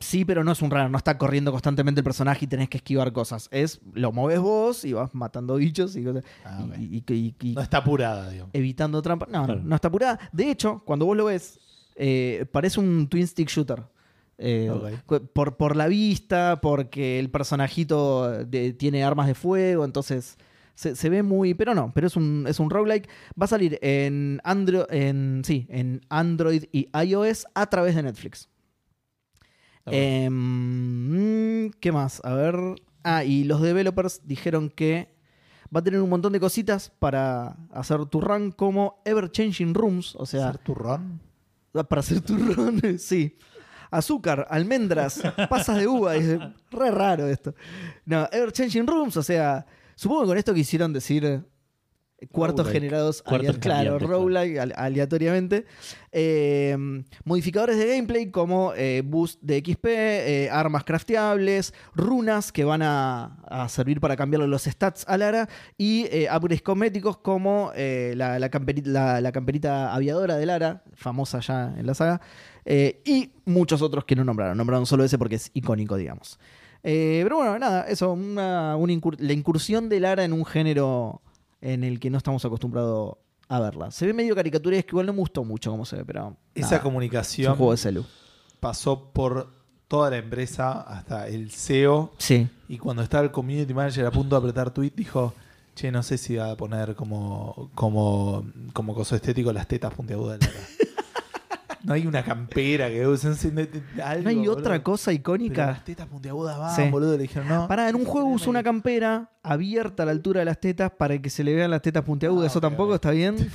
S1: Sí, pero no es un runner, no está corriendo constantemente el personaje y tenés que esquivar cosas. Es lo moves vos y vas matando bichos y, cosas-
S3: Ah, ok.
S1: y- y- y- y-
S3: No está apurada, digamos.
S1: evitando trampas. No, no,
S2: Claro.
S1: no está apurada. De hecho, cuando vos lo ves, eh, parece un twin stick shooter. Eh,
S3: Ok.
S1: cu- por, por la vista, porque el personajito de- tiene armas de fuego, entonces se, se ve muy. Pero no, pero es un, es un roguelike. Va a salir en, Andro- en, sí, en Android y iOS a través de Netflix.
S3: Ok.
S1: Em, mm, ¿Qué más? A ver. Ah, y los developers dijeron que va a tener un montón de cositas para hacer tu run como Ever Changing Rooms, o sea,
S3: ¿Hacer tu run?
S1: para hacer tu run, sí. Azúcar, almendras, pasas de uva, es re raro esto. No, Ever Changing Rooms, o sea, supongo que con esto quisieron decir eh, cuartos
S3: Roguelike.
S1: generados,
S2: Cuartos
S1: alea- claro,
S2: cambiantes,
S1: roguelike, ale- aleatoriamente. Eh, modificadores de gameplay como eh, boost de XP, eh, armas crafteables, runas que van a, a servir para cambiarle los stats a Lara y eh, upgrades cosméticos como eh, la, la camperi- la- la camperita aviadora de Lara, famosa ya en la saga, eh, y muchos otros que no nombraron. Nombraron solo ese porque es icónico, digamos. Eh, pero bueno, nada, eso, una, una incur- la incursión de Lara en un género en el que no estamos acostumbrados a verla. Se ve medio caricaturesco, igual no me gustó mucho cómo se ve, pero.
S3: Esa
S1: nada, es un
S3: comunicación
S1: juego de celu.
S3: pasó por toda la empresa, hasta el CEO.
S1: Sí.
S3: Y cuando estaba el community manager a punto de apretar tweet, dijo: Che, no sé si va a poner como, como, como coso estético las tetas puntiagudas de la cara". No hay una campera que usen. sin- de- de- algo,
S1: ¿No hay
S3: boludo.
S1: otra cosa
S3: Pero las
S1: icónica?
S3: tetas puntiagudas van,
S1: Sí.
S3: boludo. Le dijeron: No.
S1: Pará, en un juego usa una
S3: campera.
S1: campera abierta a la altura de las tetas para que se le vean las tetas puntiagudas.
S3: Ah,
S1: ¿Eso
S3: ok,
S1: tampoco
S3: ok.
S1: está bien?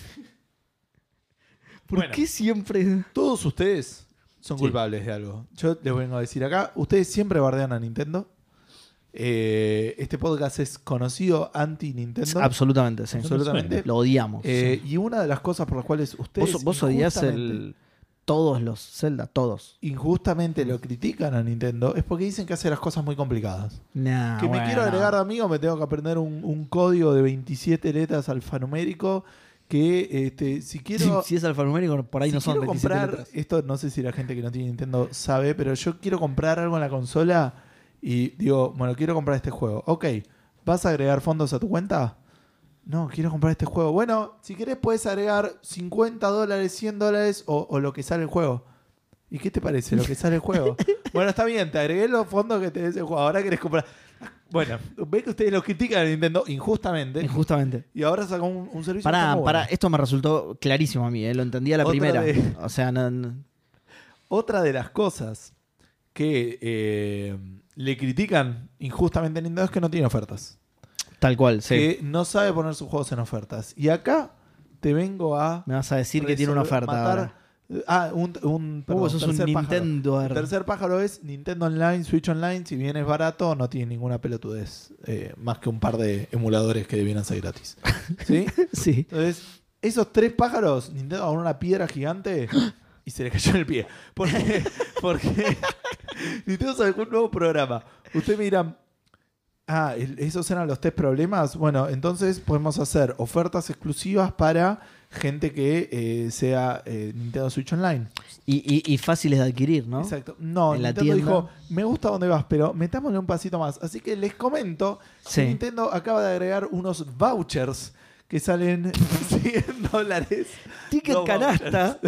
S1: ¿Por
S3: Bueno.
S1: qué siempre.?
S3: Todos ustedes son
S2: Sí.
S3: culpables de algo. Yo les vengo a decir acá: Ustedes siempre bardean a Nintendo. Eh, este podcast es conocido anti-Nintendo.
S1: Absolutamente, sí.
S3: Absolutamente.
S1: Lo odiamos.
S3: Eh, Y una de las cosas por las cuales ustedes.
S1: vos, vos odiás
S3: injustamente-
S1: el, todos los Zelda, todos.
S3: Injustamente lo critican a Nintendo es porque dicen que hace las cosas muy complicadas.
S1: Nah,
S3: que
S1: Ah, bueno.
S3: me quiero agregar de amigo, me tengo que aprender un, un código de 27 letras alfanumérico. Que este, si quiero.
S1: Si, si es alfanumérico, por ahí
S3: Si
S1: no son
S3: quiero
S1: 27
S3: comprar,
S1: letras.
S3: esto no sé si la gente que no tiene Nintendo sabe, pero yo quiero comprar algo en la consola y digo, bueno, quiero comprar este juego. Ok, ¿vas a agregar fondos a tu cuenta? No, quiero comprar este juego. Bueno, si querés puedes agregar 50 dólares, 100 dólares o, o lo que sale el juego. ¿Y qué te parece lo que sale el juego? bueno, está bien, te agregué los fondos que tenés el juego. Ahora querés comprar... Bueno, ve que ustedes lo critican a Nintendo injustamente.
S1: Justamente.
S3: y ahora sacó un, un servicio... que está
S1: Pará,
S3: muy
S1: pará,
S3: bueno.
S1: esto me resultó clarísimo a mí, eh, lo entendía la
S3: Otra
S1: primera.
S3: de-
S1: O sea, no- no-
S3: Otra de las cosas que eh, le critican injustamente a Nintendo es que no tiene ofertas.
S1: tal cual, sí.
S3: Que no sabe poner sus juegos en ofertas. Y acá te vengo a
S1: Me vas a decir que tiene una
S3: resolver-
S1: oferta.
S3: matar-
S1: ahora.
S3: Ah, un, un, perdón,
S1: Vos sos un
S3: tercer pájaro.
S1: Nintendo.
S3: El tercer pájaro es Nintendo Online, Switch Online. Si bien es barato, no tiene ninguna pelotudez. eh, más que un par de emuladores que debieran ser gratis. ¿Sí?
S1: Sí.
S3: Entonces, esos tres pájaros, Nintendo con una piedra gigante y se le cayó en el pie. Porque, porque Nintendo sacó un nuevo programa. Ustedes me dirán, ah, el- esos eran los tres problemas. Bueno, entonces podemos hacer ofertas exclusivas para gente que eh, sea eh, Nintendo Switch Online.
S1: Y, y- y fáciles de adquirir, ¿no?
S3: Exacto. No,
S1: En la
S3: Nintendo
S1: tienda.
S3: dijo, me gusta dónde vas, pero metámosle un pasito más. Así que les comento
S1: Sí.
S3: que Nintendo acaba de agregar unos vouchers que salen 100 dólares.
S1: Ticket
S3: No
S1: canasta.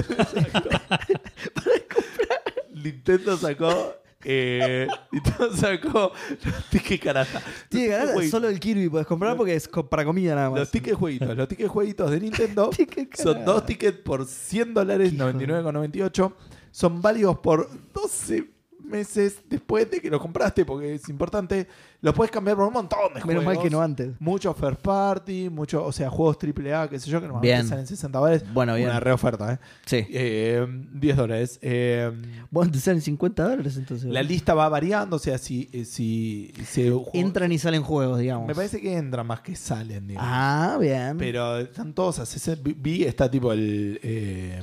S3: Nintendo sacó... eh, Nintendo sacó los tickets canasta.
S1: Ticket
S3: Los
S1: canasta,
S3: tickets
S1: solo el Kirby puedes comprar porque es co- para comida nada
S3: jueguitos, Los
S1: más.
S3: tickets jueguitos. Los tickets jueguitos de Nintendo
S1: Ticket
S3: son
S1: canasta.
S3: dos tickets por 100 dólares,
S1: Hijo de-
S3: 99,98. Son válidos por 12 meses después de que los compraste, porque es importante. Los puedes cambiar por un montón de
S1: Menos
S3: juegos.
S1: mal que no antes.
S3: Mucho first party, mucho, o sea, juegos AAA, qué sé yo, que
S1: Bien.
S3: normalmente salen en 60 dólares.
S1: Bueno, bien.
S3: Una reoferta, ¿eh?
S1: Sí.
S3: Eh, 10 dólares. Eh,
S1: Bueno, te salen 50 dólares entonces.
S3: la lista va variando, o sea, si... eh, si, si
S1: Entran y salen juegos, digamos.
S3: Me parece que entran más que salen, digamos.
S1: Ah, bien.
S3: Pero están todos a 60. Vi- Vi, está tipo el. eh,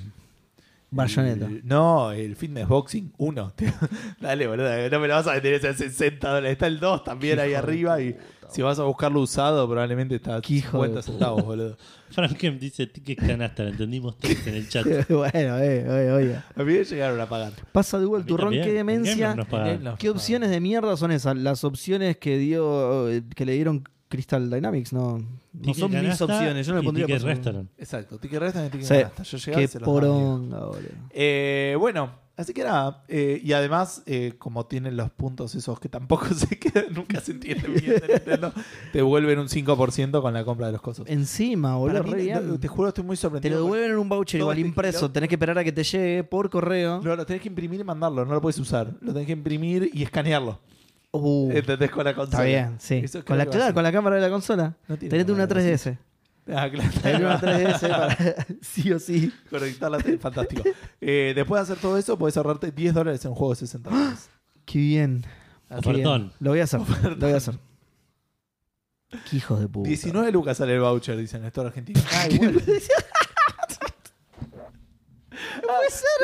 S1: Bayonetta.
S3: el- no, el Fitness Boxing 1. Dale, boludo, no me lo vas a vender ese a 60 dólares. Está el 2 también ahí arriba. Y si vas a buscarlo usado, probablemente está a
S1: Qué hijo de
S3: 50 centavos, boludo.
S2: Frankem dice ticket canasta, lo entendimos todos en el chat.
S1: bueno, eh, oye, oye.
S3: A mí me llegaron a pagar.
S1: Pasa de
S2: A
S1: el
S2: mí
S1: turrón,
S2: también,
S1: qué demencia.
S2: Gamers nos paga.
S3: Gamers nos
S1: ¿Qué opciones de mierda son esas? Las opciones que dio eh, que le dieron Crystal Dynamics no, no
S2: Ticket
S1: son mis
S2: canasta
S1: opciones. Yo no
S2: y
S1: le pondría
S2: ticket
S1: por-
S2: restaurant.
S3: Exacto, ticket restan y ticket
S1: Sí.
S3: canasta. Yo llegaba y
S1: Qué
S3: se los daba, amigo.
S1: poronga, boludo.
S3: Eh, bueno, así que nada. eh, y además, eh, como tienen los puntos esos que tampoco se quedan, nunca se entiende bien de Nintendo, te devuelven un 5% con la compra de los cosas.
S1: Encima, boludo,
S3: Eh, Para
S1: re
S3: mí,
S1: bien.
S3: no, te juro, estoy muy
S1: Te lo
S3: sorprendido.
S1: devuelven en un voucher
S3: todo
S1: igual
S3: este
S1: impreso.
S3: quilombo.
S1: Tenés que esperar a que te llegue por correo.
S3: No, lo tenés que imprimir y mandarlo, no lo puedes usar. Lo tenés que imprimir y escanearlo.
S1: Uh,
S3: ¿Entendés? Con la consola.
S1: está bien, sí.
S3: Eso creo
S1: Con la,
S3: que va a
S1: claro,
S3: ser.
S1: con la cámara de la consola.
S3: No tiene
S1: Tenete una
S3: cámara,
S1: 3DS.
S3: Ah, claro.
S1: Tenete una 3DS para sí o sí.
S3: Conectar la tele, fantástico. Eh, después de hacer todo eso, podés ahorrarte 10 dólares en un juego de 60 dólares.
S1: Qué bien. qué bien.
S2: Ofertón.
S1: Lo voy a hacer. Lo voy a hacer. Qué hijos de puta. Ah,
S3: 19 lucas sale el voucher, dicen Néstor Argentino. Ay, bueno.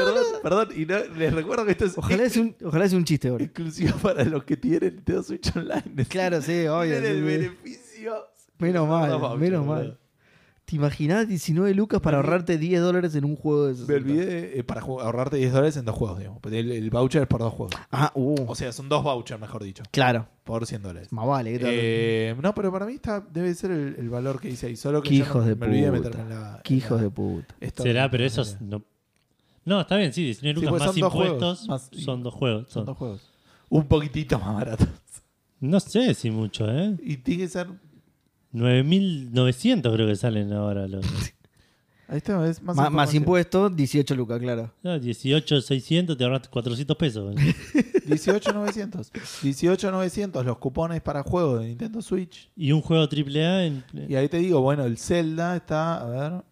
S3: Perdón, perdón, y no- les recuerdo que esto es
S1: Ojalá es un, ojalá es un chiste, boludo.
S3: exclusivo para los que tienen Nintendo Switch Online.
S1: Claro, sí,
S3: Tienen
S1: obvio.
S3: el
S1: sí, sí.
S3: beneficio.
S1: Menos
S3: Los
S1: mal,
S3: vouchers,
S1: menos
S3: boludo.
S1: mal. ¿Te imaginás 19 lucas para ahorrarte 10 dólares en un juego de 60?
S3: Me olvidé eh, para ju- ahorrarte 10 dólares en dos juegos, digamos. Pero El, el voucher es por dos juegos.
S1: Ah, uh.
S3: O sea, son dos vouchers, mejor dicho,
S1: Claro.
S3: por 100 dólares.
S1: Más vale. ¿qué tal?
S3: Eh, no, pero para mí está, debe ser el, el valor que dice ahí. Solo que
S1: Qué
S3: yo
S1: hijos
S3: no-
S1: de
S3: me olvidé de
S1: puta.
S3: meterme en la.
S1: Qué
S3: en
S1: hijos
S3: la-
S1: de puta.
S3: esto-
S2: Será, pero esos no. No, está bien, sí, 19
S3: Sí,
S2: lucas
S3: pues
S2: más
S3: son dos juegos,
S2: impuestos.
S3: más-
S2: son dos juegos.
S3: Son
S2: son-
S3: dos juegos. Un poquitito más barato.
S2: No sé si mucho, ¿eh?
S3: Y tiene que ser.
S2: 9.900 creo que salen ahora los.
S3: Esto es más,
S1: Más, más
S3: información.
S1: impuestos, 18 lucas, claro.
S2: No, 18.600 te ahorras 400 pesos. ¿eh?
S3: 18900. 18900 los cupones para juegos de Nintendo Switch.
S2: Y un juego AAA en...
S3: Y ahí te digo, bueno, el Zelda está, a ver,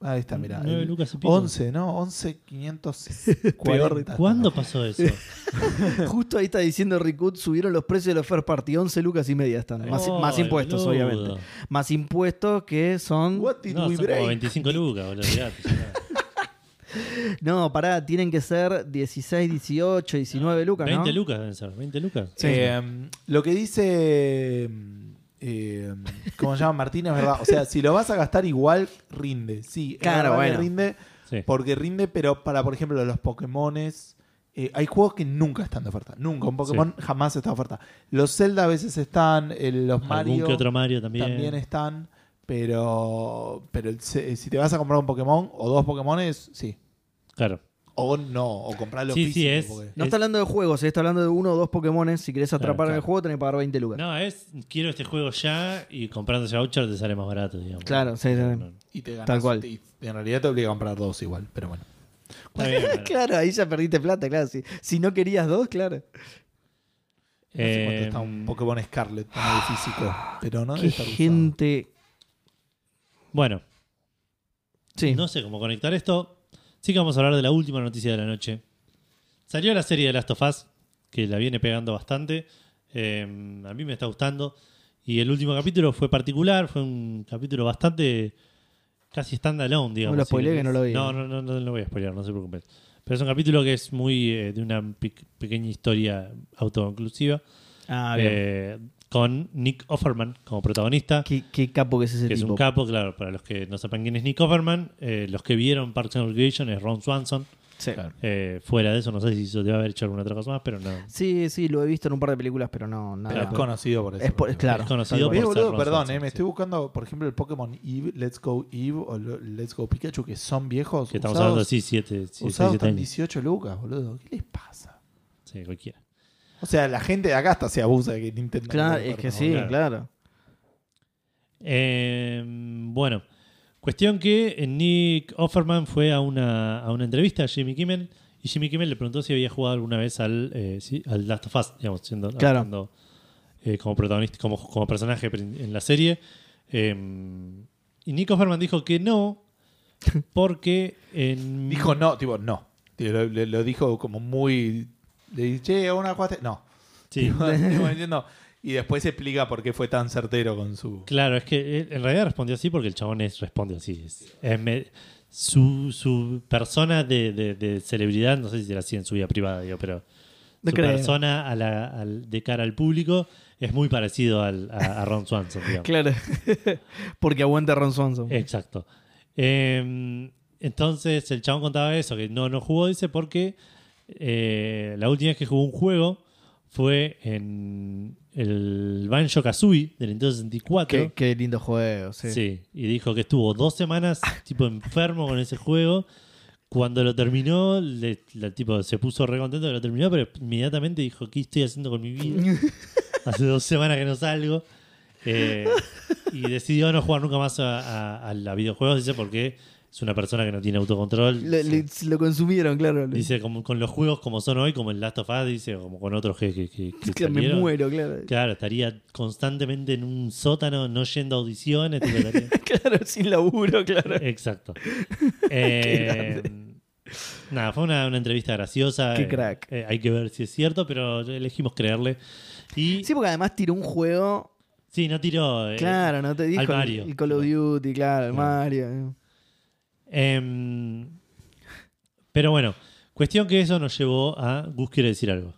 S3: Ahí está, mira.
S2: Nueve
S3: El
S2: lucas y pico.
S3: 11, ¿no? 11, 540.
S2: ¿Cuándo pasó eso?
S1: Justo ahí está diciendo Ricut, subieron los precios de los first party, 11 lucas y media están. Más,
S2: Ay,
S1: más impuestos,
S2: boludo.
S1: obviamente. Más impuestos que son...
S3: What did
S2: No,
S3: we
S2: son como
S3: break?
S2: 25 lucas, boludo. olvidate, ya.
S1: No, pará, tienen que ser 16, 18, 19 lucas, ¿no?
S2: 20 lucas deben ser, 20 lucas.
S3: Eh, lo que dice. eh, ¿Cómo se llama Martín? Es verdad. O sea, si lo vas a gastar igual, rinde. Sí, es
S1: Claro,
S3: verdad que
S1: bueno.
S3: rinde.
S2: Sí.
S3: Porque rinde, pero para, por ejemplo, los Pokémones. eh, hay juegos que nunca están de oferta. Nunca. Un Pokémon jamás está de oferta. Los Zelda a veces están. eh, los Mario
S2: Algún que otro Mario también.
S3: también están. Pero, pero el- se- si te vas a comprar un Pokémon o dos Pokémones, sí.
S2: Claro.
S3: O no, o comprarlos
S2: Sí, sí,
S3: físicos,
S2: es-
S3: porque-
S1: No
S2: Es-
S1: está hablando de juegos, eh, está hablando de uno o dos Pokémones. Si querés atrapar
S2: Claro,
S1: en el
S2: claro.
S1: juego, tenés que pagar 20 lucas.
S2: No, es quiero este juego ya y comprando ese voucher te sale más barato, digamos.
S1: Claro, sí, sí.
S2: No, no.
S3: Y te ganas.
S1: Tal cual.
S3: y en realidad te obliga a comprar dos igual, pero bueno.
S2: Está bien, bueno.
S1: Claro, ahí ya perdiste plata, claro. Si, si no querías dos, claro.
S3: No sé cuánto
S2: Eh,
S3: está un Pokémon Scarlet en el físico, pero
S2: Ah,
S3: no
S1: ah, Qué
S3: debe estar usado.
S1: gente.
S2: bueno,
S1: Sí.
S2: no sé cómo conectar esto. Sí que vamos a hablar de la última noticia de la noche. Salió la serie de Last of Us, que la viene pegando bastante. Eh, a mí me está gustando. Y el último capítulo fue particular, fue un capítulo bastante casi standalone, digamos.
S1: No lo
S2: si
S1: spoileé,
S2: querés.
S1: que no lo vi.
S2: No, no, no, no lo voy a spoilear, no se preocupen. Pero es un capítulo que es muy eh, de una pic- pequeña historia autoconclusiva.
S1: Ah,
S2: eh, con Nick Offerman como protagonista.
S1: Qué, qué capo que es ese
S2: que es
S1: tipo.
S2: un capo, claro, para los que no sepan quién es Nick Offerman, eh, los que vieron Parks and Recreation es Ron Swanson.
S1: Sí.
S3: Claro.
S2: Eh, fuera de eso, no sé si se debe haber hecho alguna otra cosa más, pero no.
S1: sí, sí, lo he visto en un par de películas, pero no,
S3: Pero
S1: nada.
S3: es conocido por eso.
S1: Es por- es claro.
S2: es conocido
S1: tal
S2: por
S1: cual.
S3: Oye,
S2: ser
S3: boludo,
S2: Ron
S3: perdón,
S2: Swanson,
S3: eh, me
S2: sí.
S3: estoy buscando, por ejemplo, el Pokémon Eve, Let's Go Eve o lo- Let's Go Pikachu, que son viejos.
S2: Que estamos
S3: usados,
S2: hablando así, 7,
S3: usados
S2: 7
S3: están
S2: años.
S3: 18 lucas, boludo. ¿Qué les pasa?
S2: Sí, cualquiera.
S3: O sea, la gente de acá hasta se abusa de que Nintendo.
S1: Claro,
S3: no le
S1: es que
S3: oferta,
S1: sí,
S3: boludo.
S1: claro.
S2: Eh, bueno, cuestión que Nick Offerman fue a una, a una entrevista a Jimmy Kimmel y Jimmy Kimmel le preguntó si había jugado alguna vez al, eh, sí, al Last of Us, digamos, siendo
S1: Claro.
S2: actuando, eh, como protagonista, como, como personaje prin- en la serie. Eh, y Nick Offerman dijo que no, porque en-
S3: Dijo no, tipo, no. Tío, lo, le- lo dijo como muy. Le dije, che, ¿una jugaste? No.
S2: Sí.
S3: Como diciendo- Y después explica por qué fue tan certero con su.
S2: Claro, es que él en realidad respondió así porque el chabón es, responde así. Es, es me- su, su persona de, de- de celebridad, no sé si era así en su vida privada, digo, pero
S1: No
S2: su
S1: creo.
S2: persona a la- al- de cara al público es muy parecido al, a, a Ron Swanson, digamos.
S1: Claro. Porque aguanta Ron Swanson.
S2: Exacto. Eh, entonces el chabón contaba eso, que no, no jugó, dice, porque eh, la última vez que jugó un juego fue en el Banjo Kazooie del Nintendo 64.
S1: Qué, qué lindo juego, sí.
S2: Sí. y dijo que estuvo dos semanas tipo enfermo con ese juego. Cuando lo terminó, le- la- tipo, se puso re contento que lo terminó, pero inmediatamente dijo, ¿qué estoy haciendo con mi vida? Hace dos semanas que no salgo. Eh, y decidió no jugar nunca más a, a- a la videojuegos, dice, porque es una persona que no tiene autocontrol.
S1: Le- le- lo consumieron, claro.
S2: Dice, como, con los juegos como son hoy, como el Last of Us, dice, o como con otros que, que, que- que
S1: Que me
S2: salieron.
S1: muero, claro.
S2: Claro, estaría constantemente en un sótano, no yendo a audiciones. tipo, estaría-
S1: Claro, sin laburo, claro.
S2: Exacto. Eh, nada, fue una, una entrevista graciosa.
S1: Qué
S2: eh,
S1: crack.
S2: eh, hay que ver si es cierto, pero elegimos creerle. Y
S1: Sí,
S2: sí,
S1: porque además tiró un juego.
S2: no tiró. eh,
S1: Claro, no te dijo. el-
S2: Mario.
S1: El Call of Duty, claro, el
S2: Claro.
S1: Mario. eh.
S2: em, pero bueno, cuestión que eso nos llevó a Gus quiere decir algo.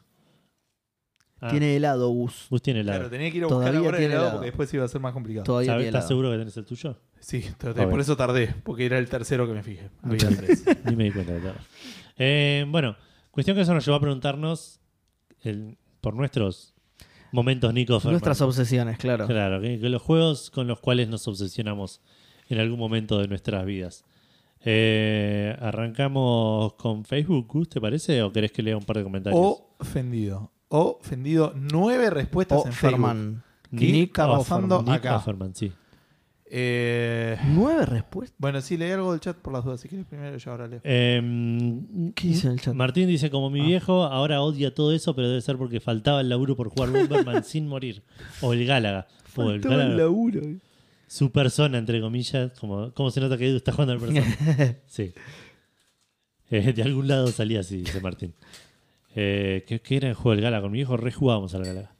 S2: Ah,
S1: Tiene helado, Gus.
S2: Gus tiene helado.
S3: Claro, tenía que ir a
S1: Todavía
S3: buscar ahora el
S1: tiene
S3: helado
S1: helado.
S3: porque después iba a ser más complicado.
S1: Todavía
S2: ¿Sabes-
S1: tiene
S2: ¿Estás
S1: helado.
S2: seguro que tenés el tuyo?
S3: Sí, traté-
S2: A ver.
S3: por eso tardé, porque era el tercero que me fijé. Había
S2: bien.
S3: tres.
S2: Ni me di cuenta de todo. Eh, bueno, cuestión que eso nos llevó a preguntarnos el- por nuestros momentos, Nico. Ferman.
S1: Nuestras obsesiones, claro.
S2: Claro, que, que los juegos con los cuales nos obsesionamos en algún momento de nuestras vidas. Eh, arrancamos con Facebook, Gus, ¿te parece? ¿O querés que lea un par de comentarios?
S3: Ofendido. Ofendido. Nueve
S1: Oh,
S3: respuestas en Facebook.
S1: Offerman. Offerman.
S3: Nick Cavazando
S2: Ah, Nick
S3: acá.
S2: Offerman, sí.
S3: Eh,
S1: Nueve respuestas.
S3: bueno, sí, leí algo del chat por las dudas. Si quieres primero, yo ahora leo.
S2: Em,
S1: ¿Qué dice en el chat?
S2: Martín dice, como mi viejo, ahora odia todo eso, pero debe ser porque faltaba el laburo por jugar Bomberman sin morir. O el Gálaga. O el
S1: Faltaba el
S2: Gálaga.
S1: laburo.
S2: su persona, entre comillas, como, como se nota que Edu está jugando al persona. Sí. Eh, de algún lado salía así, dice Martín. Eh, ¿qué, qué era el juego del Gala? Con mi hijo rejugábamos al Gala.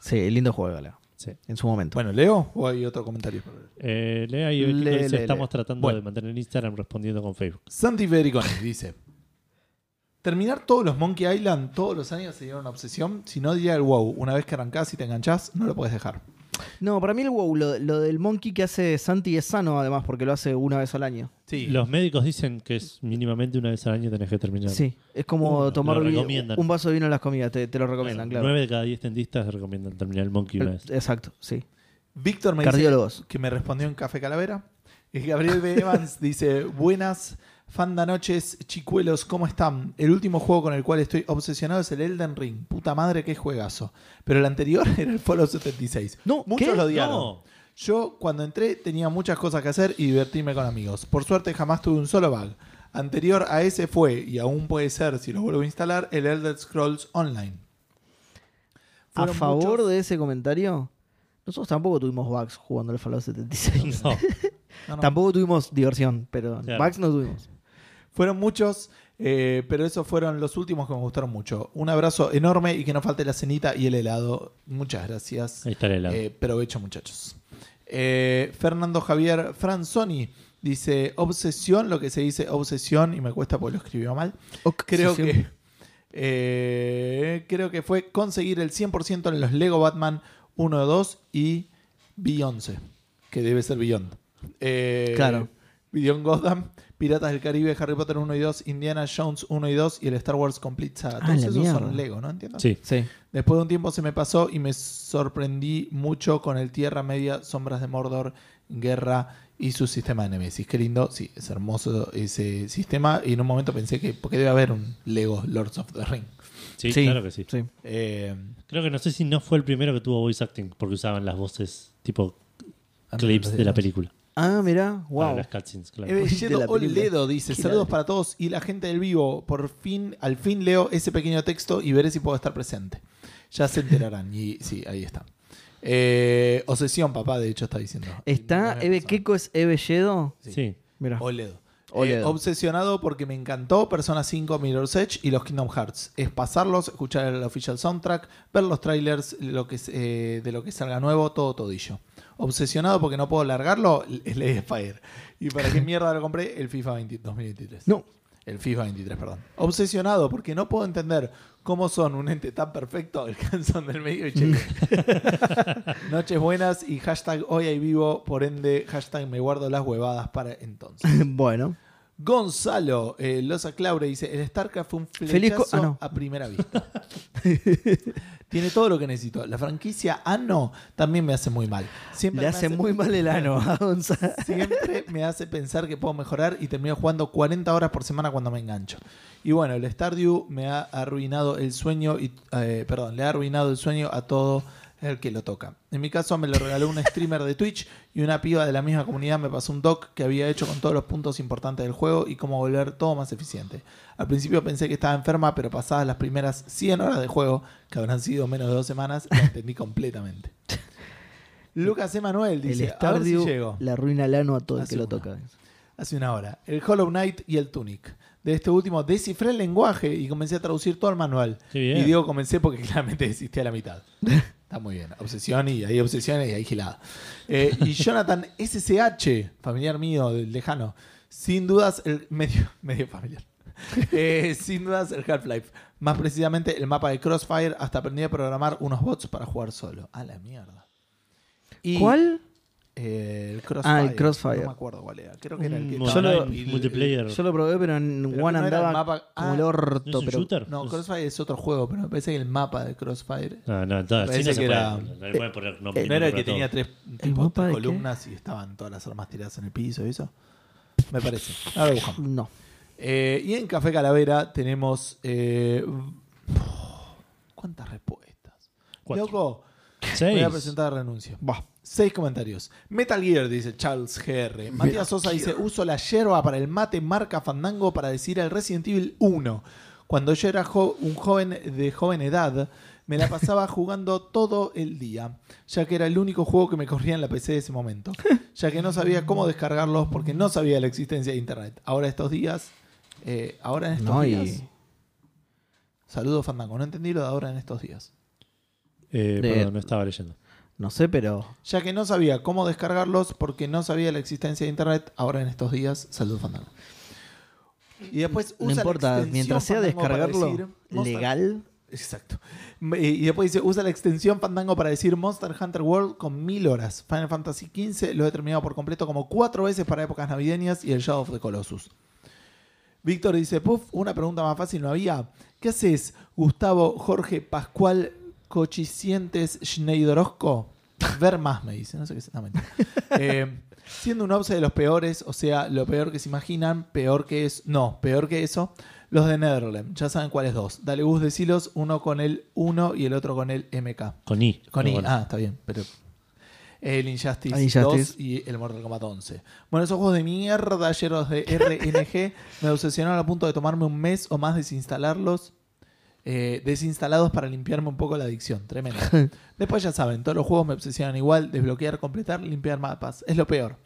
S1: Sí, lindo juego, Gala.
S2: Sí.
S1: En su momento.
S3: Bueno, ¿leo o hay otro comentario?
S2: Eh, lee ahí, Becky,
S1: Le-
S2: que dice,
S1: le-
S2: estamos tratando
S3: Bueno.
S2: de mantener Instagram respondiendo con Facebook.
S3: Santi Federicones dice: Terminar todos los Monkey Island todos los años sería una obsesión. Si no, diría el wow. Una vez que arrancás y te enganchás, no lo puedes dejar.
S1: No, para mí el WoW, lo, lo del monkey que hace Santi es sano además, porque lo hace una vez al año.
S3: Sí.
S2: Los médicos dicen que es mínimamente una vez al año tenés que terminar.
S1: Sí, es como
S2: Uh,
S1: tomar
S2: lo
S1: vi-
S2: recomiendan.
S1: un vaso de vino en las comidas, te, te lo recomiendan, claro.
S2: Nueve de cada diez dentistas recomiendan terminar el Monkey una vez.
S1: Exacto, sí.
S3: Víctor me
S1: Cardiólogos.
S3: dice que me respondió en Café Calavera. Y Gabriel B. Evans dice: Buenas, fanda noches, chicuelos, ¿cómo están? El último juego con el cual estoy obsesionado es el Elden Ring. Puta madre, qué juegazo. Pero el anterior era el Fallout 76.
S1: No,
S3: muchos
S1: ¿qué?
S3: lo odiaron.
S2: No.
S3: Yo, cuando entré, tenía muchas cosas que hacer y divertirme con amigos. Por suerte, jamás tuve un solo bug. Anterior a ese fue, y aún puede ser si lo vuelvo a instalar, el Elder Scrolls Online.
S1: A
S3: Fueron
S1: favor
S3: muchos-
S1: de ese comentario, nosotros tampoco tuvimos bugs jugando al Fallout 76.
S2: No.
S3: No, no.
S1: Tampoco tuvimos diversión, pero
S2: Claro.
S1: bugs no tuvimos.
S3: Fueron muchos, eh, pero esos fueron los últimos que me gustaron mucho. Un abrazo enorme y que no falte la cenita y el helado. Muchas gracias.
S2: Ahí está el helado.
S3: Eh, provecho, muchachos. Eh, Fernando Javier Franzoni dice: Obsesión, lo que se dice obsesión, y me cuesta porque lo escribió mal. Creo
S1: Obsesión.
S3: que. eh, creo que fue conseguir el 100% en los Lego Batman 1, 2 y Beyoncé, que debe ser Beyond. Eh,
S1: Claro.
S3: Beyond Gotham, Piratas del Caribe, Harry Potter 1 y 2, Indiana Jones 1 y 2 y el Star Wars Complete Saga.
S1: Ah,
S3: Todos
S1: la
S3: esos
S1: mierda.
S3: son Lego, ¿no? ¿Entiendes?
S2: Sí.
S1: Sí.
S3: Después de un tiempo se me pasó y me sorprendí mucho con el Tierra Media, Sombras de Mordor, Guerra y su sistema de Nemesis. Qué lindo, sí, es hermoso ese sistema. Y en un momento pensé que, porque debe haber un Lego Lords of the Ring.
S2: Sí, claro que sí.
S3: Eh,
S2: Creo que no sé si no fue el primero que tuvo voice acting, porque usaban las voces tipo
S3: Ah,
S2: clips de la película.
S1: Ah, mirá,
S2: Para
S1: wow.
S2: las cutscenes, claro.
S1: Eh,
S3: Evelledo
S1: de la película.
S3: Oledo dice:
S1: Qué
S3: Saludos
S1: grande.
S3: para todos y la gente del vivo. Por fin, al fin leo ese pequeño texto y veré si puedo estar presente. Ya se enterarán. Y sí, ahí está. Eh, obsesión, papá, de hecho, está diciendo.
S1: ¿Está
S3: No me
S1: Eve
S3: pasó.
S1: Keiko es Eve Yedo?
S2: sí.
S1: Mirá.
S3: Oledo.
S1: Oledo.
S3: Eh, obsesionado porque me encantó Persona 5, Mirror's Edge y los Kingdom Hearts. Es pasarlos, escuchar el official soundtrack, ver los trailers lo que, es, eh, de lo que salga nuevo, todo todillo. Obsesionado porque no puedo largarlo, es Lady Spire. ¿Y para qué mierda lo compré? El FIFA 20 2023.
S1: No,
S3: El FIFA 23, perdón. Obsesionado porque no puedo entender cómo son un ente tan perfecto el canzón del medio y Checo. Noches buenas y hashtag hoy hay vivo, por ende, hashtag me guardo las huevadas para entonces.
S1: bueno.
S3: Gonzalo eh, Loza Claure dice: El StarCraft fue un
S1: Feliz co-
S3: flechazo
S1: ah, no.
S3: a primera vista. Tiene todo lo que necesito. La franquicia Ano también me hace muy mal. Siempre
S1: Le
S3: me
S1: hace muy mal el ano a Gonza.
S3: Siempre me hace pensar que puedo mejorar y termino jugando 40 horas por semana cuando me engancho. Y bueno, el Stardew me ha arruinado el sueño y eh, perdón, le ha arruinado el sueño a todo el que lo toca. En mi caso me lo regaló un streamer de Twitch y una piba de la misma comunidad me pasó un doc que había hecho con todos los puntos importantes del juego y cómo volver todo más eficiente. Al principio pensé que estaba enferma, pero pasadas las primeras 100 horas de juego, que habrán sido menos de dos semanas, la entendí completamente. Lucas Emanuel
S1: El
S3: dice, a ver si
S1: Stardew
S3: llego.
S1: le arruina el ano a todo el
S3: Hace
S1: que lo
S3: una.
S1: toca.
S3: Hace una hora. El Hollow Knight y el Tunic. De este último descifré el lenguaje y comencé a traducir todo el manual.
S2: Qué bien.
S3: Y digo comencé porque claramente desistí a la mitad. Está muy bien. Obsesión y hay obsesiones y hay gilada. Eh, y Jonathan SSH, familiar mío, del lejano. Sin dudas, el medio, medio familiar. Eh, sin dudas, el Half-Life. Más precisamente, el mapa de Crossfire. Hasta aprendí a programar unos bots para jugar solo. A la mierda. Y-
S1: ¿Cuál?
S3: eh, el Crossfire.
S1: Ah, el Crossfire. Mm,
S3: No me acuerdo cuál era. Creo que era el que
S2: Un
S3: estaba
S1: solo-
S3: en el-
S2: multiplayer.
S1: Yo lo probé, pero en
S3: Pero
S1: One
S3: no era el
S1: andaba
S3: mapa-
S1: como
S3: ah,
S1: el
S2: ¿No
S1: orto.
S2: es un
S1: pero
S2: shooter?
S3: No, Crossfire es otro juego, pero me parece que el mapa de Crossfire.
S2: Ah, No, no, entonces,
S3: Parece
S2: sí no se
S3: que
S2: puede.
S3: era-
S2: No le pueden poner nombre.
S3: ¿No era el
S2: para
S3: que
S2: todo.
S3: tenía tres,
S1: ¿El
S3: tipo,
S1: mapa
S3: tres
S1: de qué?
S3: columnas y estaban todas las armas tiradas en el piso y eso? Me parece. Ahora buscamos.
S1: No.
S3: Eh, y en Café Calavera tenemos. eh, ¿Cuántas respuestas?
S2: Cuatro.
S3: Loco, voy
S2: Seis.
S3: a presentar renuncio.
S1: Bah.
S3: Seis comentarios. Metal Gear dice Charles GR. Matías Sosa dice: Uso la yerba para el mate marca Fandango para decir el Resident Evil 1. Cuando yo era jo- un joven de joven edad, me la pasaba jugando todo el día, ya que era el único juego que me corría en la PC de ese momento, ya que no sabía cómo descargarlos porque no sabía la existencia de internet. Ahora estos días, eh, ahora en estos
S1: No, y-
S3: días. Saludos, Fandango. No entendí lo de ahora en estos días.
S2: Eh,
S1: De-
S2: Perdón, no estaba leyendo.
S1: No sé, pero.
S3: Ya que no sabía cómo descargarlos porque no sabía la existencia de internet, ahora en estos días, saludos, Fandango. Y después
S1: No
S3: usa la
S1: importa,
S3: extensión
S1: mientras sea
S3: Fandango para
S1: descargarlo
S3: decir, "Monster
S1: legal.
S3: Exacto. Eh, Y después dice, usa la extensión Fandango para decir Monster Hunter World con mil horas. Final Fantasy XV lo he terminado por completo como cuatro veces para épocas navideñas y el Shadow of the Colossus. Víctor dice, puff, una pregunta más fácil no había. ¿Qué haces, Gustavo, Jorge, Pascual, Cochicientes, Schneiderosco? Ver más, me dice. No sé qué es. no, mentira. Eh, siendo un obse de los peores, o sea, lo peor que se imaginan, peor que es... No, peor que eso. Los de Netherland, ya saben cuáles dos. Dale Gus, decilos, uno con el 1 y el otro con el MK.
S2: Con I.
S3: Con
S2: no
S3: I,
S2: con-
S3: ah, está bien, pero. El Injustice,
S1: Ah, Injustice.
S3: 2 y el Mortal Kombat 11. Bueno, esos juegos de mierda llenos de RNG me obsesionaron al punto de tomarme un mes o más desinstalarlos. eh, desinstalados para limpiarme un poco la adicción. Tremendo. Después ya saben, todos los juegos me obsesionan igual. Desbloquear, completar, limpiar mapas. Es lo peor.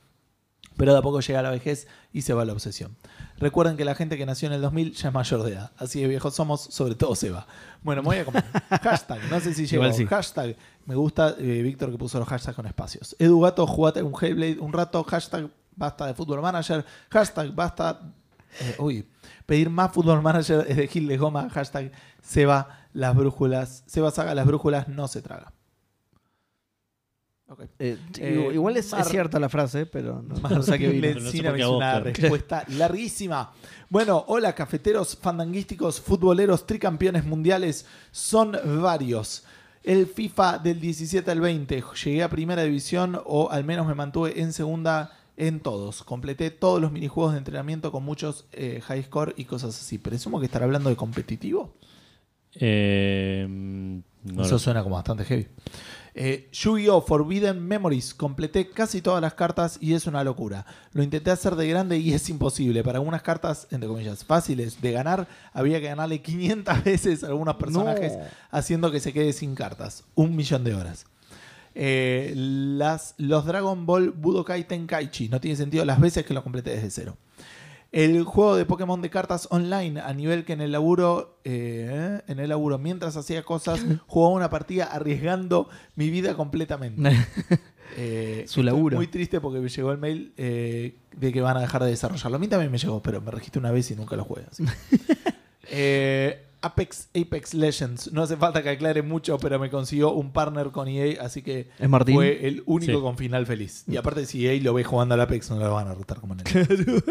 S3: Pero de a poco llega la vejez y se va la obsesión. Recuerden que la gente que nació en el 2000 ya es mayor de edad. Así de viejos somos, sobre todo se va. Bueno, me voy a comer. Hashtag, no sé si llegó.
S1: Igual sí.
S3: Hashtag, me gusta eh, Víctor que puso los hashtags con espacios. Edu Gato, jugate un Hellblade un rato. Hashtag, basta de Football Manager. Hashtag, basta... eh, uy, pedir más Football Manager es de Gil de Goma. Hashtag, se va las brújulas. Se va saga las brújulas, no se traga. Ok.
S1: eh,
S3: Eh,
S1: igual es, es
S3: Mar-
S1: cierta la frase, pero no,
S3: Más
S1: no sé a qué vino.
S2: Pero no sé
S3: Lencina
S2: por qué a
S3: me hizo
S2: vos,
S3: una
S2: claro.
S3: respuesta larguísima. Bueno, hola cafeteros, fandanguísticos, futboleros, tricampeones mundiales, son varios. El FIFA del 17 al 20, llegué a primera división o al menos me mantuve en segunda en todos. Completé todos los minijuegos de entrenamiento con muchos eh, high score y cosas así. Presumo que estará hablando de competitivo.
S2: Eh, mm, no
S3: Eso
S2: lo-
S3: suena como bastante heavy. Eh, Yu-Gi-Oh! Forbidden Memories. Completé casi todas las cartas y es una locura. Lo intenté hacer de grande y es imposible. Para algunas cartas, entre comillas, fáciles de ganar, había que ganarle 500 veces a algunos personajes,
S1: No.
S3: haciendo que se quede sin cartas. Un millón de horas. Eh, las, los Dragon Ball Budokai Tenkaichi. No tiene sentido las veces que lo completé desde cero. El juego de Pokémon de cartas online, a nivel que en el laburo, eh, en el laburo, mientras hacía cosas, jugaba una partida arriesgando mi vida completamente. Eh,
S1: Su
S3: estoy
S1: laburo.
S3: Muy triste porque me llegó el mail eh, de que van a dejar de desarrollarlo. A mí también me llegó, pero me registré una vez y nunca lo jugué. así que- Eh, Apex, Apex Legends. No hace falta que aclare mucho, pero me consiguió un partner con EA, así que
S1: Es Martín. Mm.
S3: fue el único
S2: Sí.
S3: con final feliz. Y aparte, si EA lo ve jugando al Apex, no lo van a rotar como en el.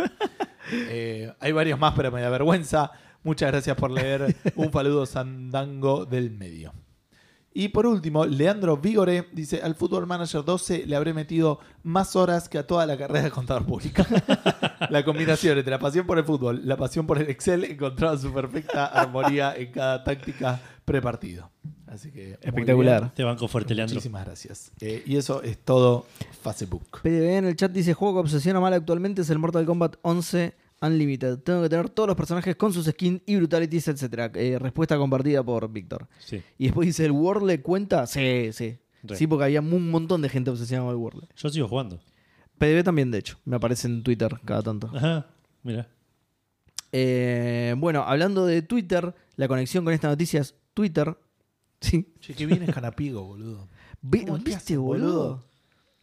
S3: Eh, hay varios más, pero me da vergüenza. Muchas gracias por leer. Un saludo sandango del medio. Y por último, Leandro Vigore dice, al Football Manager 12 le habré metido más horas que a toda la carrera de contador público. la combinación entre la pasión por el fútbol, la pasión por el Excel, encontraba su perfecta armonía en cada táctica prepartido. Así que... muy
S1: Espectacular.
S3: bien.
S2: Te banco fuerte, Leandro.
S3: Muchísimas gracias. Eh, y eso es todo Facebook.
S1: PDB en el chat dice: Juego que obsesiona mal actualmente es el Mortal Kombat 11 Unlimited. Tengo que tener todos los personajes con sus skins y brutalities, etcétera Eh, respuesta compartida por Víctor.
S2: Sí.
S1: Y después dice: ¿El World le cuenta? Sí, sí.
S2: Re.
S1: Sí, porque había un montón de gente obsesionada con el World.
S2: Yo sigo jugando.
S1: PDB también, de hecho. Me aparece en Twitter cada tanto.
S2: Ajá, mira.
S1: Eh, bueno, hablando de Twitter, la conexión con esta noticia es Twitter. Sí.
S3: Che, que bien es Canapigo, boludo.
S1: Vi-
S3: ¿Cómo es que
S1: ¿Viste,
S3: hacen,
S1: boludo?
S3: boludo?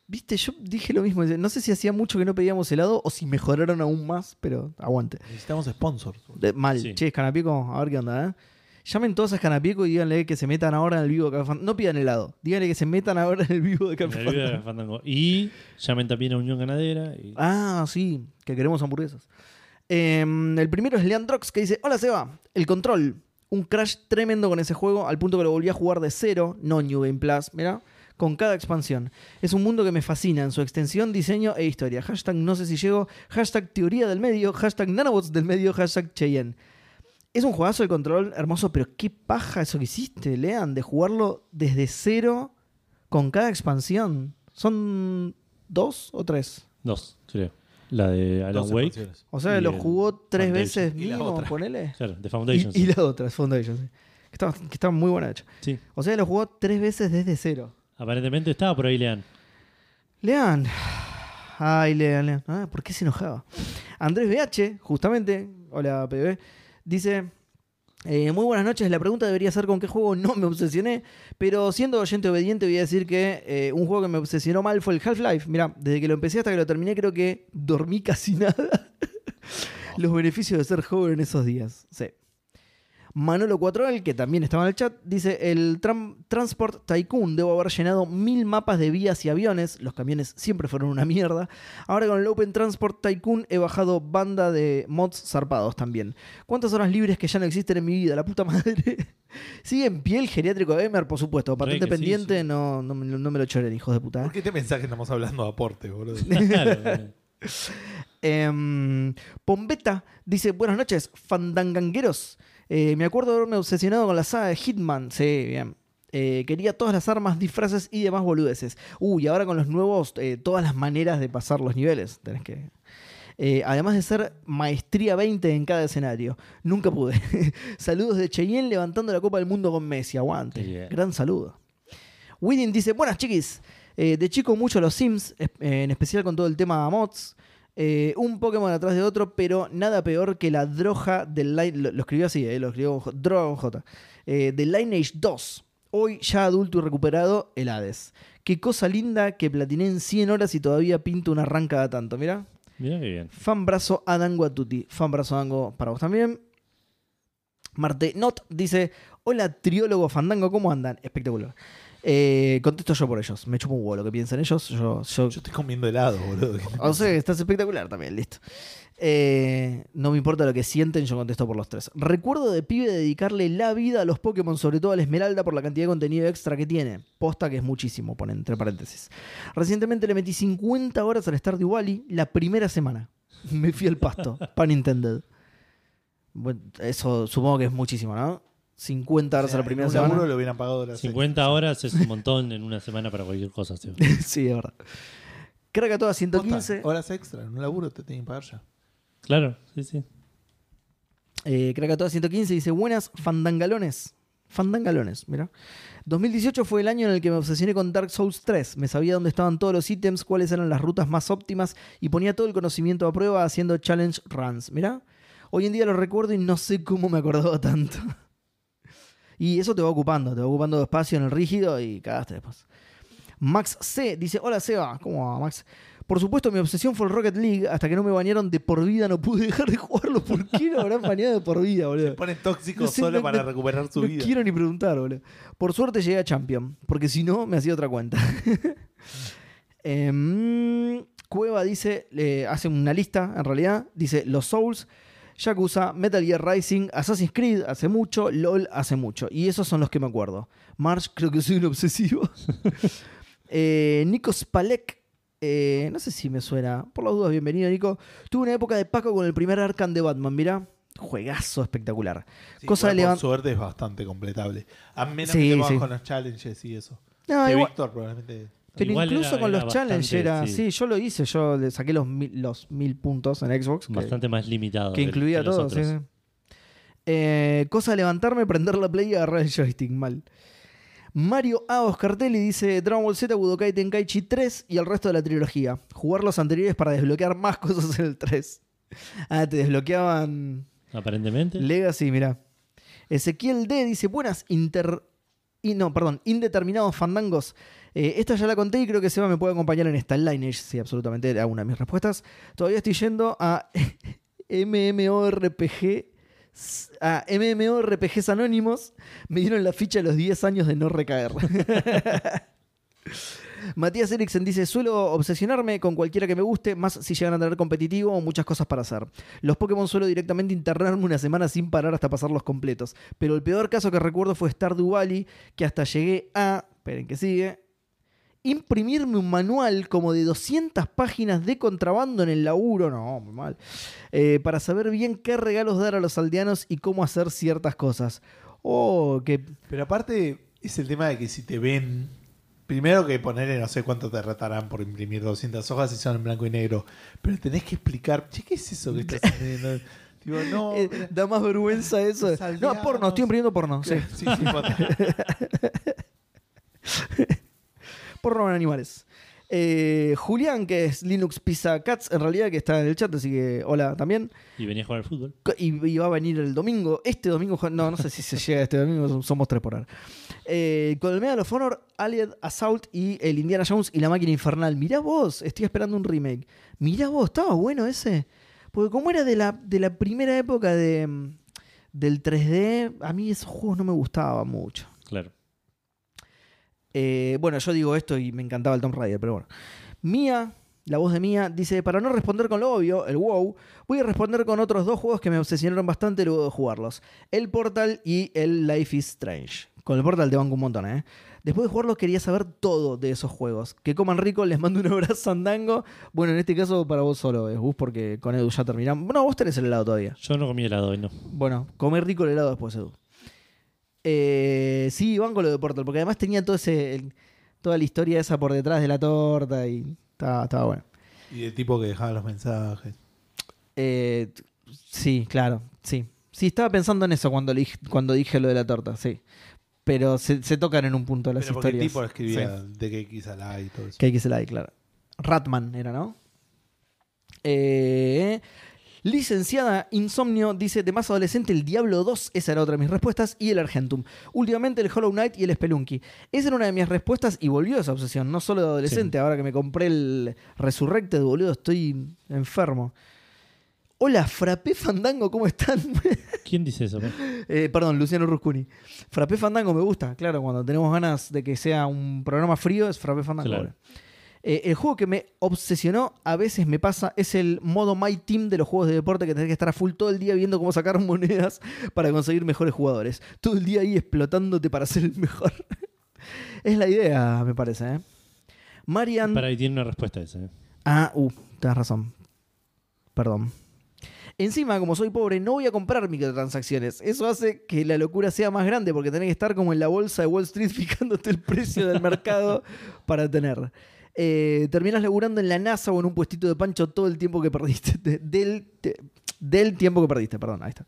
S1: Viste, yo dije lo mismo. No sé si hacía mucho que no pedíamos helado o si mejoraron aún más, pero aguante.
S3: Necesitamos sponsors. boludo.
S1: De- mal.
S2: Sí.
S1: Che, Escanapico, a ver qué onda, ¿eh? Llamen todos a Escanapico y díganle que se metan ahora en el vivo de Café Fandango. No pidan helado. Díganle que se metan ahora en el vivo de
S2: En
S1: Café
S2: el video de
S1: Fandango.
S2: Fandango. Y llamen también a Unión Ganadera. y-
S1: Ah, sí, que queremos hamburguesas. Eh, el primero es Leandrox que dice: Hola Seba, el control. Un crash tremendo con ese juego, al punto que lo volví a jugar de cero, no New Game Plus, mirá, con cada expansión. Es un mundo que me fascina en su extensión, diseño e historia. Hashtag no sé si llego, hashtag teoría del medio, hashtag nanobots del medio, hashtag Cheyenne. Es un juegazo el control, hermoso, pero qué paja eso que hiciste, Lean, de jugarlo desde cero con cada expansión. ¿Son dos o tres?
S2: Dos, creo. La de Alan
S3: Dos
S2: Wake.
S3: sponsors.
S1: O sea,
S2: Y
S1: lo
S2: el
S1: jugó tres
S2: Foundation.
S1: veces
S3: Y la
S1: mínimo,
S3: otra.
S1: ponele.
S2: Claro, de
S1: Y,
S2: Foundation.
S1: y la otra, es Foundation, sí. Que Estaba, que estaba muy buena, de hecho.
S2: Sí.
S1: O sea, lo jugó tres veces desde cero.
S2: Aparentemente estaba por ahí, Lean.
S1: Lean. Ay, Lean, Lean. Ah, ¿por qué se enojaba? Andrés BH, justamente, hola PB, dice... eh, muy buenas noches, la pregunta debería ser con qué juego no me obsesioné, pero siendo oyente obediente voy a decir que eh, un juego que me obsesionó mal fue el Half-Life. Mira, desde que lo empecé hasta que lo terminé creo que dormí casi nada. Los beneficios de ser joven en esos días. Sí. Manolo Cuatroal, que también estaba en el chat, dice: El tram- Transport Tycoon debo haber llenado mil mapas de vías y aviones. Los camiones siempre fueron una mierda. Ahora con el Open Transport Tycoon he bajado banda de mods zarpados también. ¿Cuántas horas libres que ya no existen en mi vida? La puta madre. Sigue en pie el geriátrico Gamer, por supuesto. Patente
S2: que sí,
S1: pendiente,
S2: sí.
S1: No, no, me- no me lo choren, hijos de puta. ¿eh?
S3: ¿Por qué te pensás que estamos hablando de aporte, boludo?
S2: Claro. eh.
S1: Em, Pombeta dice: Buenas noches, fandangangueros. Eh, me acuerdo de haberme obsesionado con la saga de Hitman. Sí, bien. Eh, quería todas las armas, disfraces y demás boludeces. Uy, ahora con los nuevos, eh, todas las maneras de pasar los niveles. Tenés que. Eh, además de ser maestría 20 en cada escenario. Nunca pude. Saludos de Cheyenne levantando la Copa del Mundo con Messi. Aguante.
S2: Yeah.
S1: Gran saludo. Widin dice, buenas chiquis. Eh, de chico mucho los Sims, es- eh, en especial con todo el tema mods. Eh, un Pokémon atrás de otro, pero nada peor que la droja del Line... Lo, lo escribió así, eh, lo escribió con J- droga con J. Eh, del Lineage 2. Hoy ya adulto y recuperado, el Hades. Qué cosa linda que platiné en 100 horas y todavía pinto una arranca de tanto. Mirá,
S2: Mirá qué bien.
S1: Fan brazo a Dango a tutti. Fan brazo Dango para vos también. Marte Not dice: Hola, triólogo fandango, ¿cómo andan? Espectacular. Eh, contesto yo por ellos. Me chupo un huevo lo que piensan ellos. Yo, yo,
S3: Yo estoy comiendo helado, boludo. ¿Qué te
S1: o sea, que estás espectacular también, listo. Eh, no me importa lo que sienten, yo contesto por los tres. Recuerdo de pibe dedicarle la vida a los Pokémon, sobre todo a la Esmeralda, por la cantidad de contenido extra que tiene. Posta que es muchísimo, pone entre paréntesis. Recientemente le metí 50 horas al Stardew Valley la primera semana. Me fui al pasto, pan intended. Bueno, eso supongo que es muchísimo, ¿no? 50 horas
S3: pasa?
S1: a la primera
S3: En un laburo
S1: semana.
S3: lo hubieran pagado las
S2: 50 horas es un montón en una semana para cualquier cosa, tío.
S1: sí, es verdad. Crack a todas
S3: extras. Posta,
S1: 115.
S3: Horas extra, en un laburo te tienen que pagar ya.
S2: Claro, sí, sí.
S1: Eh, Krakatoa 115 dice, buenas fandangalones. Fandangalones, mira. 2018 fue el año en el que me obsesioné con Dark Souls 3. Me sabía dónde estaban todos los ítems, cuáles eran las rutas más óptimas y ponía todo el conocimiento a prueba haciendo challenge runs, mira. Hoy en día lo recuerdo y no sé cómo me acordaba tanto. Y eso te va ocupando, te va ocupando espacio en el rígido y cagaste después. Max C dice, hola Seba, ¿cómo va Max? Por supuesto, mi obsesión fue el Rocket League. Hasta que no me bañaron de por vida, no pude dejar de jugarlo. ¿Por qué no habrán bañado de por vida, boludo?
S3: Ponen tóxicos
S1: No sé,
S3: solo
S1: no-
S3: para
S1: no-
S3: recuperar su
S1: no
S3: vida.
S1: quiero ni preguntar, boludo. Por suerte llegué a Champion, porque si no, me hacía otra cuenta. Em, Cueva dice, eh, hace una lista en realidad, dice Los Souls, Yakuza, Metal Gear Rising, Assassin's Creed hace mucho, LOL hace mucho. Y esos son los que me acuerdo. March, creo que soy un obsesivo. Eh, Nico Spalek. eh, no sé si me suena. Por las dudas, bienvenido, Nico. Tuve una época de Paco con el primer Arkham de Batman, mirá. Juegazo espectacular.
S3: Sí,
S1: Cosa de
S3: igual por
S1: levan-
S3: suerte es bastante completable. A menos
S1: Sí,
S3: que te pongas
S1: sí.
S3: con los challenges y eso.
S1: No,
S3: que
S1: igual-
S3: Víctor probablemente...
S1: Pero
S2: Igual
S1: incluso
S2: era-
S1: con
S2: era
S1: los challenges
S2: bastante,
S1: era, sí.
S2: sí.
S1: yo lo hice, yo le saqué los mil, los mil puntos en Xbox, que,
S2: Bastante más limitado.
S1: que
S2: del-
S1: incluía
S2: que los
S1: todo. sí,
S2: otros.
S1: sí. Eh, cosa de levantarme, prender la play y agarrar el joystick mal. Mario A. Oscartelli dice Dragon Ball Z, Budokai Tenkaichi 3 y el resto de la trilogía. Jugar los anteriores para desbloquear más cosas en el 3. Ah, te desbloqueaban
S2: Aparentemente.
S1: Legacy, mirá. Ezequiel D dice, buenas inter... y no, perdón, indeterminados fandangos. Eh, esta ya la conté y creo que Seba me puede acompañar en esta. El Lineage, sí, absolutamente, era una de mis respuestas. Todavía estoy yendo a MMORPG... A MMORPGs Anónimos me dieron la ficha a los 10 años de no recaer. Matías Eriksen dice: Suelo obsesionarme con cualquiera que me guste, más si llegan a tener competitivo o muchas cosas para hacer. Los Pokémon suelo directamente internarme una semana sin parar hasta pasarlos completos. Pero el peor caso que recuerdo fue Stardew Valley, que hasta llegué a. Esperen que sigue. Imprimirme un manual como de 200 páginas de contrabando en el laburo, no, muy mal, eh, para saber bien qué regalos dar a los aldeanos y cómo hacer ciertas cosas. Oh, que
S3: Pero aparte es el tema de que si te ven, primero que ponerle no sé cuánto te retarán por imprimir 200 hojas y son en blanco y negro, pero tenés que explicar, che, ¿qué es eso que estás haciendo? Digo, no.
S1: Eh,
S3: mira,
S1: da más vergüenza eso.
S3: Saldeamos.
S1: No, porno, estoy imprimiendo porno. Sí.
S3: Sí, sí, ponte.
S1: Porno en animales. Eh, Julián, que es Linux Pizza Cats, en realidad, que está en el chat, así que hola también.
S2: Y venía a jugar al fútbol.
S1: Co- Y, y va a venir el domingo. Este domingo, jue- no, no sé si se llega este domingo, som- somos tres por ahora. Eh, con el Medal of Honor, Alien Assault y el Indiana Jones y la máquina infernal. Mirá vos, estoy esperando un remake. Mirá vos, estaba bueno ese. Porque como era de la, de la primera época de, mm, del 3D, a mí esos juegos no me gustaban mucho.
S2: Claro.
S1: Eh, bueno, yo digo esto y me encantaba el Tomb Raider, pero bueno. Mía, la voz de Mía, dice: Para no responder con lo obvio, el wow, voy a responder con otros dos juegos que me obsesionaron bastante luego de jugarlos: El Portal y el Life is Strange. Con el Portal te banco un montón, ¿eh? Después de jugarlos quería saber todo de esos juegos. Que coman rico, les mando un abrazo andango. Bueno, en este caso para vos solo, es Gus, porque con Edu ya terminamos. No, vos tenés el helado todavía.
S2: Yo no comí helado hoy, no.
S1: Bueno, comer rico el helado después, Edu. Eh, sí, banco lo de Portal, porque además tenía todo ese, el- toda la historia esa por detrás de la torta y estaba, estaba bueno.
S3: Y el tipo que dejaba los mensajes.
S1: Eh, t- sí, claro, sí. Sí, estaba pensando en eso cuando, le dij- cuando dije lo de la torta, sí. Pero se, se tocan en un punto las
S3: Pero porque el
S1: historias.
S3: tipo escribía
S1: Sí.
S3: de que a la y todo eso.
S1: Que hay que se la declara. Ratman era, ¿no? Eh, licenciada Insomnio dice: De más adolescente, el Diablo 2, esa era otra de mis respuestas, y el Argentum. Últimamente, el Hollow Knight y el Spelunky. Esa era una de mis respuestas y volvió esa obsesión, no solo de adolescente. Ahora que me compré el Resurrected, boludo, estoy enfermo. Hola, Frappé Fandango, ¿cómo están?
S2: ¿Quién dice eso? pa?
S1: Eh, perdón, Luciano Ruscuni. Frappé Fandango me gusta, claro, cuando tenemos ganas de que sea un programa frío, es Frappé Fandango.
S2: Claro.
S1: Eh, el juego que me obsesionó, a veces me pasa, es el modo My Team de los juegos de deporte que tenés que estar a full todo el día viendo cómo sacar monedas para conseguir mejores jugadores. Todo el día ahí explotándote para ser el mejor. es la idea, me parece. ¿eh? Marian.
S2: Para ahí tiene una respuesta esa. ¿eh?
S1: Ah, uh, tenés razón. Perdón. Encima, como soy pobre, no voy a comprar microtransacciones. Eso hace que la locura sea más grande porque tenés que estar como en la bolsa de Wall Street fijándote el precio del mercado para tener. Eh, terminas laburando en la NASA o en un puestito de pancho todo el tiempo que perdiste. de- del, te- del tiempo que perdiste, perdón, ahí está.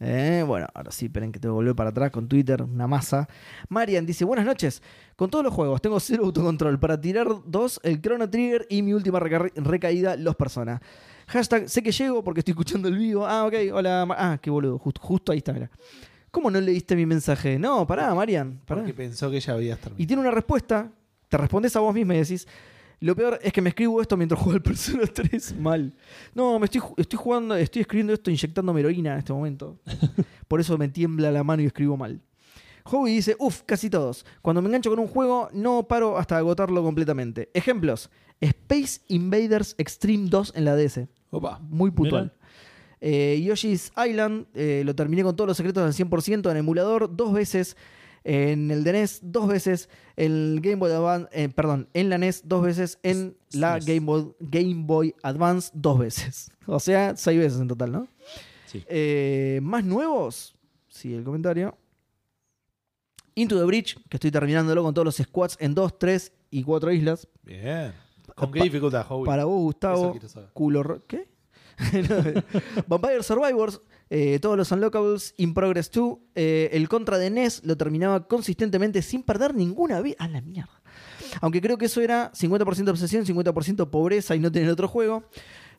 S1: Eh, bueno, ahora sí, esperen que tengo que volver para atrás con Twitter, una masa. Marian dice, buenas noches. Con todos los juegos tengo cero autocontrol. Para tirar dos, el Chrono Trigger y mi última reca- recaída, los personas. Hashtag, sé que llego porque estoy escuchando el vivo. Ah, ok, hola. Ma- Ah, qué boludo, justo, justo ahí está, mira. ¿Cómo no leíste mi mensaje? No, pará, Marian. Pará.
S3: Porque pensó que ya habías
S1: Y
S3: terminado.
S1: tiene una respuesta. Te respondes a vos misma y decís, lo peor es que me escribo esto mientras juego al Persona 3 mal. No, me estoy, ju- estoy jugando, estoy escribiendo esto inyectándome heroína en este momento. Por eso me tiembla la mano y escribo mal. Hobby dice, uff, casi todos. Cuando me engancho con un juego, no paro hasta agotarlo completamente. Ejemplos. Space Invaders Extreme 2 en la DS.
S3: Opa.
S1: Muy puntual. Eh, Yoshi's Island, eh, lo terminé con todos los secretos al 100% en emulador, dos veces en el de NES, dos veces en el Game Boy Advance, eh, perdón, en la NES, dos veces en
S2: E S-
S1: la
S2: NES.
S1: Game Boy, Game Boy Advance, dos veces. O sea, seis veces en total, ¿no?
S2: Sí.
S1: Eh, Más nuevos, sí, el comentario. Into the Bridge, que estoy terminándolo con todos los squads en 2, 3 y 4 islas.
S3: Bien. ¿Con qué
S1: Pa-
S3: dificultad, Howie?
S1: Para vos, Gustavo,
S3: Eso quiero saber.
S1: culo ro- ¿Qué? No, eh, Vampire Survivors, eh, todos los Unlockables, In Progress 2, eh, el contra de NES lo terminaba consistentemente sin perder ninguna vida. ¡A la mierda! Aunque creo que eso era 50% obsesión, 50% pobreza y no tener otro juego.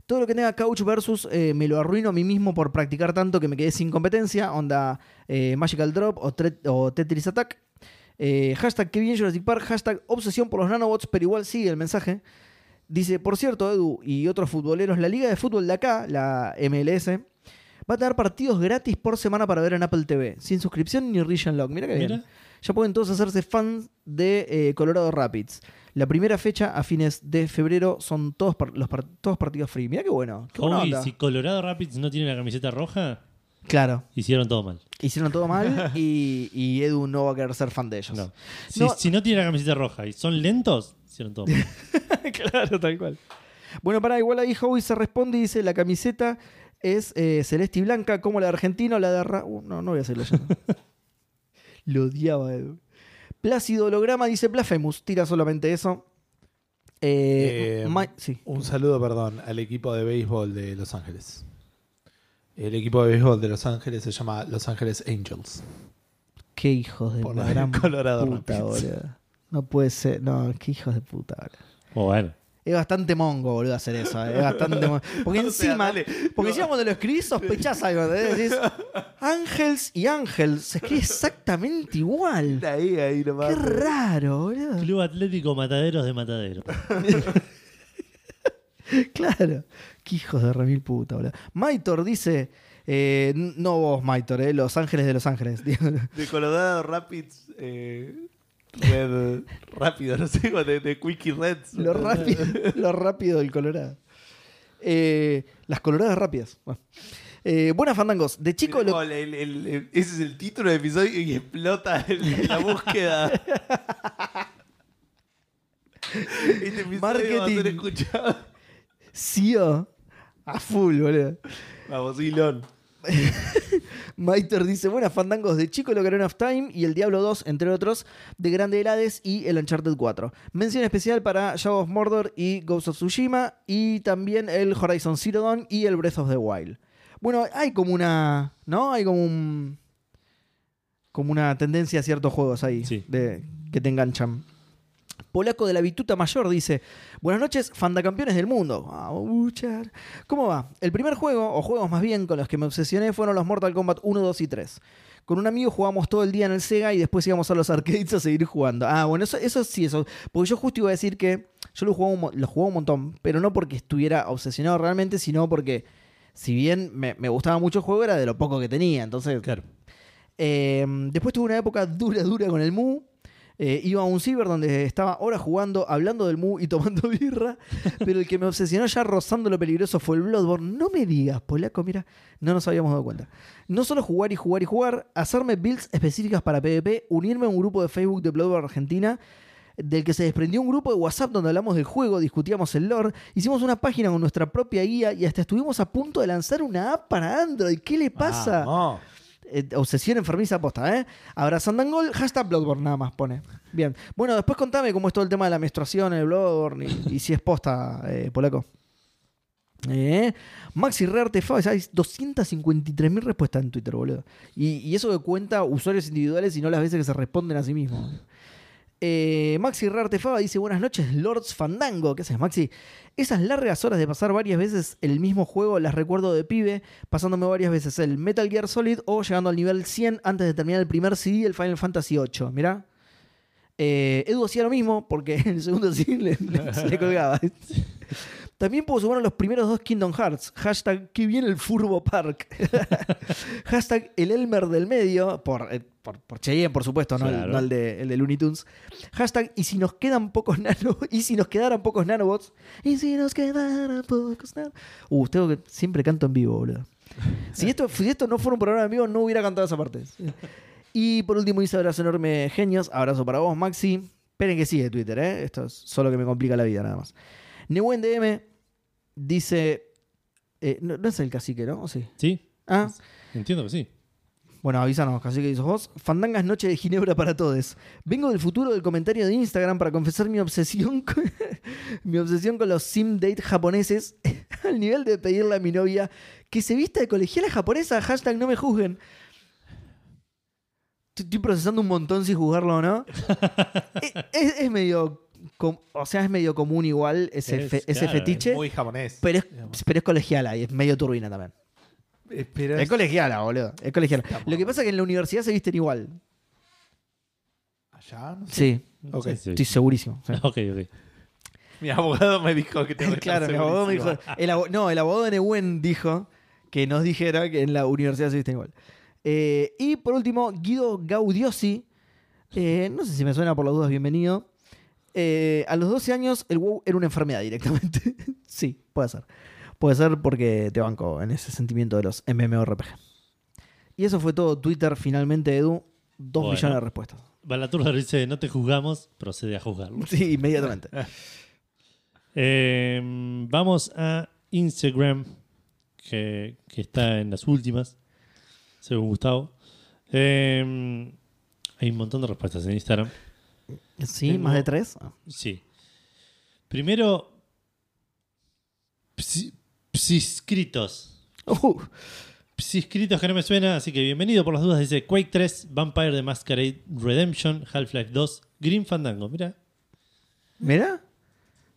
S1: Todo lo que tenga Couch versus eh, me lo arruino a mí mismo por practicar tanto que me quedé sin competencia. Onda eh, Magical Drop o, Tre- o Tetris Attack. Eh, hashtag que bien Jurassic Park, hashtag obsesión por los nanobots, pero igual sigue el mensaje. Dice, por cierto, Edu y otros futboleros, la liga de fútbol de acá, la MLS, va a tener partidos gratis por semana para ver en Apple TV, sin suscripción ni region lock. Mira que bien.
S2: Mira,
S1: Ya pueden todos hacerse fans de eh, Colorado Rapids. La primera fecha a fines de febrero son todos par- los par- todos partidos free. Mira qué bueno. Qué buena
S2: Howie,
S1: onda.
S2: si Colorado Rapids no tiene la camiseta roja,
S1: Claro,
S2: hicieron todo mal.
S1: hicieron todo mal y, y Edu no va a querer ser fan de ellos.
S2: No. Si,
S1: No.
S2: si no tiene la camiseta roja y son lentos, hicieron todo mal.
S1: claro, tal cual. Bueno, pará, igual ahí Howie se responde y dice: La camiseta es eh, celeste y blanca, como la de argentino, la de. Ra- Uh, no, no voy a seguir leyendo. Lo odiaba, Edu. Plácido holograma dice Blasphemous, tira solamente eso. Eh,
S3: Eh,
S1: Ma- sí.
S3: Un saludo, perdón, al equipo de béisbol de Los Ángeles. El equipo de béisbol de Los Ángeles se llama Los Ángeles Angels.
S1: Qué hijos de
S3: Por la
S1: gran
S3: Colorado
S1: puta,
S3: Rapids.
S1: boludo. No puede ser. No, qué hijos de puta, boludo.
S2: O bueno.
S1: Es bastante mongo, boludo, hacer eso. eh, Es bastante mongo. Porque
S3: O sea,
S1: encima,
S3: dale,
S1: porque
S3: no.
S1: encima cuando lo escribís sospechás algo. ¿entendés? Decís, Ángels y Ángel se escribe exactamente igual.
S3: Ahí, ahí nomás.
S1: Qué raro, boludo.
S2: Club Atlético Mataderos de Mataderos.
S1: Claro. Qué hijos de remil puta, boludo. Maitor dice. eh, n- no vos, Maitor, eh, Los Ángeles de Los Ángeles.
S3: De Colorado Rapids. eh, Red rápido, no sé, de, de Quickie Reds.
S1: lo, rápido, lo rápido del Colorado. Eh, las coloradas rápidas. Bueno. Eh, buenas fandangos. De chico lo-
S3: Tenemos Oh, el- el- el- ese es el título del episodio y explota el- la búsqueda. este episodio va a ser
S1: Marketing.
S3: escuchado.
S1: CEO a full, boludo.
S3: Vamos, Elon.
S1: Maiter dice, buenas fandangos de Chico el Ocarina of Time y el Diablo 2, entre otros, de Grande Helades y el Uncharted 4. Mención especial para Shadow of Mordor y Ghost of Tsushima y también el Horizon Zero Dawn y el Breath of the Wild. Bueno, hay como una, ¿no? Hay como un como una tendencia a ciertos juegos ahí
S2: Sí.
S1: de, que te enganchan. Polaco de la Bituta Mayor dice: Buenas noches, fandacampeones del mundo. Ah, Uchar. ¿Cómo va? El primer juego, o juegos más bien, con los que me obsesioné fueron los Mortal Kombat 1, 2 y 3. Con un amigo jugábamos todo el día en el Sega y después íbamos a los arcades a seguir jugando. Ah, bueno, eso, eso sí, eso. Porque yo justo iba a decir que yo lo jugaba, un, mo- lo jugaba un montón, pero no porque estuviera obsesionado realmente, sino porque, si bien me, me gustaba mucho el juego, era de lo poco que tenía. Entonces,
S2: Claro.
S1: eh, después tuve una época dura, dura con el Mu. Eh, iba a un ciber donde estaba horas jugando, hablando del Mu y tomando birra. pero el que me obsesionó ya rozando lo peligroso fue el Bloodborne. No me digas, polaco, mira, no nos habíamos dado cuenta. No solo jugar y jugar y jugar, hacerme builds específicas para PvP, unirme a un grupo de Facebook de Bloodborne Argentina del que se desprendió un grupo de WhatsApp donde hablamos del juego, discutíamos el lore, hicimos una página con nuestra propia guía y hasta estuvimos a punto de lanzar una app para Android. ¿Qué le pasa?
S3: Vamos.
S1: Eh, obsesión enfermiza posta, ¿eh? Abrazando Angol, hashtag Bloodborne nada más pone. Bien. Bueno, después contame cómo es todo el tema de la menstruación, el Bloodborne y, y si es posta, eh, polaco. Eh, Maxi Rearte Fabes, hay 253.000 respuestas en Twitter, boludo. Y, y eso que cuenta usuarios individuales y no las veces que se responden a sí mismos. Eh, Maxi Rearte Fava dice: Buenas noches, Lords Fandango. ¿Qué haces, Maxi? Esas largas horas de pasar varias veces el mismo juego las recuerdo de pibe, pasándome varias veces el Metal Gear Solid o llegando al nivel 100 antes de terminar el primer CD, el Final Fantasy VIII. Mirá. Eh, Edu hacía lo mismo porque en el segundo CD le, le- se le colgaba. También puedo sumar a los primeros dos Kingdom Hearts. Hashtag, que viene el Furbo Park. Hashtag, el Elmer del medio. Por, eh, por, por Cheyenne, por supuesto, no, el,
S2: Claro.
S1: no el de, el de Looney Tunes. Hashtag, y si nos quedan pocos nano, y si nos quedaran pocos nanobots. Y si nos quedaran pocos nanobots. Uh, tengo que, siempre canto en vivo, boludo. Si esto, si esto no fuera un programa en vivo, no hubiera cantado esa parte. Y por último, dice abrazo enorme, genios. Abrazo para vos, Maxi. Esperen que sigue Twitter, ¿eh? Esto es solo que me complica la vida, nada más. Nebuen DM dice. eh, no, no es el cacique, ¿no? ¿O sí?
S2: ¿Sí?
S1: Ah,
S2: Entiendo que sí.
S1: bueno, avísanos, así que dices vos. Fandangas Noche de Ginebra para todos. Vengo del futuro del comentario de Instagram para confesar mi obsesión con, mi obsesión con los sim date japoneses al nivel de pedirle a mi novia que se vista de colegiala japonesa, hashtag no me juzguen. Estoy- Estoy procesando un montón si juzgarlo o no. es, es- es medio... com- o sea, es medio común igual ese,
S2: Es,
S1: fe- ese
S2: claro, es
S1: fetiche,
S3: Muy japonés.
S1: pero, es, pero es colegiala y es medio turbina también.
S3: Espera.
S1: Es colegiala, boludo. Es colegiala.
S3: Estamos-
S1: Lo que pasa es que en la universidad se visten igual.
S3: Allá, no sé.
S1: Sí,
S3: Ok.
S2: Sí, sí.
S1: estoy segurísimo. sí.
S2: Ok, ok.
S3: Mi abogado me dijo que tengo que
S1: claro,
S3: estar
S1: mi abogado me dijo.
S3: segurísimo.
S1: el abo- no, el abogado de Nehuen dijo que nos dijera que en la universidad se visten igual. Eh, y por último, Guido Gaudiosi. eh, no sé si me suena por las dudas, bienvenido. Eh, a los 12 años, el WoW era una enfermedad directamente. sí, puede ser. Puede ser porque te banco en ese sentimiento de los MMORPG. Y eso fue todo Twitter, finalmente, Edu. Dos
S2: Bueno.
S1: millones de respuestas.
S2: Balaturra dice, no te juzgamos, procede a juzgarlo.
S1: Sí, inmediatamente.
S2: Eh, vamos a Instagram, que, que está en las últimas, según Gustavo. Eh, hay un montón de respuestas en Instagram.
S1: ¿Sí?
S2: Tengo-
S1: ¿Más de tres? Ah.
S2: Sí. Primero, psi- psiscritos.
S1: Uh,
S2: inscritos que no me suena, así que bienvenido por las dudas. Dice Quake 3, Vampire the Masquerade Redemption, Half-Life 2, Green Fandango. Mira.
S1: ¿Mirá?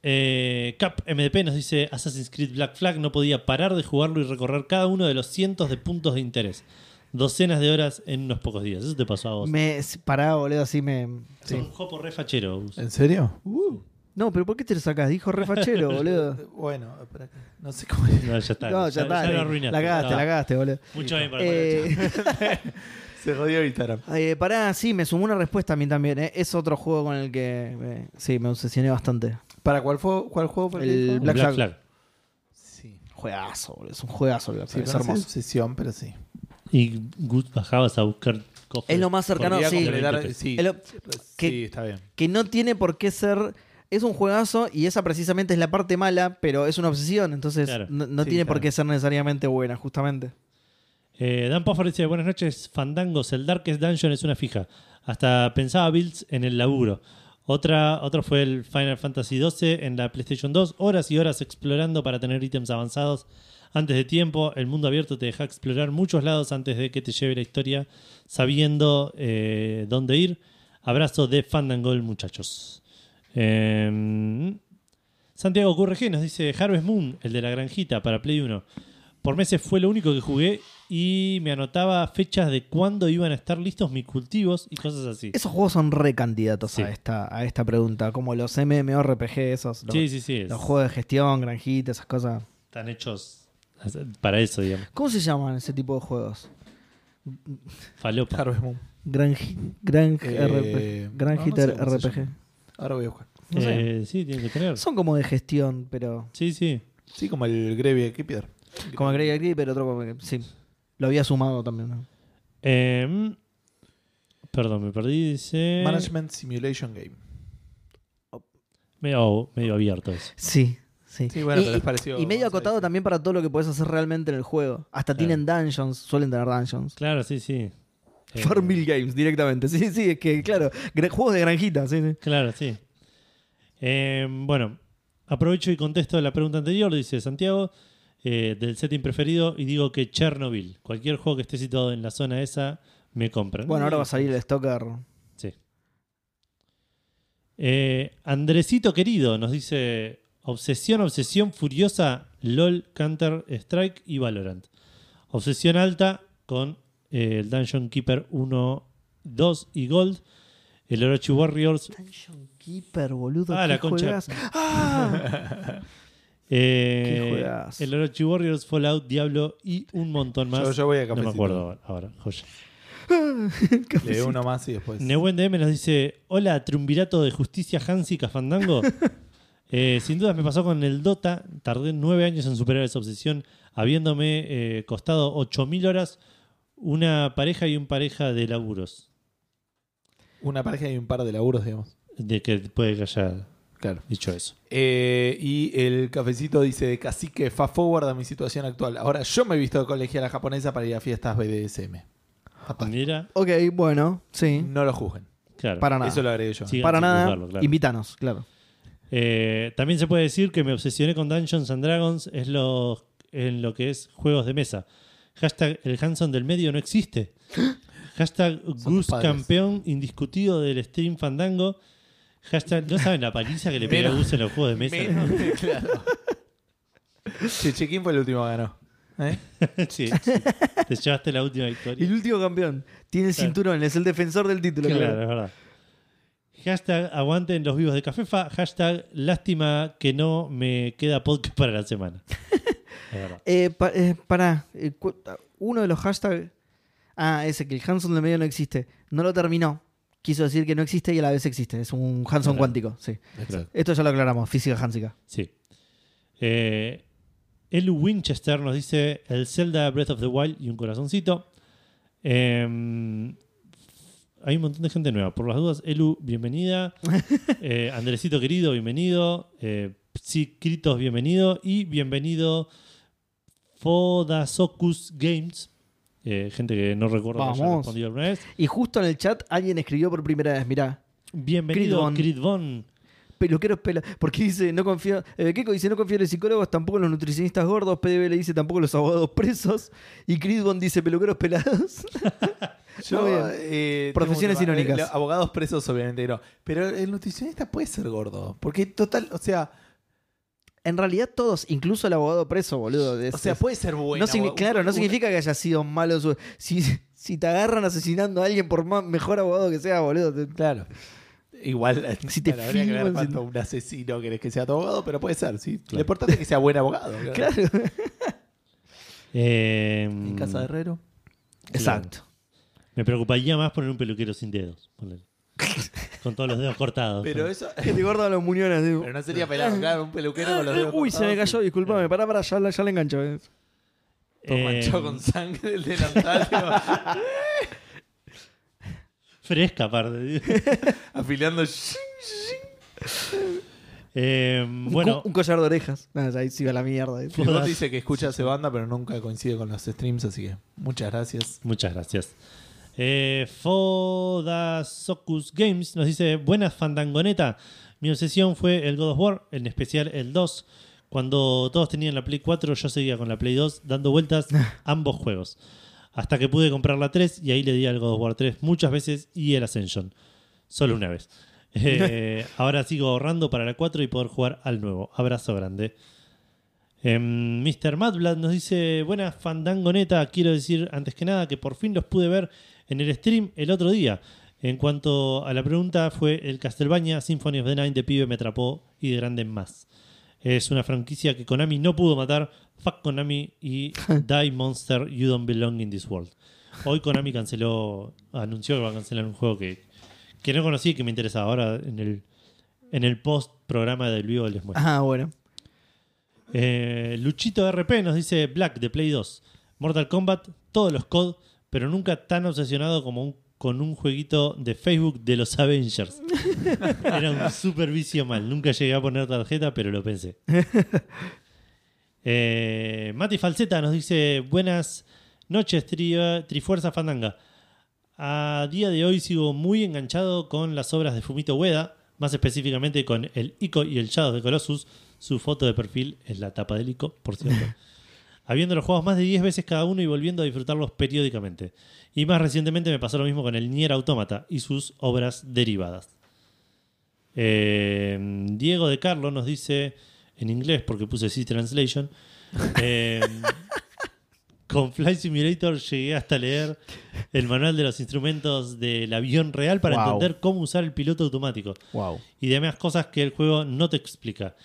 S2: Eh, Cap MDP nos dice Assassin's Creed Black Flag no podía parar de jugarlo y recorrer cada uno de los cientos de puntos de interés. Docenas de horas en unos pocos días. Eso te pasó a vos.
S1: Me pará, boludo, así me.
S2: Es Un
S1: sí.
S2: jopo re fachero. Gus.
S3: ¿En serio?
S1: Uh. No, pero ¿por qué te lo sacas? Dijo refachero, boludo.
S3: Bueno, espera. no sé cómo es.
S2: No, ya está.
S1: No, ya, está.
S2: lo
S1: la
S2: arruinaste.
S1: cagaste,
S2: No.
S1: la cagaste, boludo.
S2: Mucho bien para
S1: Eh,
S3: Se jodió Instagram.
S1: eh, pará, sí, me sumó una respuesta a mí también. eh. Es otro juego con el que eh, sí, me obsesioné bastante.
S3: ¿Para cuál, fue, cuál juego? fue
S1: El
S3: que dijo?
S1: Black
S2: Black,
S1: Flag.
S2: Flag.
S3: Sí.
S1: Juegazo, boludo. Es un juegazo, boludo.
S3: Sí,
S1: es
S3: no sé,
S1: hermoso.
S3: obsesión, pero sí.
S2: Y Gus bajabas a buscar cofres.
S1: Es lo más cercano,
S2: Corría
S1: sí.
S2: con
S3: Completar-
S2: 20 pesos.
S3: sí.
S1: Es lo- que-
S3: sí, está bien.
S1: que no tiene por qué ser. Es un juegazo y esa precisamente es la parte mala, pero es una obsesión, entonces
S2: Claro.
S1: no, no
S3: Sí,
S1: tiene
S3: claro.
S1: por qué ser necesariamente buena, justamente.
S2: Eh, Dan Poffer dice, buenas noches, fandangos, el Darkest Dungeon es una fija. Hasta pensaba builds en el laburo. Otra, otro fue el Final Fantasy XII en la PlayStation 2, horas y horas explorando para tener ítems avanzados antes de tiempo. El mundo abierto te deja explorar muchos lados antes de que te lleve la historia sabiendo eh, dónde ir. Abrazo de Fandangol, muchachos. Eh, Santiago Currege nos dice Harvest Moon, el de la granjita para Play 1. Por meses fue lo único que jugué y me anotaba fechas de cuándo iban a estar listos mis cultivos y cosas así.
S1: Esos juegos son re candidatos
S2: Sí.
S1: a, esta, a esta pregunta, como los MMORPG, esos, los,
S2: sí, sí, sí. es-
S1: los juegos de gestión, granjita, esas cosas.
S2: Están hechos para eso, digamos.
S1: ¿Cómo se llaman ese tipo de juegos?
S2: Falopa.
S3: Harvest Moon.
S1: Granji- gran-
S3: Eh,
S1: RP Granjita
S3: no, no sé cómo se
S1: RPG.
S3: llama. Ahora voy a jugar.
S1: No sé.
S2: Eh, sí, tiene que tener.
S1: Son como de gestión, pero.
S2: Sí, sí.
S3: Sí, como el Grevy de Keeper.
S1: Como Grey Agree, pero otro como. que- Sí. Lo había sumado también. ¿no?
S2: Em, perdón, me perdí. Dice.
S3: Management Simulation Game.
S2: Medio, medio abierto eso.
S1: Sí, sí.
S3: Sí, bueno,
S1: y,
S3: pero les
S1: y-
S3: pareció-
S1: y medio acotado
S3: ¿sabes?
S1: también para todo lo que puedes hacer realmente en el juego. Hasta
S2: Claro.
S1: tienen dungeons, suelen tener dungeons.
S2: Claro, sí, sí. Eh,
S1: Farmville Games directamente. Sí, sí, es que, claro, gra- juegos de granjita, sí, sí.
S2: Claro, sí. Eh, bueno, aprovecho y contesto la pregunta anterior, dice Santiago, eh, del setting preferido, y digo que Chernobyl. Cualquier juego que esté situado en la zona esa, me compran.
S1: Bueno, ahora va a salir el Stalker.
S2: Sí. Eh, Andresito querido nos dice: Obsesión, obsesión furiosa, LOL, Counter Strike y Valorant. Obsesión alta con eh, el Dungeon Keeper 1, 2 y Gold. El Orochi Warriors
S1: Dungeon Keeper, boludo.
S2: Ah,
S1: ¿qué
S2: la concha.
S1: juegas? ¡Ah!
S2: Eh,
S1: Qué juegazo.
S2: el Orochi Warriors, Fallout, Diablo y un montón más.
S3: Yo- yo voy a
S2: No me
S3: cafecito.
S2: acuerdo ahora. ahora, joya.
S3: Le doy uno más y después.
S2: Nehuen DM nos dice: Hola, triunvirato de justicia Hansi Cafandango. Eh, sin dudas me pasó con el Dota. Tardé nueve años en superar esa obsesión, habiéndome eh, costado 8.000 horas una pareja y un pareja de laburos.
S3: Una pareja y un par de laburos, digamos.
S2: De que puede que haya
S3: Claro.
S2: dicho eso.
S3: Eh, y el cafecito dice: Cacique, fa forward a mi situación actual. Ahora yo me he visto de colegiala japonesa para ir a fiestas BDSM.
S2: Mira,
S1: ok, bueno, sí.
S3: No lo juzguen.
S2: claro.
S1: Para nada.
S3: Eso lo agregué yo.
S2: Sí.
S1: Para
S2: sin
S1: nada.
S2: juzgarlo, claro.
S1: Invítanos, claro.
S2: Eh, también se puede decir que me obsesioné con Dungeons and Dragons es lo, en lo que es juegos de mesa. Hashtag el Hanson del medio no existe. Hashtag Gus
S3: padres.
S2: campeón indiscutido del stream fandango. Hashtag, ¿no saben la paliza que le pegó
S3: Menos-
S2: Gus en los juegos de mesa?
S3: Menos- claro. Che, che, ¿quién fue el último que ganó? ¿Eh?
S2: Sí, Te llevaste la última victoria.
S1: El último campeón. Tiene el
S2: Claro.
S1: cinturón, es el defensor del título,
S2: Claro,
S1: claro.
S2: es verdad. Hashtag aguanten los vivos de Cafefa. Hashtag lástima que no me queda podcast para la semana. Es verdad.
S1: Eh, pa- eh, pará, eh, cu- uno de los hashtags. Ah, ese, que el Hanson de medio no existe. No lo terminó. Quiso decir que no existe y a la vez existe. Es un Hanson
S2: Claro.
S1: cuántico, sí.
S2: Claro.
S1: Esto ya lo aclaramos, física hansica.
S2: Sí. Eh, Elu Winchester nos dice el Zelda Breath of the Wild y un corazoncito. Eh, hay un montón de gente nueva. Por las dudas, Elu, bienvenida. Eh, Andresito querido, bienvenido. Eh, Psicritos, bienvenido. Y bienvenido Fodasocus Games. Eh, gente que no recuerdo que haya
S1: Vamos.
S2: respondido alguna vez.
S1: Y justo en el chat alguien escribió por primera vez, mirá.
S2: Bienvenido
S1: Cridvon.
S2: Cridvon.
S1: peluqueros pela. Porque dice, no confío. eh, Keiko dice, no confío en los psicólogos, tampoco en los nutricionistas gordos. PDB le dice, tampoco en los abogados presos. Y Chris Bond dice, peluqueros pelados.
S3: Yo,
S1: Muy bien.
S3: eh,
S1: Profesiones
S3: tengo un tema.
S1: irónicas.
S3: Eh, lo- abogados presos, obviamente no. Pero el nutricionista puede ser gordo. Porque total, o sea,
S1: en realidad, todos, incluso el abogado preso, boludo. es-
S3: o sea
S1: es-
S3: puede ser bueno.
S1: no signi- claro, no significa que haya sido malo. su- si, si te agarran asesinando a alguien, por más, mejor abogado que sea, boludo. te-
S3: Claro. Igual,
S1: Si te
S3: claro, habría que ver
S1: filman,
S3: cuánto
S1: si-
S3: un asesino querés que sea tu abogado, pero puede ser, sí.
S2: Claro.
S3: Lo importante es que sea buen abogado. Claro.
S1: Claro.
S2: Eh,
S1: Mm.
S3: En casa de Herrero.
S1: Exacto.
S2: Me preocuparía más poner un peluquero sin dedos. ponele. Con todos los dedos cortados.
S3: Pero eso.
S1: Que te gordan los muñones. digo. Eh,
S3: Pero no sería pelado, claro, un peluquero con los dedos
S1: Uy, se me
S3: cortados,
S1: cayó, disculpame. Pará, pará, ya, la- ya la engancho. eh.
S3: todo
S2: Eh,
S3: manchado con sangre del delantal, tipo,
S2: Fresca, aparte.
S3: afilando. shing,
S2: Eh,
S1: Un
S2: bueno,
S1: co- un collar de orejas. Nada, ahí sí va la mierda. eh.
S3: shing.
S2: Todas.
S3: Vos dice que escucha ese banda, pero nunca coincide con los streams, así que muchas gracias.
S2: muchas gracias. Eh, Fodasocus Games nos dice: Buenas fandangoneta. Mi obsesión fue el God of War, en especial el 2. Cuando todos tenían la Play 4, yo seguía con la Play 2 dando vueltas ambos juegos. Hasta que pude comprar la 3 y ahí le di al God of War 3 muchas veces y el Ascension. Solo una vez. Eh, ahora sigo ahorrando para la 4 y poder jugar al nuevo. Abrazo grande. Em, Mr. Madblad nos dice: Buenas fandangoneta, quiero decir antes que nada que por fin los pude ver en el stream el otro día. En cuanto a la pregunta, fue el Castlevania Symphony of the Night de pibe me atrapó y de grande en más. Es una franquicia que Konami no pudo matar. Fuck Konami y Die Monster, You Don't Belong in This World. Hoy Konami canceló, anunció que va a cancelar un juego que, que no conocí y que me interesaba. Ahora en el, en el post programa del vivo les muestro.
S1: Ah, bueno.
S2: Eh, Luchito RP nos dice Black de Play 2. Mortal Kombat, todos los COD, pero nunca tan obsesionado como un- con un jueguito de Facebook de los Avengers. Era un super vicio mal. Nunca llegué a poner tarjeta, pero lo pensé. Eh, Mati Falseta nos dice Buenas noches, tri- Trifuerza Fandanga. A día de hoy sigo muy enganchado con las obras de Fumito Ueda, más específicamente con el Ico y el Shadow de Colossus. Su foto de perfil es la tapa del Ico, por cierto. Habiendo los juegos más de 10 veces cada uno y volviendo a disfrutarlos periódicamente. Y más recientemente me pasó lo mismo con el Nier Automata y sus obras derivadas. Eh, Diego de Carlo nos dice en inglés, porque puse C Translation. eh, con Flight Simulator llegué hasta leer el manual de los instrumentos del avión real para
S3: Wow.
S2: entender cómo usar el piloto automático
S3: Wow.
S2: y demás cosas que el juego no te explica.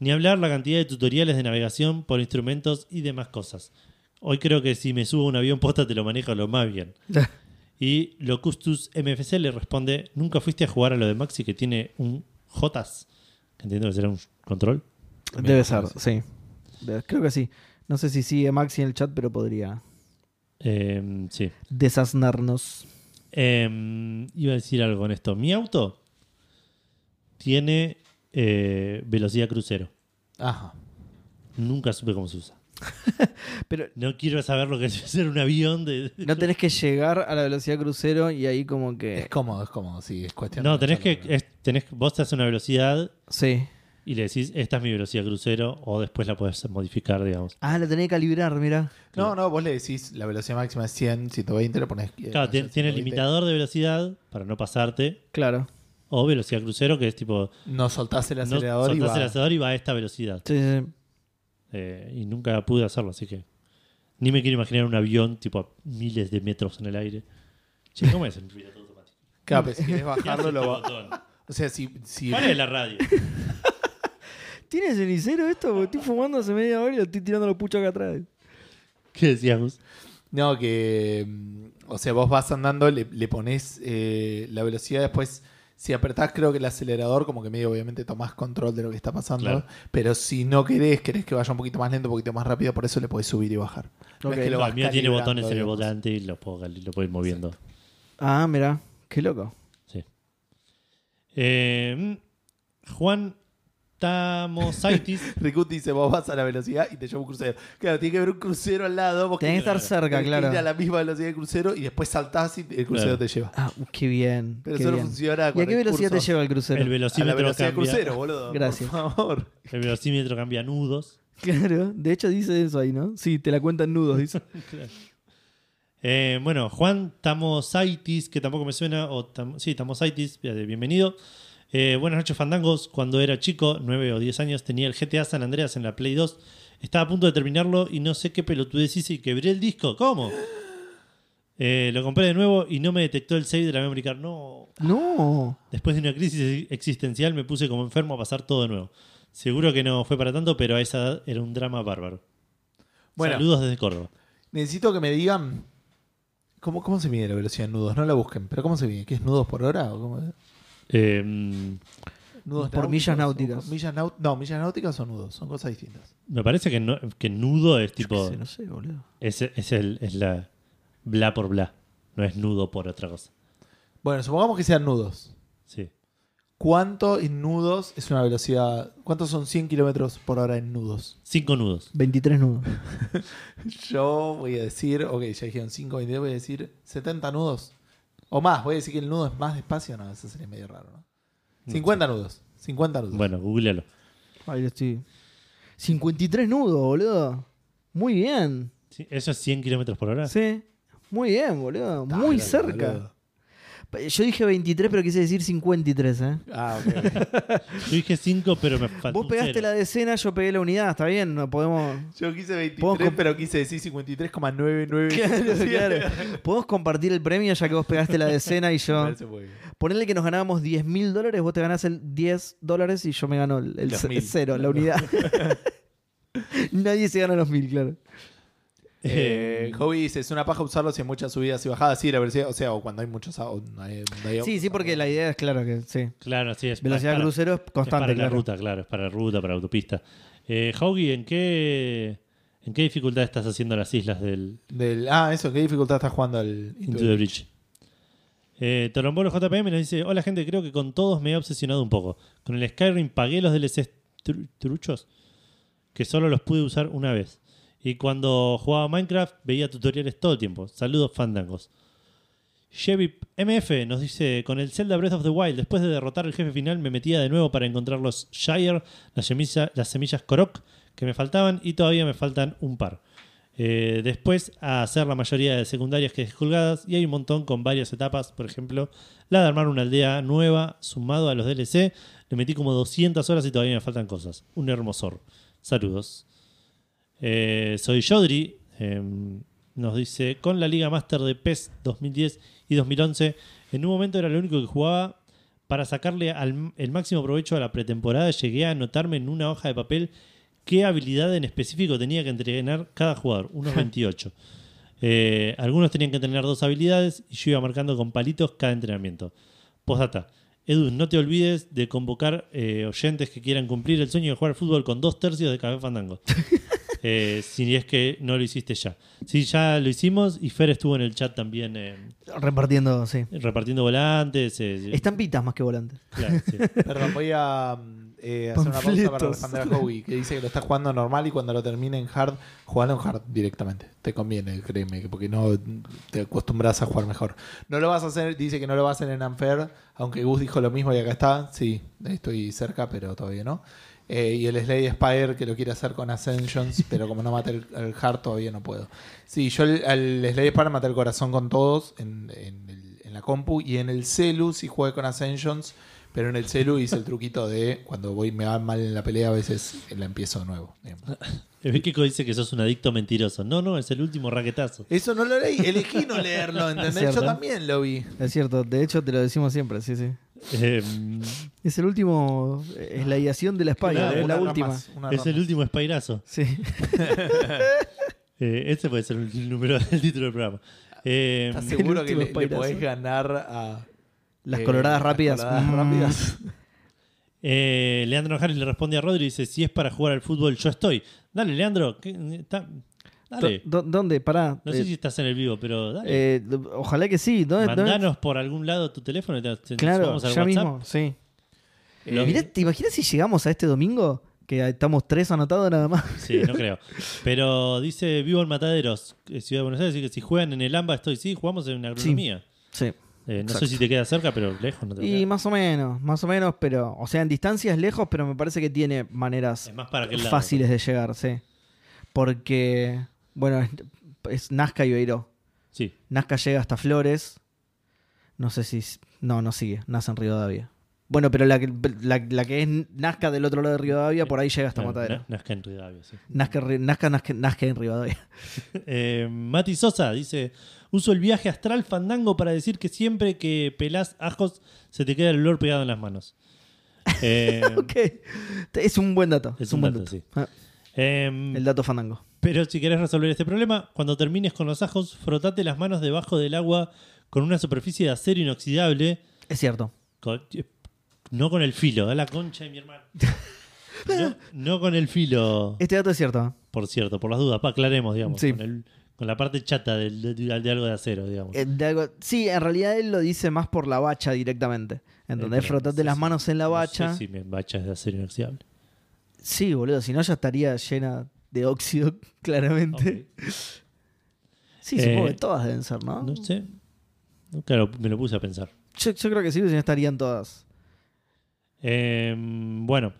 S2: Ni hablar la cantidad de tutoriales de navegación por instrumentos y demás cosas. Hoy creo que si me subo a un avión posta te lo manejo lo más bien. Y Locustus MFC le responde, nunca fuiste a jugar a lo de Maxi que tiene un Jotas, que entiendo que será un control.
S1: Debe ser, sí. De- Creo que sí. No sé si sigue Maxi en el chat, pero podría
S2: Eh, sí.
S1: desasnarnos.
S2: Eh, iba a decir algo con esto. Mi auto tiene eh, velocidad crucero.
S3: Ajá.
S2: Nunca supe cómo se usa.
S1: Pero
S2: No quiero saber lo que es ser un avión de...
S1: no tenés que llegar a la velocidad crucero y ahí como
S3: Es
S1: que...
S3: cómodo, es cómodo, sí, es cuestión.
S2: No,
S3: de
S2: tenés que,
S3: manejarlo,
S2: es- tenés, vos te haces una velocidad
S1: Sí.
S2: y le decís, esta es mi velocidad crucero, o después la podés modificar, digamos.
S1: Ah, la tenés que calibrar, mira.
S3: No, no, vos le decís la velocidad máxima es 100, 120, lo pones. eh,
S2: Claro,
S3: no sé,
S2: tien- tiene
S3: 120.
S2: limitador de velocidad para no pasarte,
S1: Claro.
S2: o velocidad crucero, que es tipo,
S3: No soltás el
S2: no
S3: acelerador y
S2: soltás
S3: va.
S2: el acelerador y va a esta velocidad.
S1: Sí, sí, sí.
S2: Eh, y nunca pude hacerlo, así que ni me quiero imaginar un avión tipo a miles de metros en el aire. Che, ¿cómo es el piloto automático?
S3: Claro, pero si querés
S2: ¿Qué hace
S3: bajarlo,
S2: este
S3: lo va.
S2: botón?
S3: O sea, si. si
S2: ¿Cuál es la radio?
S1: ¿Tiene cenicero esto? Porque estoy fumando hace media hora y lo estoy tirando los puchos acá atrás.
S2: ¿Qué decíamos?
S3: No, que. mm, O sea, vos vas andando, le, le pones eh, la velocidad, después. Si apretás, creo que el acelerador, como que medio obviamente tomás control de lo que está pasando.
S2: Claro.
S3: Pero si no querés, querés que vaya un poquito más lento, un poquito más rápido, por eso le podés subir y bajar. No es
S1: Ok.
S3: que lo
S2: No,
S3: vas
S2: el mío tiene
S3: calibrando,
S2: botones en el
S3: digamos.
S2: volante y lo puedo, cal- lo puedo ir moviendo.
S1: Ah, mira. Qué loco.
S2: Sí. Eh, Juan Tamosaitis.
S3: Ricut dice, vos vas a la velocidad y te lleva un crucero. Claro, tiene que haber un crucero al lado. vos
S1: Tenés que estar cerca,
S3: tenés que ir
S1: claro.
S3: a la misma velocidad del crucero y después saltás y el crucero
S2: Claro.
S3: te lleva.
S1: Ah, qué bien.
S3: Pero
S1: qué
S3: solo
S1: bien.
S3: funciona
S1: ¿Y
S3: con
S1: a qué
S3: el
S1: velocidad
S3: curso
S1: te lleva el crucero?
S2: el
S3: A la
S2: velocímetro
S3: velocidad del
S2: cambia.
S3: crucero, boludo.
S1: Gracias.
S3: Por favor.
S2: El velocímetro cambia nudos.
S1: Claro, de hecho dice eso ahí, ¿no? Sí, te la cuentan nudos, dice.
S2: Eh, bueno, Juan Tamosaitis, que tampoco me suena, o Tam- sí, Tamosaitis, fíjate, bienvenido. Eh, buenas noches, Fandangos. Cuando era chico, 9 o 10 años, tenía el GTA San Andreas en la Play 2. Estaba a punto de terminarlo y no sé qué pelotudez hice y quebré el disco. ¿Cómo? Eh, lo compré de nuevo y no me detectó el save de la memory card. No.
S1: No.
S2: Después de una crisis existencial me puse como enfermo a pasar todo de nuevo. Seguro que no fue para tanto, pero a esa edad era un drama bárbaro.
S3: Bueno.
S2: Saludos desde Córdoba.
S3: Necesito que me digan. ¿Cómo, ¿Cómo se mide la velocidad en nudos? No la busquen, pero ¿cómo se mide? ¿Qué es nudos por hora? ¿O cómo es?
S2: Eh, mm,
S3: ¿Nudos
S1: Por millas náuticas.
S3: o- millas nau- no, millas náuticas o nudos, son cosas distintas.
S2: Me parece que, no- que nudo es
S1: Yo qué
S2: tipo.
S1: sé, no sé, boludo.
S2: Es, es el, es la. Bla por bla. No es nudo por otra cosa.
S3: Bueno, supongamos que sean nudos.
S2: Sí.
S3: ¿Cuánto en nudos es una velocidad? ¿Cuántos son 100 kilómetros por hora en nudos?
S2: Cinco nudos.
S1: 23 nudos.
S3: Yo voy a decir, ok, ya dijeron 5, 22, voy a decir 70 nudos. O más, voy a decir que el nudo es más despacio, no, eso sería medio raro, ¿no? 50 nudos, 50 nudos.
S2: Bueno, googlealo.
S1: Ahí lo estoy. 53 nudos, boludo. Muy bien.
S2: Sí, ¿Eso es 100 kilómetros por hora?
S1: Sí. Muy bien, boludo.
S3: Está,
S1: Muy
S3: boludo,
S1: cerca.
S3: boludo.
S1: Yo dije 23, pero quise decir 53, ¿eh?
S3: Ah, ok, ok.
S2: Yo dije cinco, pero me faltó.
S1: Vos
S2: un
S1: pegaste
S2: cero.
S1: la decena, yo pegué la unidad, está bien, no podemos.
S3: Yo quise 23,
S1: Puedo comp-
S3: pero quise decir 53,99.
S1: Claro, claro. Podemos compartir el premio ya que vos pegaste la decena y
S3: Me
S1: yo.
S3: parece muy bien.
S1: Ponele que nos ganábamos 10 mil dólares, vos te ganás el 10 dólares y yo me gano el, el
S3: Los
S1: ce-
S3: mil.
S1: cero, la unidad. Nadie se gana los mil, claro.
S3: Eh, Hobby dice, es una paja usarlo si hay muchas subidas y bajadas. Sí, la velocidad, o sea, o cuando hay muchos... o no hay- no hay-
S1: Sí, sí, porque la idea es claro que sí.
S2: Claro, sí, es
S1: Velocidad
S2: es para-
S1: crucero es constante,
S2: Es para
S1: claro.
S2: la ruta, claro, es para ruta, para autopista. Eh, Haugi, ¿en qué, ¿en qué dificultad estás haciendo las islas del
S3: Del, ah, eso, ¿qué dificultad está jugando el...
S2: Into the Bridge? Eh, Torombolo JPM nos dice: Hola, gente, creo que con todos me he obsesionado un poco. Con el Skyrim pagué los DLCs tru- truchos que solo los pude usar una vez. Y cuando jugaba Minecraft veía tutoriales todo el tiempo. Saludos, fandangos. Chevy MF nos dice, con el Zelda Breath of the Wild, después de derrotar el jefe final, me metía de nuevo para encontrar los Shire, las, semilla- las semillas Korok que me faltaban y todavía me faltan un par. Eh, después a hacer la mayoría de secundarias que descolgadas y hay un montón con varias etapas, por ejemplo, la de armar una aldea nueva sumado a los DLC, le metí como 200 horas y todavía me faltan cosas. Un hermosor. Saludos. Eh, soy Jodri. eh, nos dice, con la Liga Master de PES 2010 y 2011, en un momento era lo único que jugaba. Para sacarle al- el máximo provecho a la pretemporada, llegué a anotarme en una hoja de papel qué habilidad en específico tenía que entrenar cada jugador, unos 28. Eh, algunos tenían que entrenar dos habilidades y yo iba marcando con palitos cada entrenamiento. Postdata. Edu, no te olvides de convocar eh, oyentes que quieran cumplir el sueño de jugar al fútbol con dos tercios de Café Fandango. Eh, si es que no lo hiciste ya. Sí, ya lo hicimos y Fer estuvo en el chat también eh,
S1: Repartiendo, sí.
S2: repartiendo volantes. eh,
S1: Estampitas más que volantes.
S2: claro, sí.
S3: Perdón, voy a mm, eh, hacer una pausa para
S1: Panfletos.
S3: responder a Hobby, que dice que lo está jugando normal y cuando lo termine en hard, jugalo en hard directamente. Te conviene, créeme, que porque no te acostumbras a jugar mejor. No lo vas a hacer, dice que no lo vas a hacer en Unfair, aunque Gus dijo lo mismo y acá está. Sí, estoy cerca, pero todavía no. Eh, y el Slade Spire que lo quiere hacer con Ascensions, pero como no maté el, el hard todavía no puedo. Sí, yo el- al Slade Spire maté el corazón con todos en, en el- en la compu y en el celu sí jugué con Ascensions, pero en el celu hice el truquito de cuando voy me va mal en la pelea a veces la empiezo de nuevo. digamos.
S2: El Kiko dice que sos un adicto mentiroso. No, no, es el último raquetazo.
S3: Eso no lo leí, elegí no leerlo, ¿entendés? Yo
S1: Cierto.
S3: también lo vi.
S1: Es cierto, de hecho te lo decimos siempre, sí, sí.
S2: Em,
S1: Es el último, eh, es la ideación de la España,
S2: Claro,
S1: es la
S3: Una
S1: última.
S3: más, una
S2: es el
S3: más.
S2: último espairazo.
S1: Sí.
S2: Eh, ese puede ser el número del título del programa. Eh,
S3: ¿Estás seguro que
S1: último
S3: le, le
S1: espairazo.
S3: podés ganar a
S1: Las
S3: eh,
S1: coloradas
S3: las
S1: rápidas.
S3: coloradas
S1: Mm.
S3: rápidas?
S2: eh, Leandro Harris le responde a Rodri y dice: Si es para jugar al fútbol, yo estoy. Dale, Leandro. que- ta- dale.
S1: Do- do- ¿Dónde? Pará.
S2: No
S1: Eh,
S2: sé si estás en el vivo, pero dale.
S1: eh, do- ojalá que sí. ¿Dónde, dónde-
S2: Mandanos por algún lado tu teléfono y te, te
S1: Claro,
S2: sumamos al
S1: ya
S2: WhatsApp.
S1: mismo, sí.
S3: Eh,
S1: Mirá, ¿Te imaginas si llegamos a este domingo? Que estamos tres anotados nada más.
S2: Sí, no creo. Pero dice Vivo en Mataderos, eh, Ciudad de Buenos Aires, así que si juegan en el AMBA, estoy, sí, jugamos en agronomía.
S1: Sí.
S2: Eh, no
S1: Exacto.
S2: sé si te queda cerca, pero lejos no te
S1: Y
S2: queda.
S1: más o menos, más o menos, pero. O sea, en distancias lejos, pero me parece que tiene maneras
S2: Es más para aquel lado.
S1: fáciles de llegar, sí. Porque. Bueno, es, es Nazca y Beiró.
S2: Sí.
S1: Nazca llega hasta Flores. No sé si. No, no sigue. Nazca en Rivadavia. Bueno, pero la que, la, la que es Nazca del otro lado de Rivadavia, por ahí llega hasta
S2: Claro,
S1: Matadero.
S2: Na- Nazca en Rivadavia, sí.
S1: Nazca, en Ri- Nazca, Nazca, Nazca en Rivadavia.
S2: Eh, Mati Sosa dice: Uso el viaje astral fandango para decir que siempre que pelás ajos se te queda el olor pegado en las manos. Eh,
S1: Ok. Es un buen dato. Es, un, buen dato.
S2: sí.
S1: Ah,
S2: em,
S1: el dato fandango.
S2: Pero si querés resolver este problema, cuando termines con los ajos, frotate las manos debajo del agua con una superficie de acero inoxidable.
S1: Es cierto.
S2: con- eh, no con el filo, da la concha de mi hermano. No, no con el filo,
S1: Este dato es cierto. ¿eh?
S2: por cierto, por las dudas, pa, aclaremos, digamos.
S1: Sí.
S2: Con, el- con la parte chata del, de, de algo de acero, digamos.
S1: Eh, de algo- sí, en realidad él lo dice más por la bacha directamente.
S2: Eh,
S1: Entonces,
S2: pero
S1: frotate
S2: no sé
S1: las
S2: si-
S1: manos en la
S2: no sé
S1: bacha.
S2: si mi bacha es de acero inoxidable.
S1: Sí, boludo, si no ya estaría llena de óxido, claramente.
S2: Ok.
S1: Sí, supongo
S2: Eh,
S1: que todas deben ser, ¿no?
S2: No sé. No, Claro, me lo puse a pensar.
S1: Yo, yo creo que sí, si no estarían todas.
S2: Eh, bueno,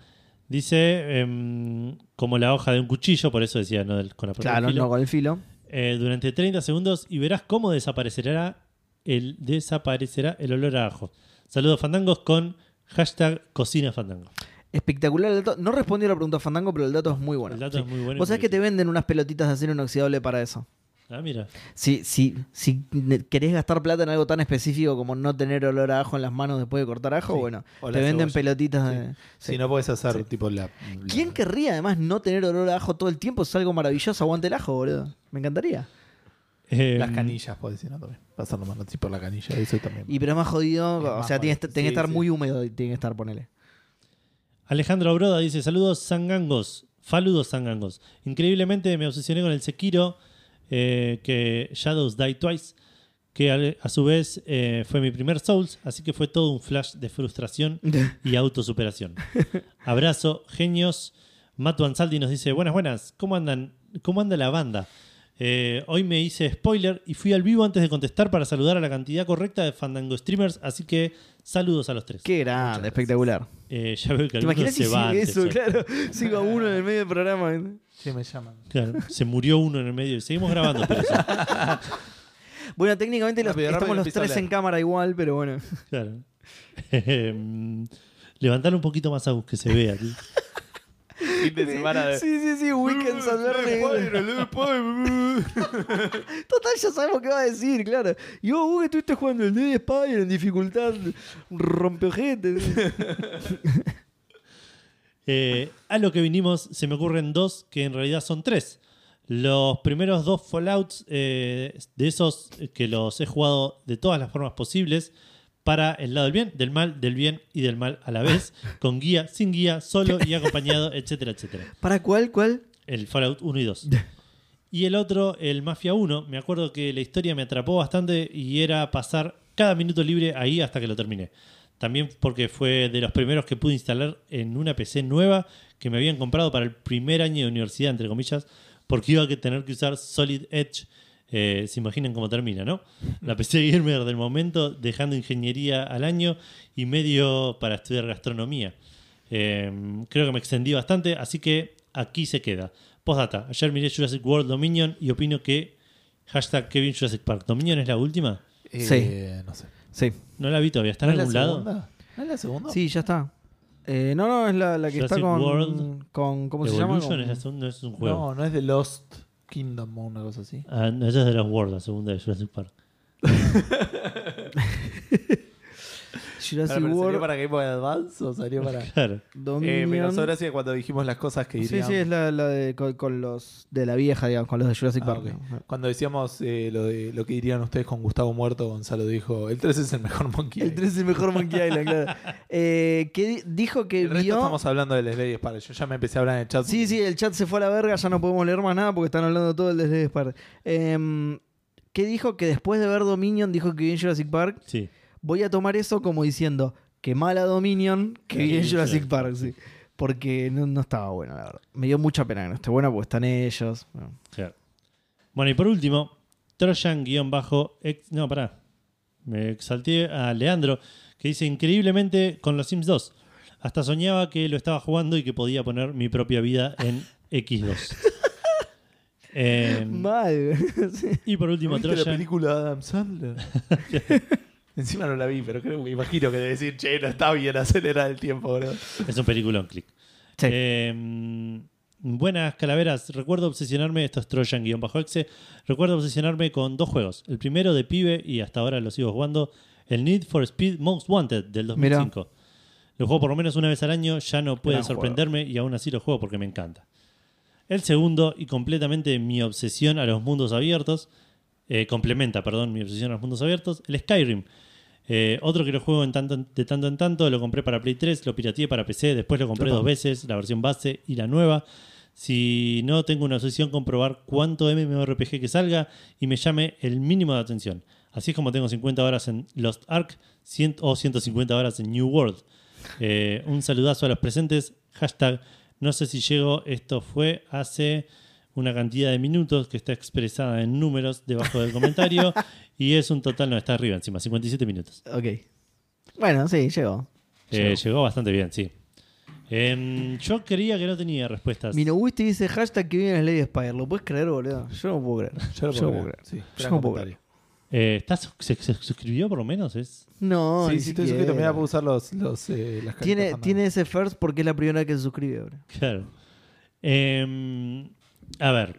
S2: dice em, como la hoja de un cuchillo, por eso decía no Del- con la parte del
S1: Claro,
S2: filo.
S1: no con el filo.
S2: Eh, durante 30 segundos y verás cómo desaparecerá el, desaparecerá el olor a ajo. Saludos fandangos con hashtag cocina fandango.
S1: Espectacular el dato. No respondió a la pregunta Fandango, pero el dato es muy bueno.
S2: el dato
S1: Sí.
S2: es muy bueno.
S1: Vos sabés que te venden unas pelotitas de acero inoxidable para eso.
S2: Ah, mira.
S1: Si, si, si ne- querés gastar plata en algo tan específico como no tener olor a ajo en las manos después de cortar ajo,
S3: Sí.
S1: bueno,
S3: O la
S1: te venden
S3: cebolla.
S1: pelotitas
S3: Sí.
S1: de... sí.
S3: Si no puedes hacer tipo la. la-
S1: ¿Quién querría además no tener olor a ajo todo el tiempo? Es algo maravilloso, aguante el ajo, boludo. Me encantaría.
S2: Eh,
S1: Mm.
S3: Las canillas, puedes decir, no, también. Pasarlo más tipo la canilla, eso también.
S1: Y pero es más jodido,
S3: Es
S1: o
S3: más
S1: sea, tiene, que
S3: jodido.
S1: est- tiene que
S3: Sí,
S1: estar
S3: sí.
S1: muy húmedo, tiene que estar, ponele.
S2: Alejandro Broda dice: Saludos sangangos, faludos sangangos. Increíblemente me obsesioné con el Sekiro, eh, que Shadows Die Twice, que al- a, su vez eh, fue mi primer Souls, así que fue todo un flash de frustración y autosuperación. Abrazo, genios. Matu Ansaldi nos dice, buenas, buenas, ¿cómo andan? ¿Cómo anda la banda? Eh, hoy me hice spoiler y fui al vivo antes de contestar para saludar a la cantidad correcta de Fandango streamers, así que saludos a los tres.
S1: Qué grande, espectacular.
S2: Eh, ya veo que
S1: ¿Te
S2: algunos
S1: imaginas si
S2: se
S1: sigue
S2: va antes,
S1: eso?
S2: hoy.
S1: Claro, sigo a uno en el medio del programa.
S3: Sí, me llaman.
S2: Claro, se murió uno en el medio y seguimos grabando. pero sí,
S1: Bueno, técnicamente los-
S3: Rápido, rápido,
S1: estamos los
S3: empieza a
S1: tres en
S3: hablar.
S1: cámara igual, pero bueno.
S2: claro. Em, levantar un poquito más a Gus que se vea. ¿sí?
S3: Fin de semana de.
S1: Sí, sí, sí, Weekend San Verde. Total, ya sabemos qué va a decir, claro. Y vos, vos que estuviste jugando el Dead Spider en dificultad, rompeojetes.
S2: Eh, a lo que vinimos, se me ocurren dos que en realidad son tres. Los primeros dos Fallouts, eh, de esos que los he jugado de todas las formas posibles, para el lado del bien, del mal, del bien y del mal a la vez, con guía, sin guía, solo y acompañado, etcétera, etcétera.
S1: ¿Para cuál, cuál?
S2: El Fallout 1 y 2. Y el otro, el Mafia 1, me acuerdo que la historia me atrapó bastante y era pasar cada minuto libre ahí hasta que lo terminé. También porque fue de los primeros que pude instalar en una PC nueva que me habían comprado para el primer año de universidad, entre comillas, porque iba a que tener que usar Solid Edge. Eh, se imaginan cómo termina, ¿no? La PC gamer del momento, dejando ingeniería al año y medio para estudiar gastronomía. Eh, creo que me extendí bastante, así que aquí se queda. Postdata, ayer miré Jurassic World Dominion y opino que hashtag Kevin Jurassic Park. ¿Dominion es la última?
S1: Sí.
S3: sí. Eh, No sé.
S1: Sí.
S2: No la vi todavía, ¿está
S3: ¿No
S2: en
S3: es la
S2: algún lado?
S3: segunda? ¿No es la segunda?
S1: Sí, ya está. Eh, no, no, es la, la que está
S2: Jurassic
S1: con,
S2: World.
S1: con. ¿Cómo se llama?
S2: Evolution
S1: Con-
S2: es la segunda, es un juego.
S3: No, no es de Lost Kingdom o una cosa así.
S2: Ah, no, esa es de los World, la segunda de Jurassic Park.
S1: Jurassic
S3: Ahora, pero
S1: World.
S3: ¿Salió para Eh, Game Boy Advance o salió para.?
S2: Claro.
S3: Eh,
S1: Dominion.
S3: me causó gracia cuando dijimos las cosas que
S1: sí,
S3: dirían.
S1: sí, es la, la de, con, con los de la vieja, digamos, con los de Jurassic
S3: Ah,
S1: Park.
S3: ok.
S1: ¿no?
S3: Cuando decíamos eh, lo, de, lo que dirían ustedes con Gustavo Muerto, Gonzalo dijo: El 3 es el mejor monkey.
S1: El 3 es el mejor Monkey Island, claro. Eh, que di- dijo que
S3: El resto
S1: vio.
S3: estamos hablando del Slay para Yo ya me empecé a hablar en el chat.
S1: Sí, sí, el chat se fue a la verga, ya no podemos leer más nada porque están hablando todo el desde Spark. Eh, que dijo que después de ver Dominion, dijo que vi Jurassic Park,
S2: Sí.
S1: voy a tomar eso como diciendo, que mala Dominion que
S2: Claro,
S1: bien
S2: sí,
S1: Jurassic
S2: sí.
S1: Park, sí. Porque no, no estaba buena, la verdad. Me dio mucha pena que no esté buena porque están ellos. bueno.
S2: Claro. Bueno, y por último, Trojan-bajo. ex- No, pará. Me exalté a Leandro, que dice increíblemente con los Sims 2. Hasta soñaba que lo estaba jugando y que podía poner mi propia vida en X2. Eh,
S1: Mal. sí.
S2: y por último,
S3: ¿Viste la
S2: Trojan.
S3: película de Adam Sandler? Encima no la vi, pero creo, me imagino que debe decir, che, no está bien acelerar el tiempo, bro.
S2: Es un peliculón, click.
S1: Sí.
S2: Eh, buenas calaveras. Recuerdo obsesionarme, esto es Trojan-exe. Recuerdo obsesionarme con dos juegos. El primero de pibe y hasta ahora lo sigo jugando. El Need for Speed Most Wanted del 2005. Lo juego por lo menos una vez al año, ya no puede
S1: Gran
S2: sorprenderme y aún así lo juego porque me encanta. El segundo, y completamente mi obsesión a los mundos abiertos, eh, complementa, perdón, mi obsesión a los mundos abiertos, el Skyrim. Eh, otro que lo juego en tanto, de tanto en tanto, lo compré para Play 3, lo pirateé para PC, después lo compré
S1: Opa.
S2: dos veces, la versión base y la nueva. Si no, tengo una obsesión con probar cuánto MMORPG que salga y me llame el mínimo de atención. Así es como tengo 50 horas en Lost Ark 100 o 150 horas en New World. Eh, un saludazo a los presentes. Hashtag, no sé si llego. Esto fue hace una cantidad de minutos que está expresada en números debajo del comentario. y es un total, no, está arriba encima, 57 minutos.
S1: Ok. Bueno, sí, llegó.
S2: Eh, llegó bastante bien, sí. Em, yo creía que no tenía respuestas.
S1: Minogusti dice hashtag que viene Lady Spire. ¿Lo puedes creer, boludo? Yo no puedo creer.
S3: Yo no puedo creer. Sí,
S1: Yo
S3: gran
S1: no puedo
S3: comentario.
S1: creer.
S2: Eh, ¿está sus- se, se suscribió por lo menos? Es,
S1: No,
S3: sí,
S1: ni
S3: si estoy
S1: siquiera.
S3: suscrito, me voy a poder usar los, los, eh, las caritas
S1: tiene,
S3: fantasmas.
S1: tiene ese first porque es la primera vez que se suscribe, bro.
S2: claro. Em, a ver.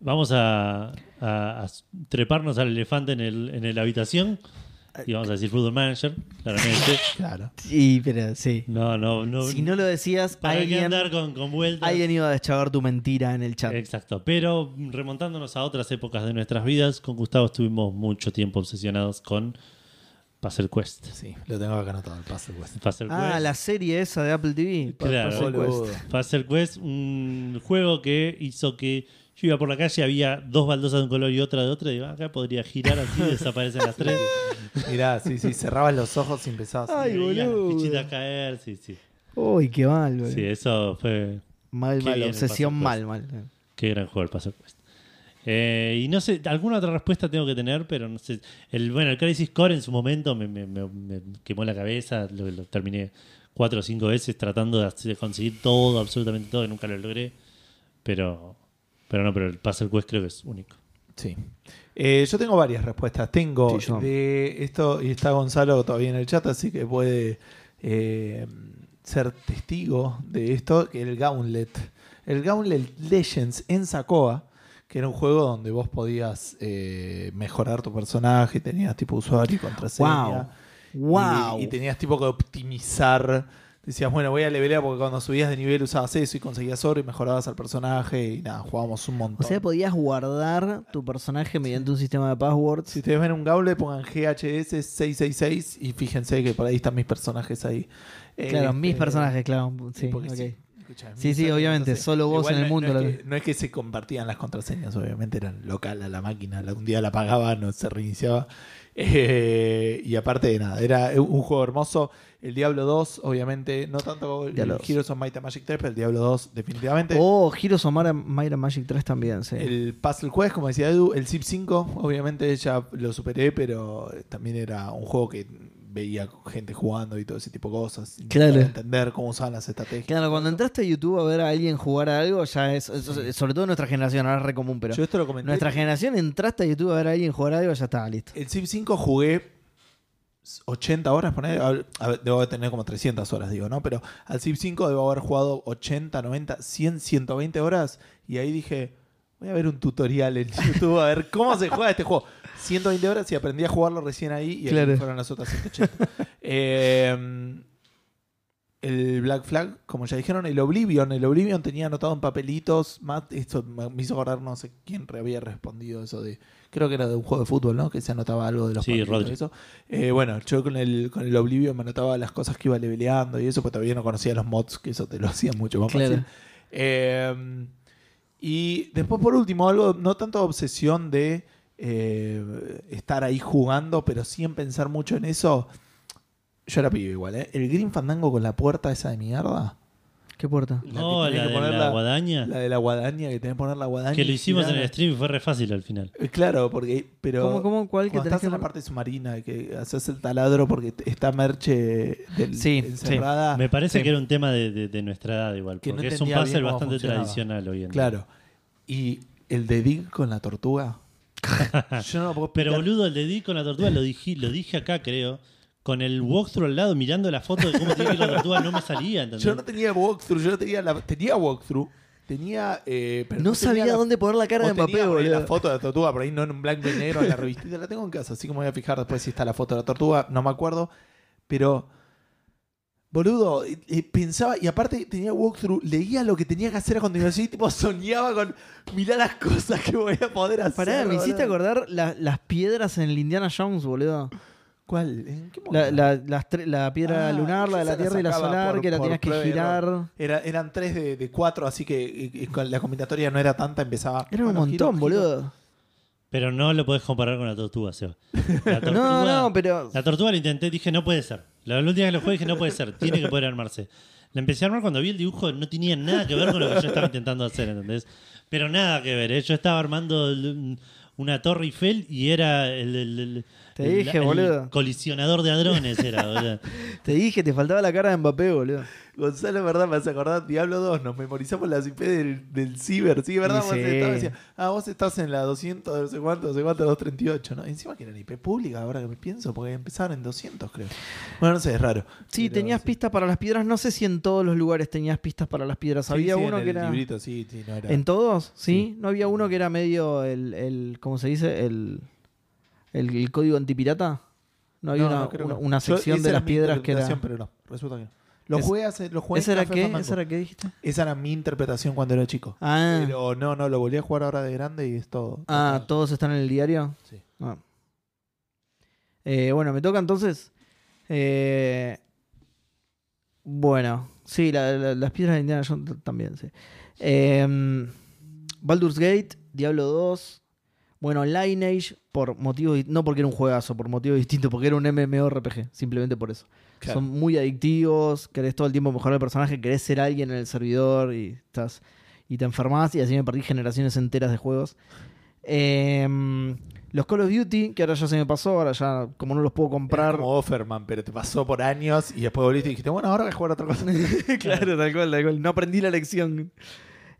S2: Vamos a, a- a treparnos al elefante en, el, en la habitación. Y vamos a decir Football Manager, claramente.
S3: Claro.
S1: Sí, pero sí.
S2: No, no, no.
S1: si no lo decías,
S2: ¿Para qué
S1: alguien,
S2: andar con, con vueltas?
S1: alguien iba a deschavar tu mentira en el chat.
S2: Exacto, pero remontándonos a otras épocas de nuestras vidas, con Gustavo estuvimos mucho tiempo obsesionados con Puzzle Quest.
S3: Sí, lo tengo acá anotado, el pase, pues.
S2: Puzzle
S1: ah,
S2: Quest.
S1: la serie esa de Apple TV. Pa-
S2: Claro.
S1: Puzzle Quest.
S3: Boludo.
S2: Puzzle Quest, un juego que hizo que yo iba por la calle, había dos baldosas de un color y otra de otra, y digo, "Ah, acá podría girar así y desaparecen las tres.
S3: Mirá, sí, sí, cerrabas los ojos y empezabas.
S1: Ay,
S2: Y veías las
S1: boludo.
S2: fichitas caer, sí, sí.
S1: Uy, qué mal, boludo.
S2: Sí, eso fue
S1: Mal,
S2: Qué
S1: mal,
S2: bien el
S1: obsesión
S2: Puzzle
S1: mal, mal.
S2: Qué gran juego el Puzzle Quest. Eh, y no sé, alguna otra respuesta tengo que tener, pero no sé. El, bueno, el Crisis Core en su momento me, me- me- me quemó la cabeza, lo, lo terminé cuatro o cinco veces tratando de, hacer- de conseguir todo, absolutamente todo, y nunca lo logré. Pero, pero no, pero el Puzzle Quest creo que es único.
S3: Sí. Eh, yo tengo varias respuestas. Tengo
S1: Sí, yo.
S3: de esto, y está Gonzalo todavía en el chat, así que puede eh, ser testigo de esto, que el Gauntlet. El Gauntlet Legends en Sacoa, que era un juego donde vos podías eh, mejorar tu personaje, tenías tipo usuario y contraseña.
S1: Wow. Wow.
S3: Y, y tenías tipo que optimizar. Decías, bueno, voy a levelear porque cuando subías de nivel usabas eso y conseguías oro y mejorabas al personaje y nada, jugábamos un
S1: o
S3: montón.
S1: sea, podías guardar tu personaje mediante un sistema de passwords.
S3: si ustedes ven un gable, pongan GHS 666 y fíjense que por ahí están mis personajes ahí.
S1: claro,
S3: Este,
S1: mis personajes, claro. Sí,
S3: porque
S1: ok.
S3: sí, escuchá,
S1: Sí,
S3: mis
S1: sí, obviamente,
S3: personajes.
S1: solo vos
S3: Igual
S1: en el
S3: no-
S1: mundo
S3: No
S1: lo
S3: es, que, no es que se compartían las contraseñas, obviamente eran local a la máquina. la- Un día la apagaba, no se reiniciaba. Eh, y aparte de nada, era un juego hermoso. El Diablo 2, obviamente, no tanto el
S1: Diablo 2.
S3: Heroes of Might and Magic 3, pero el Diablo 2, definitivamente.
S1: Oh, Heroes of Mara- Might and Magic 3 también, sí.
S3: El Puzzle Quest, como decía Edu, el Zip 5, obviamente ya lo superé, pero también era un juego que veía gente jugando y todo ese tipo de cosas. Intentaba
S1: Claro.
S3: Entender cómo usaban las estrategias.
S1: Claro, cuando entraste a YouTube a ver a alguien jugar a algo, ya es, es- es- sobre todo nuestra generación, ahora es re común, pero
S3: Yo esto lo comenté.
S1: nuestra generación entraste a YouTube a ver a alguien jugar a algo, ya está, listo.
S3: El Zip 5 jugué 80 horas, poner, debo tener como 300 horas, digo, ¿no? Pero al Zip 5 debo haber jugado 80, 90, 100, 120 horas. Y ahí dije, voy a ver un tutorial en YouTube a ver cómo se juega este juego. 120 horas y aprendí a jugarlo recién ahí y ahí
S1: Claro.
S3: fueron las otras 180. Eh, el Black Flag, como ya dijeron, el Oblivion. El Oblivion tenía anotado en papelitos. Matt, esto me me hizo acordar, no sé quién re- había respondido eso de. Creo que era de un juego de fútbol, ¿no? Que se anotaba algo de los
S2: Sí,
S3: papelitos
S2: Rodri.
S3: y eso. Eh, bueno, yo con el, con el Oblivion me anotaba las cosas que iba leveleando y eso, pues todavía no conocía los mods, que eso te lo hacía mucho más
S1: Claro.
S3: fácil. Eh, y después, por último, algo, no tanto obsesión de eh, estar ahí jugando, pero sin pensar mucho en eso. Yo era pibe igual, ¿eh? El Green Fandango con la puerta esa de mierda.
S1: ¿Qué puerta?
S2: No, la
S3: que tenés que
S2: de
S3: poner
S2: la
S3: la-
S2: guadaña.
S3: La de la guadaña, que tenés que poner la guadaña.
S2: Eh. Que lo hicimos en el
S3: girada.
S2: stream y fue re fácil al final.
S3: Eh, Claro, porque. Pero
S1: ¿Cómo, cómo, cuál que
S3: cuando
S1: tenés
S3: estás
S1: que
S3: en la
S1: poner?
S3: parte submarina, que haces el taladro porque t- está Merche del-
S1: Sí, sí.
S3: encerrada.
S2: Me parece
S1: sí.
S2: que era un tema de, de- de nuestra edad igual,
S3: Ah, Que no
S2: porque es un
S3: entendía bien
S2: puzzle
S3: cómo
S2: bastante
S3: funcionaba.
S2: tradicional hoy en día.
S3: Claro. Y el de Dig con la tortuga. Yo no lo puedo
S2: Pero
S3: explicar.
S2: boludo, el de Dick con la tortuga lo dije, lo dije acá, creo. Con el walkthrough al lado, mirando la foto de cómo tenía que ir la tortuga, no me salía, ¿entendés?
S3: Yo no tenía walkthrough, yo no tenía la, tenía walkthrough, tenía eh, pero
S1: No
S3: tenía
S1: sabía
S3: la-
S1: dónde poner la cara
S3: o
S1: de
S3: tenía
S1: Mbappé,
S3: por ahí
S1: boludo.
S3: la foto de la tortuga por ahí no en un blanco y negro en la revistita la tengo en casa, así que me voy a fijar después si está la foto de la tortuga, no me acuerdo, pero boludo, eh, eh, pensaba y aparte tenía walkthrough, leía lo que tenía que hacer a continuación y tipo soñaba con mirá las cosas que voy a poder hacer.
S1: Pará, me
S3: boludo".
S1: hiciste acordar la- las piedras en el Indiana Jones, boludo.
S3: ¿Cuál? ¿En qué
S1: La,
S3: momento?
S1: la- las tre- la piedra
S3: Ah,
S1: lunar, la de la
S3: esa
S1: Tierra y la
S3: sacaba
S1: solar,
S3: por-
S1: que la
S3: por
S1: tenías que
S3: prueba y
S1: girar.
S3: error. Era- eran tres de, de cuatro, así que y- y con la combinatoria no era tanta, empezaba.
S1: Era un
S3: bueno,
S1: montón,
S3: giro, giro.
S1: boludo.
S2: Pero no lo podés comparar con la tortuga, Seba. La tortuga,
S1: No, no, pero.
S2: La tortuga lo intenté, dije, no puede ser. La última vez que lo jugué dije, no puede ser, tiene que poder armarse. La empecé a armar cuando vi el dibujo, no tenía nada que ver con lo que yo estaba intentando hacer, ¿entendés? Pero nada que ver, ¿eh? yo estaba armando el- una torre Eiffel y era el... el- el-
S1: Te
S2: el-
S1: dije,
S2: el
S1: boludo.
S2: Colisionador de hadrones era, boludo.
S1: Te dije, te faltaba la cara de Mbappé, boludo.
S3: Gonzalo, verdad, me hace acordar Diablo 2, nos memorizamos las IP del, del ciber, sí, verdad,
S1: Y
S3: vos
S1: sí.
S3: estabas diciendo, ah, vos estás en la 200, no sé cuánto, no sé cuánto, 238, ¿no? Encima que eran IP pública, ahora que me pienso, porque empezaron en 200, creo. Bueno, no sé, es raro.
S1: Sí,
S3: Pero
S1: tenías pistas para las piedras. No sé si en todos los lugares tenías pistas para las piedras.
S3: Sí,
S1: Había
S3: sí,
S1: uno
S3: en
S1: que
S3: el
S1: era.
S3: librito, sí, sí, no era.
S1: ¿En todos? ¿Sí? ¿No había uno que era medio el, el ¿cómo se dice? El, el, el código antipirata. No había
S3: No,
S1: una,
S3: no, creo que
S1: una-
S3: no.
S1: una
S3: Yo-
S1: sección
S3: esa
S1: de
S3: era
S1: las
S3: mi
S1: piedras que era...
S3: interpretación, Pero no, resulta que no. Lo
S1: Es-
S3: jugué hace. Lo jugué en
S1: ¿Esa era
S3: Café
S1: qué?
S3: Fandango.
S1: ¿Esa era qué dijiste?
S3: Esa era mi interpretación cuando era chico.
S1: Ah,
S3: Pero no, no, lo volví a jugar ahora de grande y es todo.
S1: ah, ¿todos están en el diario?
S3: Sí.
S1: Ah. Eh, bueno, me toca entonces. Eh, bueno, sí, la- la- las piedras de Indiana Jones t- también, sí. Eh, Baldur's Gate, Diablo 2. Bueno, Lineage, por motivos. di- No porque era un juegazo, por motivos distintos, porque era un MMORPG, simplemente por eso.
S3: Claro.
S1: Son muy adictivos, querés todo el tiempo mejorar el personaje, querés ser alguien en el servidor y estás. Y te enfermas y así me perdí generaciones enteras de juegos. Em, los Call of Duty, que ahora ya se me pasó, ahora ya como no los puedo
S3: Era
S1: comprar.
S3: como Offerman, pero te pasó por años y después volviste y dijiste, bueno, ahora voy a jugar a otra cosa.
S1: claro, tal cual, tal cual. No aprendí la lección.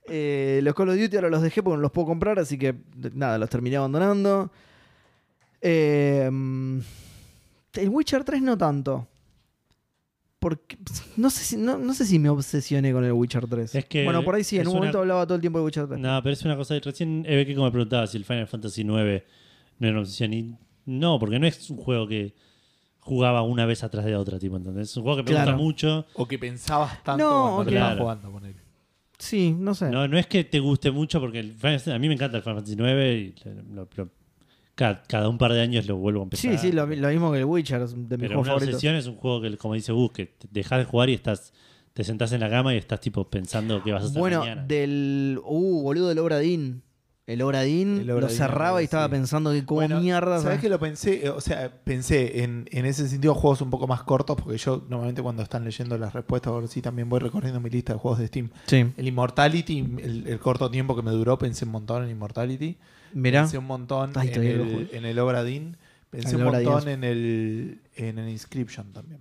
S1: Eh, los Call of Duty ahora los dejé porque no los puedo comprar, así que de- nada, los terminé abandonando. Em, el Witcher 3 no tanto. Porque no sé si, no, no sé si me obsesioné con el Witcher 3.
S2: Es que
S1: bueno, por ahí sí, en
S2: es
S1: un
S2: una-
S1: momento hablaba todo el tiempo de Witcher 3.
S2: No, pero es una cosa. Recién Eve que como me preguntaba si el Final Fantasy IX no era una opción. Y no, porque no es un juego que jugaba una vez atrás de otra, tipo, ¿entendés? Es un juego que me
S1: Claro.
S2: gusta mucho.
S3: O que pensabas tanto
S1: No,
S3: cuando lo
S2: claro.
S3: estabas jugando con él.
S1: Sí, no sé.
S2: No, no es que te guste mucho, porque el Final- a mí me encanta el Final Fantasy IX y lo- lo- cada, cada un par de años lo vuelvo a empezar.
S1: sí, sí, lo, lo mismo que el Witcher, es de mis
S2: Pero
S1: juegos
S2: una
S1: favoritos.
S2: obsesión es un juego que, como dice Gus, que te dejas de jugar y estás. Te sentás en la cama y estás tipo pensando qué vas a hacer
S1: Bueno,
S2: mañana.
S1: del. Uh, boludo, del Obradín. El Obradín
S3: El
S1: lo
S3: Obradín,
S1: cerraba y
S3: sí.
S1: estaba pensando que como
S3: Bueno,
S1: mierda.
S3: ¿Sabes que lo pensé? Eh, O sea, pensé en, en ese sentido juegos un poco más cortos, porque yo normalmente cuando están leyendo las respuestas, ahora sí también voy recorriendo mi lista de juegos de Steam.
S1: Sí,
S3: El Immortality, el, el corto tiempo que me duró, pensé un montón en Immortality.
S1: mirá.
S3: Pensé un montón
S1: Ay,
S3: en,
S1: todavía lo
S3: el,
S1: jugué.
S3: en el Obra Dinn. Pensé
S1: El
S3: un
S1: Obra Dinn
S3: montón en el, en el Inscription también.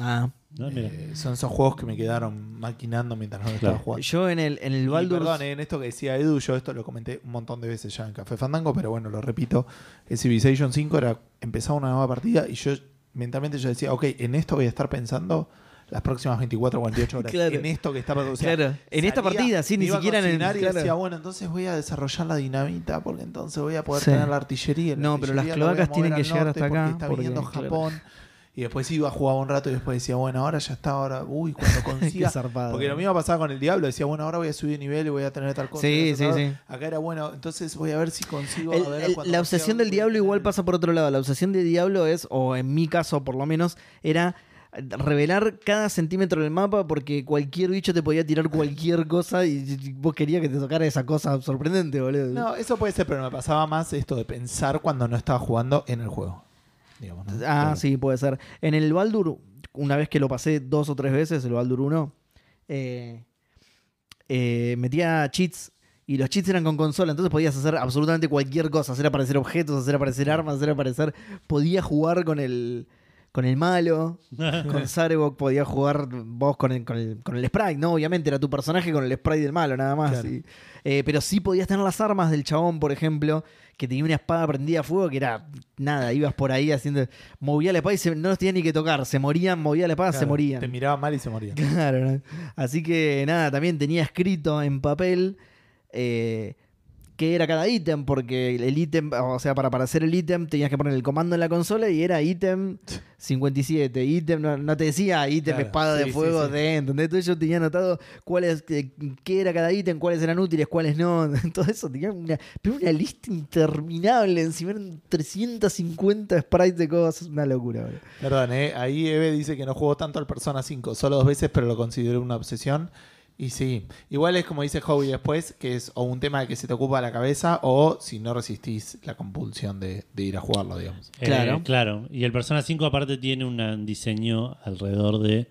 S1: Ah.
S2: ¿No? Mira.
S3: Eh, son esos juegos que me quedaron maquinando mientras no lo estaba
S2: Claro.
S3: jugando.
S1: Yo en el, en el
S3: Y
S1: Baldur's.
S3: perdón, eh, en esto que decía Edu, yo esto lo comenté un montón de veces ya en Café Fandango, pero bueno, lo repito. El Civilization 5 era empezaba una nueva partida y yo mentalmente yo decía, ok, en esto voy a estar pensando las próximas 24 o 48 horas.
S1: Claro.
S3: En esto que está pasando. O sea,
S1: Claro, en esta
S3: salía,
S1: partida, sí,
S3: me
S1: ni
S3: iba a
S1: siquiera en el-
S3: cocinar Y
S1: claro.
S3: decía, bueno, entonces voy a desarrollar la dinamita porque entonces voy a poder
S1: Sí.
S3: tener la artillería. la
S1: No, pero las
S3: artillería la voy a
S1: cloacas tienen
S3: mover
S1: que
S3: al
S1: llegar
S3: norte
S1: hasta acá,
S3: Porque está
S1: porque,
S3: viniendo
S1: claro.
S3: Japón. Y después iba a jugar un rato y después decía, bueno, ahora ya está, ahora, uy, cuando
S1: Qué
S3: consiga
S1: zarpado. eh.
S3: porque lo mismo pasaba con el Diablo, decía, bueno, ahora voy a subir de nivel y voy a tener tal cosa.
S1: Sí,
S3: y tal
S1: sí,
S3: otra.
S1: sí.
S3: Acá era bueno, entonces voy a ver si consigo.
S1: El-
S3: a ver
S1: el-
S3: cuando
S1: la
S3: consiga
S1: obsesión
S3: algo,
S1: del
S3: voy a
S1: diablo igual
S3: tener-
S1: pasa por otro lado. La obsesión de diablo es, o en mi caso por lo menos, era revelar cada centímetro del mapa porque cualquier bicho te podía tirar cualquier cosa y y vos querías que te tocara esa cosa sorprendente, boludo.
S3: No, eso puede ser, pero me pasaba más esto de pensar cuando no estaba jugando en el juego. Digamos, ¿no?
S1: Ah,
S3: Claro.
S1: sí, puede ser. En el Baldur una vez que lo pasé dos o tres veces, el Baldur 1, eh, eh, metía cheats. Y los cheats eran con consola, entonces podías hacer absolutamente cualquier cosa, hacer aparecer objetos, hacer aparecer armas, hacer aparecer. Podía jugar con el. con el malo. Con Sarevok podía jugar vos con el, con, el, con el sprite, ¿no? Obviamente era tu personaje con el sprite del malo, nada más.
S3: Claro.
S1: y- eh, pero sí podías tener las armas del chabón, por ejemplo, que tenía una espada prendida a fuego que era nada, ibas por ahí haciendo. Movía la espada y se- no los tenías ni que tocar, se morían, movía la espada, ah, se
S3: Claro,
S1: morían.
S3: Te miraba mal y se moría.
S1: Claro, ¿no? así que nada, también tenía escrito en papel eh, qué era cada ítem, porque el ítem, o sea, para, para hacer el ítem tenías que poner el comando en la consola y era ítem 57, ítem, no, no te decía ítem
S3: Claro,
S1: espada
S3: sí,
S1: de
S3: sí,
S1: fuego
S3: sí.
S1: de, ¿entendés? Entonces yo tenía anotado cuáles, eh, qué era cada ítem, cuáles eran útiles, cuáles no, todo eso, tenía una, pero una lista interminable, encima eran 350 sprites de cosas, una locura, boludo.
S3: Perdón, eh, ahí Eve dice que no jugó tanto al Persona 5, solo dos veces, pero lo consideró una obsesión. Y sí, igual es como dice Howie después, que es o un tema que se te ocupa la cabeza o si no resistís la compulsión de, de ir a jugarlo, digamos.
S2: Eh,
S1: Claro.
S2: claro. Y el Persona 5 aparte tiene una- un diseño alrededor de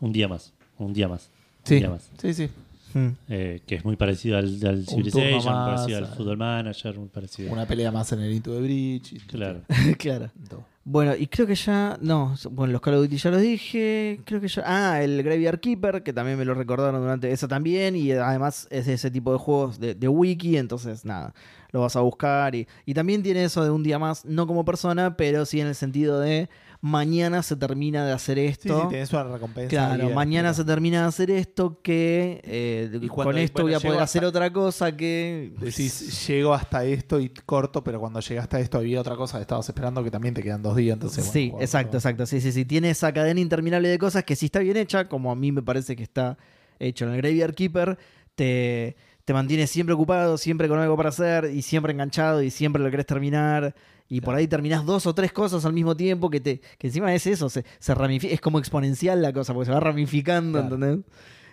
S2: un día más. Un día más. un
S3: Sí,
S2: día más.
S3: sí, sí.
S1: Hmm.
S2: Eh, que es muy parecido al, al Civilization,
S3: turno más,
S2: parecido al
S3: al-
S2: Football Manager, muy parecido.
S3: Una pelea más en el Into the Bridge. y-
S1: este,
S2: Claro.
S1: claro.
S3: Todo.
S1: Bueno, y creo que ya. No, bueno, los Call of Duty ya los dije. Creo que ya. Ah, el Graveyard Keeper, que también me lo recordaron durante eso también. Y además es de ese tipo de juegos de, de wiki, entonces nada, lo vas a buscar. Y, y también tiene eso de un día más, no como persona, pero sí en el sentido de mañana se termina de hacer
S3: Sí,
S1: esto.
S3: sí, tenés una recompensa.
S1: Claro,
S3: ahí,
S1: mañana
S3: eh,
S1: se termina de hacer esto que eh,
S3: Y cuando-
S1: con esto
S3: bueno,
S1: voy a
S3: llego
S1: poder
S3: hasta-
S1: hacer otra cosa que...
S3: Decís, llego hasta esto y corto, pero cuando llegaste a esto había otra cosa que estabas esperando que también te quedan dos días. Entonces, bueno,
S1: sí,
S3: jugar,
S1: exacto,
S3: jugar.
S1: exacto. Sí, sí, sí. Tiene esa cadena interminable de cosas que si está bien hecha, como a mí me parece que está hecho en el Graveyard Keeper, te, te mantiene siempre ocupado, siempre con algo para hacer y siempre enganchado y siempre lo querés terminar. Y por ahí terminás dos o tres cosas al mismo tiempo que te que encima es eso, se, se ramifi- es como exponencial la cosa, porque se va ramificando,
S3: Claro.
S1: ¿entendés?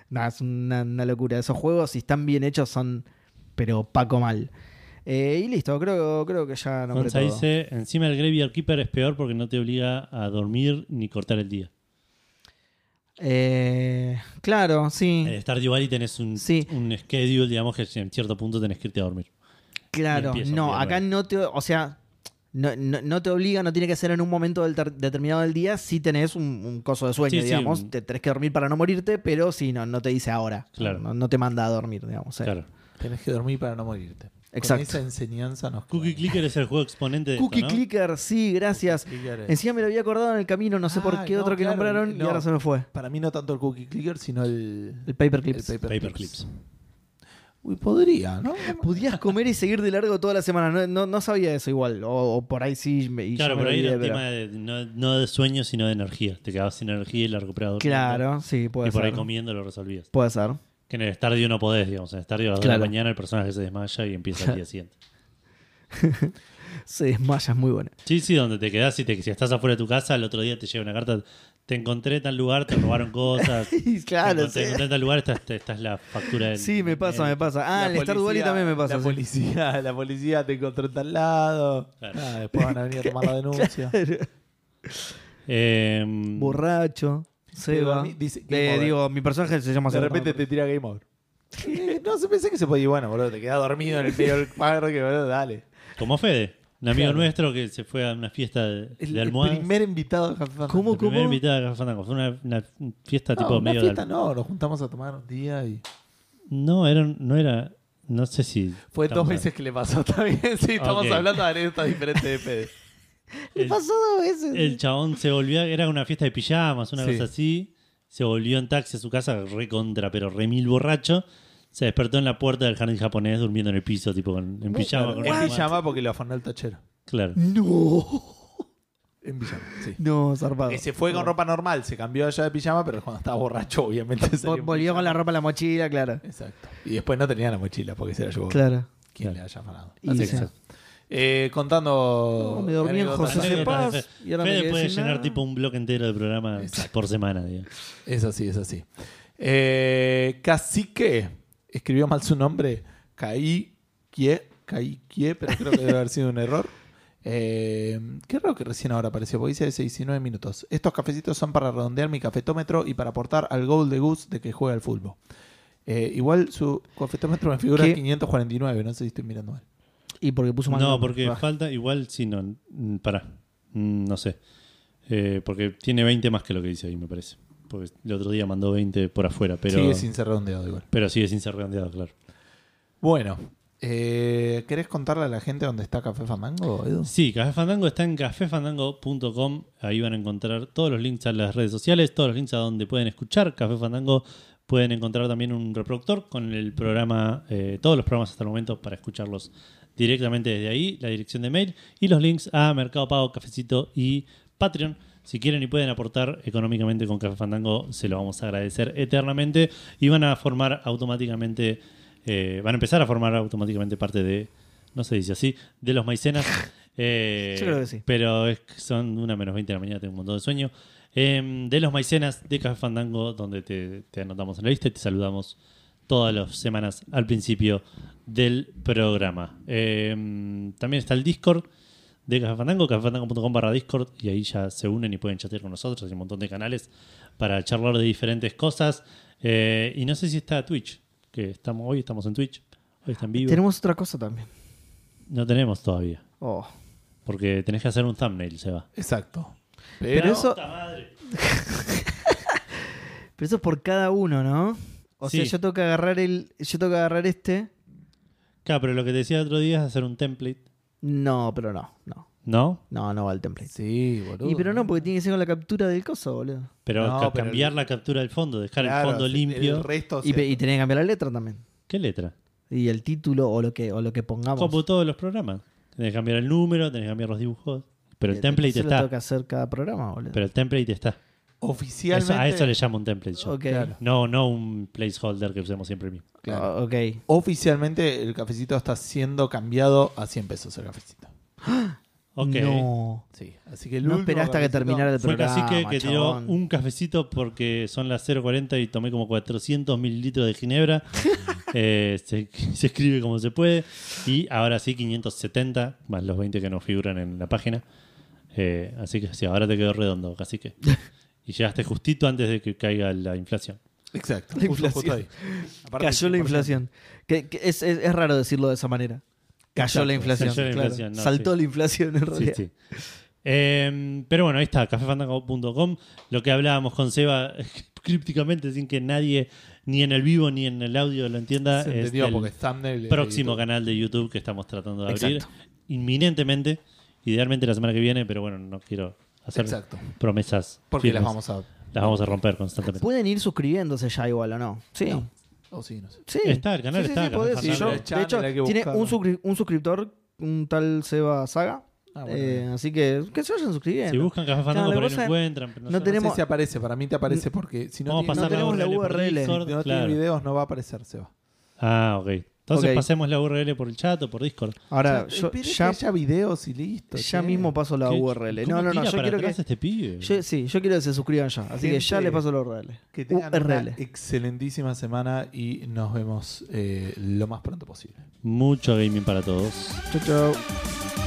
S1: Nah, es una, una locura. Esos juegos, si están bien hechos, son pero paco mal. Eh, y listo, creo, creo que ya nombré
S2: Gonza
S1: todo.
S2: dice, encima el Graveyard Keeper es peor porque no te obliga a dormir ni cortar el día.
S1: Eh, claro, sí.
S2: En el Stardew Valley tenés un,
S1: Sí.
S2: un schedule, digamos que en cierto punto tenés que irte a dormir.
S1: Claro,
S2: empieza
S1: no,
S2: bien,
S1: acá
S2: bueno.
S1: no te, o sea, no, no- no te obliga, no tiene que ser en un momento del ter- determinado del día, si tenés un, un coso de sueño,
S2: Sí, sí,
S1: digamos,
S2: un-
S1: te tenés que dormir para no morirte, pero si no, no te dice ahora,
S2: Claro.
S1: no, no te manda a dormir, digamos. eh.
S2: Claro.
S3: Tenés que dormir para no morirte.
S1: Exacto.
S3: Con esa enseñanza nos
S2: Cookie
S3: quedamos.
S2: Clicker es el juego exponente de
S1: Cookie
S2: esto, ¿no?
S1: Clicker, sí, gracias.
S3: Cookie Clicker es-
S1: Encima me lo había acordado en el camino, no sé por
S3: Ah,
S1: qué
S3: no,
S1: otro que
S3: claro,
S1: nombraron y
S3: no.
S1: ahora se me fue.
S3: Para mí no tanto el cookie clicker, sino el,
S1: El paperclips.
S3: el
S2: Paper Clips.
S3: Uy, podría, ¿no?
S1: Podías comer y seguir de largo toda la semana, no, no, no sabía eso igual, o, o por ahí sí. me- y yo
S2: Claro,
S1: me
S2: por
S1: lo
S2: ahí era
S1: olvidé,
S2: el
S1: pero-
S2: tema de, no, no de sueño, sino de energía. Te quedabas sin energía y la recuperabas. durmiendo.
S1: Claro, sí, puede
S2: Y por ahí
S1: ser.
S2: comiendo lo resolvías.
S1: Puede ser.
S2: Que en el Stardew no podés, digamos. En el Stardew a las dos
S1: Claro.
S2: de la mañana el personaje se desmaya y empieza el día siguiente.
S1: Se desmaya, es muy buena.
S2: Sí, sí, donde te quedás y te, si estás afuera de tu casa, al otro día te llega una carta. Te encontré en tal lugar, te robaron cosas.
S1: Y
S2: te,
S1: claro,
S2: encontré,
S1: sí.
S2: te encontré en tal lugar, esta, esta- esta es la factura del.
S1: Sí, me pasa,
S2: del-
S1: me pasa. Ah,
S3: La
S1: el Star
S3: policía-
S1: Wally también me pasa.
S3: La
S1: sí.
S3: policía, la policía te encontró en tal lado.
S2: Claro.
S3: Ah, después van a venir a tomar la denuncia.
S2: Eh,
S3: Mm.
S1: Borracho, Seba.
S3: dormí- dice-
S1: Eh,
S3: Over.
S1: digo, mi personaje se llama
S3: De
S1: Seba,
S3: repente
S1: no,
S3: te tira Game Over. Eh, No, se pensé que se podía. Y Bueno, boludo, te quedas dormido en el medio del parque, boludo, dale.
S2: como Fede, un amigo
S3: Claro.
S2: nuestro que se fue a una fiesta de,
S3: El,
S2: de
S3: el
S2: almohadas.
S3: primer invitado de Café Fandango.
S1: ¿Cómo? Ah,
S2: El primer invitado de Café Fandango. Fue una, una fiesta
S3: No,
S2: tipo
S3: una
S2: medio de
S3: fiesta no, nos juntamos a tomar un día y...
S2: No, era, no era. No sé si.
S3: Fue
S2: estamos-
S3: dos veces que le pasó también. Sí, estamos
S2: Ok.
S3: hablando de anécdotas diferentes de Fede.
S1: Le
S2: el-
S1: pasó dos veces.
S2: El chabón se volvió. Era una fiesta de pijamas, una
S3: Sí.
S2: cosa así. Se volvió en taxi a su casa, re contra, pero re mil borracho. Se despertó en la puerta del jardín japonés durmiendo en el piso, tipo con- en pijama. con una
S3: En
S2: manta.
S3: pijama porque lo afanó el tachero.
S2: Claro.
S1: No.
S3: En pijama, sí.
S1: No, zarpado.
S3: Que se fue con ropa normal, se cambió allá de pijama, pero cuando estaba borracho, obviamente.
S1: Vol-
S3: salió en
S1: Volvió con la
S3: pijama.
S1: ropa en la mochila, claro.
S3: Exacto. Y después no tenía la mochila porque se la llevó
S1: Claro.
S3: quien le haya afanado.
S1: Y
S3: Así
S1: sí.
S3: que, eh, contando.
S1: No, me dormí en
S3: anécdotas.
S1: José
S2: Anécdotas de
S1: Cepaz,
S2: Fede.
S1: y ahora me
S2: Fede
S1: quedé
S2: puede
S1: sin
S2: llenar
S1: nada.
S2: tipo un bloque entero de programa por semana, digo.
S3: Es así, es así. Eh, Cacique escribió mal su nombre. Caí, Kie, Caí, Kie, pero creo que debe haber sido un error. Eh, qué raro que recién ahora apareció, porque dice de 19 minutos. Estos cafecitos son para redondear mi cafetómetro y para aportar al gol de Gus de que juega al fútbol. Eh, igual su cafetómetro me figura
S1: ¿Qué?
S3: 549, no sé si estoy mirando mal.
S1: Y porque puso más
S2: No,
S1: nombre.
S2: porque
S1: Ah.
S2: falta igual, sí, no. mm, Pará. Mm, No sé. Eh, porque tiene 20 más que lo que dice ahí, me parece. Porque el otro día mandó 20 por afuera, pero
S3: Sigue sin ser redondeado igual.
S2: pero sigue sin ser redondeado, claro.
S3: Bueno, eh, ¿querés contarle a la gente dónde está Café Famango, Edu?
S2: Sí, Café Fandango está en cafefandango.com. Ahí van a encontrar todos los links a las redes sociales, todos los links a donde pueden escuchar Café Fandango. Pueden encontrar también un reproductor con el programa, eh, todos los programas hasta el momento para escucharlos directamente desde ahí, la dirección de mail y los links a Mercado Pago, Cafecito y Patreon. Si quieren y pueden aportar económicamente con Café Fandango, se lo vamos a agradecer eternamente y van a formar automáticamente, eh, van a empezar a formar automáticamente parte de, no se dice así, de los maicenas. eh,
S1: Yo creo que sí.
S2: Pero es que son una menos 20 de la mañana, tengo un montón de sueño. Em, de los maicenas de Café Fandango, donde te, te anotamos en la lista y te saludamos todas las semanas al principio del programa. Em, también está el Discord de Café Fandango, cafefandango.com barra Discord, y ahí ya se unen y pueden chatear con nosotros. Hay un montón de canales para charlar de diferentes cosas. Eh, y no sé si está Twitch, que estamos hoy estamos en Twitch, hoy está en vivo.
S1: Tenemos otra cosa también.
S2: No tenemos todavía,
S1: Oh.
S2: porque tenés que hacer un thumbnail, Seba.
S3: Exacto.
S1: Pero
S3: Pero,
S1: eso, pero eso es por cada uno, ¿no? O sea,
S2: Sí.
S1: yo tengo que agarrar el. Yo tengo que agarrar este.
S2: Claro, pero lo que te decía el otro día es hacer un template,
S1: No, pero no, no.
S2: ¿no?
S1: No, no va el template.
S3: Sí, boludo.
S1: Y pero no, porque tiene que ser con la captura del coso, boludo.
S2: Pero
S3: No,
S2: ca-
S3: pero
S2: cambiar
S3: el-
S2: la captura del fondo, dejar
S3: Claro,
S2: el fondo
S3: sí,
S2: limpio.
S3: El resto,
S1: Y,
S3: sí.
S1: pe- y tenés que cambiar la letra también.
S2: ¿Qué letra?
S1: Y el título o lo que, o lo que pongamos.
S2: Como todos los programas. Tenés que cambiar el número, tenés que cambiar los dibujos. Pero el template
S1: Eso lo tengo que
S2: está.
S1: hacer cada programa, boludo.
S2: Pero el template está.
S3: oficialmente.
S2: Eso- a eso le llamo un template yo.
S1: ok.
S3: Claro.
S2: No, no un placeholder que usemos siempre el mismo.
S3: Claro.
S1: Ah, ok.
S3: Oficialmente el cafecito está siendo cambiado a 100 pesos el cafecito.
S2: Ok.
S1: No.
S3: Sí, así que el
S1: No
S3: último
S1: esperé hasta que
S3: cafecito-
S1: terminara el
S2: Fue
S1: programa.
S2: casi que, que tiró
S1: chabón.
S2: un cafecito porque son las 0.40 y tomé como 400 mililitros de ginebra. Eh, se, se escribe como se puede. Y ahora sí, 570, más los 20 que nos figuran en la página. Eh, así que sí, ahora te quedó redondo, casi que. Y llegaste justito antes de que caiga la inflación.
S3: Exacto.
S1: La
S3: justo- justo
S1: inflación.
S3: ahí. Aparte,
S1: Cayó la
S3: 100%.
S1: inflación. Que, que es, es- es raro decirlo de esa manera. Cayó la inflación.
S2: cayó la
S1: claro.
S2: inflación, no,
S1: Saltó
S2: sí.
S1: la inflación en
S2: Sí,
S1: realidad.
S2: sí. Eh, pero bueno, ahí está, cafefandango.com. Lo que hablábamos con Seba crípticamente, sin que nadie, ni en el vivo ni en el audio lo entienda,
S3: Se
S2: es
S3: entendió
S2: del
S3: porque es thumbnail de
S2: próximo
S3: YouTube.
S2: canal de YouTube que estamos tratando de abrir
S1: Exacto.
S2: inminentemente, idealmente la semana que viene, pero bueno, no quiero hacer
S3: Exacto.
S2: promesas.
S3: Porque las
S2: firmes.
S3: vamos a.
S2: Las vamos a romper constantemente.
S1: Pueden ir suscribiéndose ya igual o no. Sí.
S3: No. Oh, sí, no sé.
S1: Sí.
S2: Está, el canal
S1: Sí, sí,
S2: está,
S1: sí,
S2: Café
S1: podés.
S2: Fandango.
S1: Yo,
S3: Sí, el
S1: de
S3: channel
S1: hecho,
S3: hay que
S1: tiene
S3: buscarlo.
S1: un, suscri- un suscriptor, un tal Seba Saga.
S3: Ah, bueno,
S1: Eh,
S3: bien.
S1: así que que se vayan suscribiendo.
S2: Si buscan Café
S1: Claro,
S2: Fandango
S1: la
S2: por ahí
S1: cosa
S2: lo
S1: es-
S2: encuentran. pero
S1: no
S2: sé-
S1: tenemos-
S3: No sé si aparece, para mí te aparece porque si no,
S2: Vamos a
S3: tiene-
S2: pasar
S3: no
S2: la
S3: tenemos,
S1: tenemos la
S2: URL, por
S1: URL.
S2: Discord,
S3: si no
S2: claro.
S3: tiene videos, no va a aparecer, Seba.
S2: Ah, ok. Entonces
S1: Ok.
S2: pasemos la URL por el chat o por Discord.
S1: Ahora,
S3: O sea, este
S1: yo
S3: espere
S1: ya,
S3: que haya videos y listo.
S1: ya
S3: che.
S1: mismo paso la
S2: ¿Qué-
S1: URL.
S2: cómo
S1: No, no, no,
S2: tira
S1: yo
S2: para
S1: quiero que.
S2: atrás este pibe?
S1: yo- sí, yo quiero que se suscriban ya. Así que ya
S3: Gente-
S1: les paso la URL.
S3: Que tengan
S1: URL.
S3: una excelentísima semana y nos vemos eh, lo más pronto posible.
S2: Mucho gaming para todos.
S1: Chau, chau.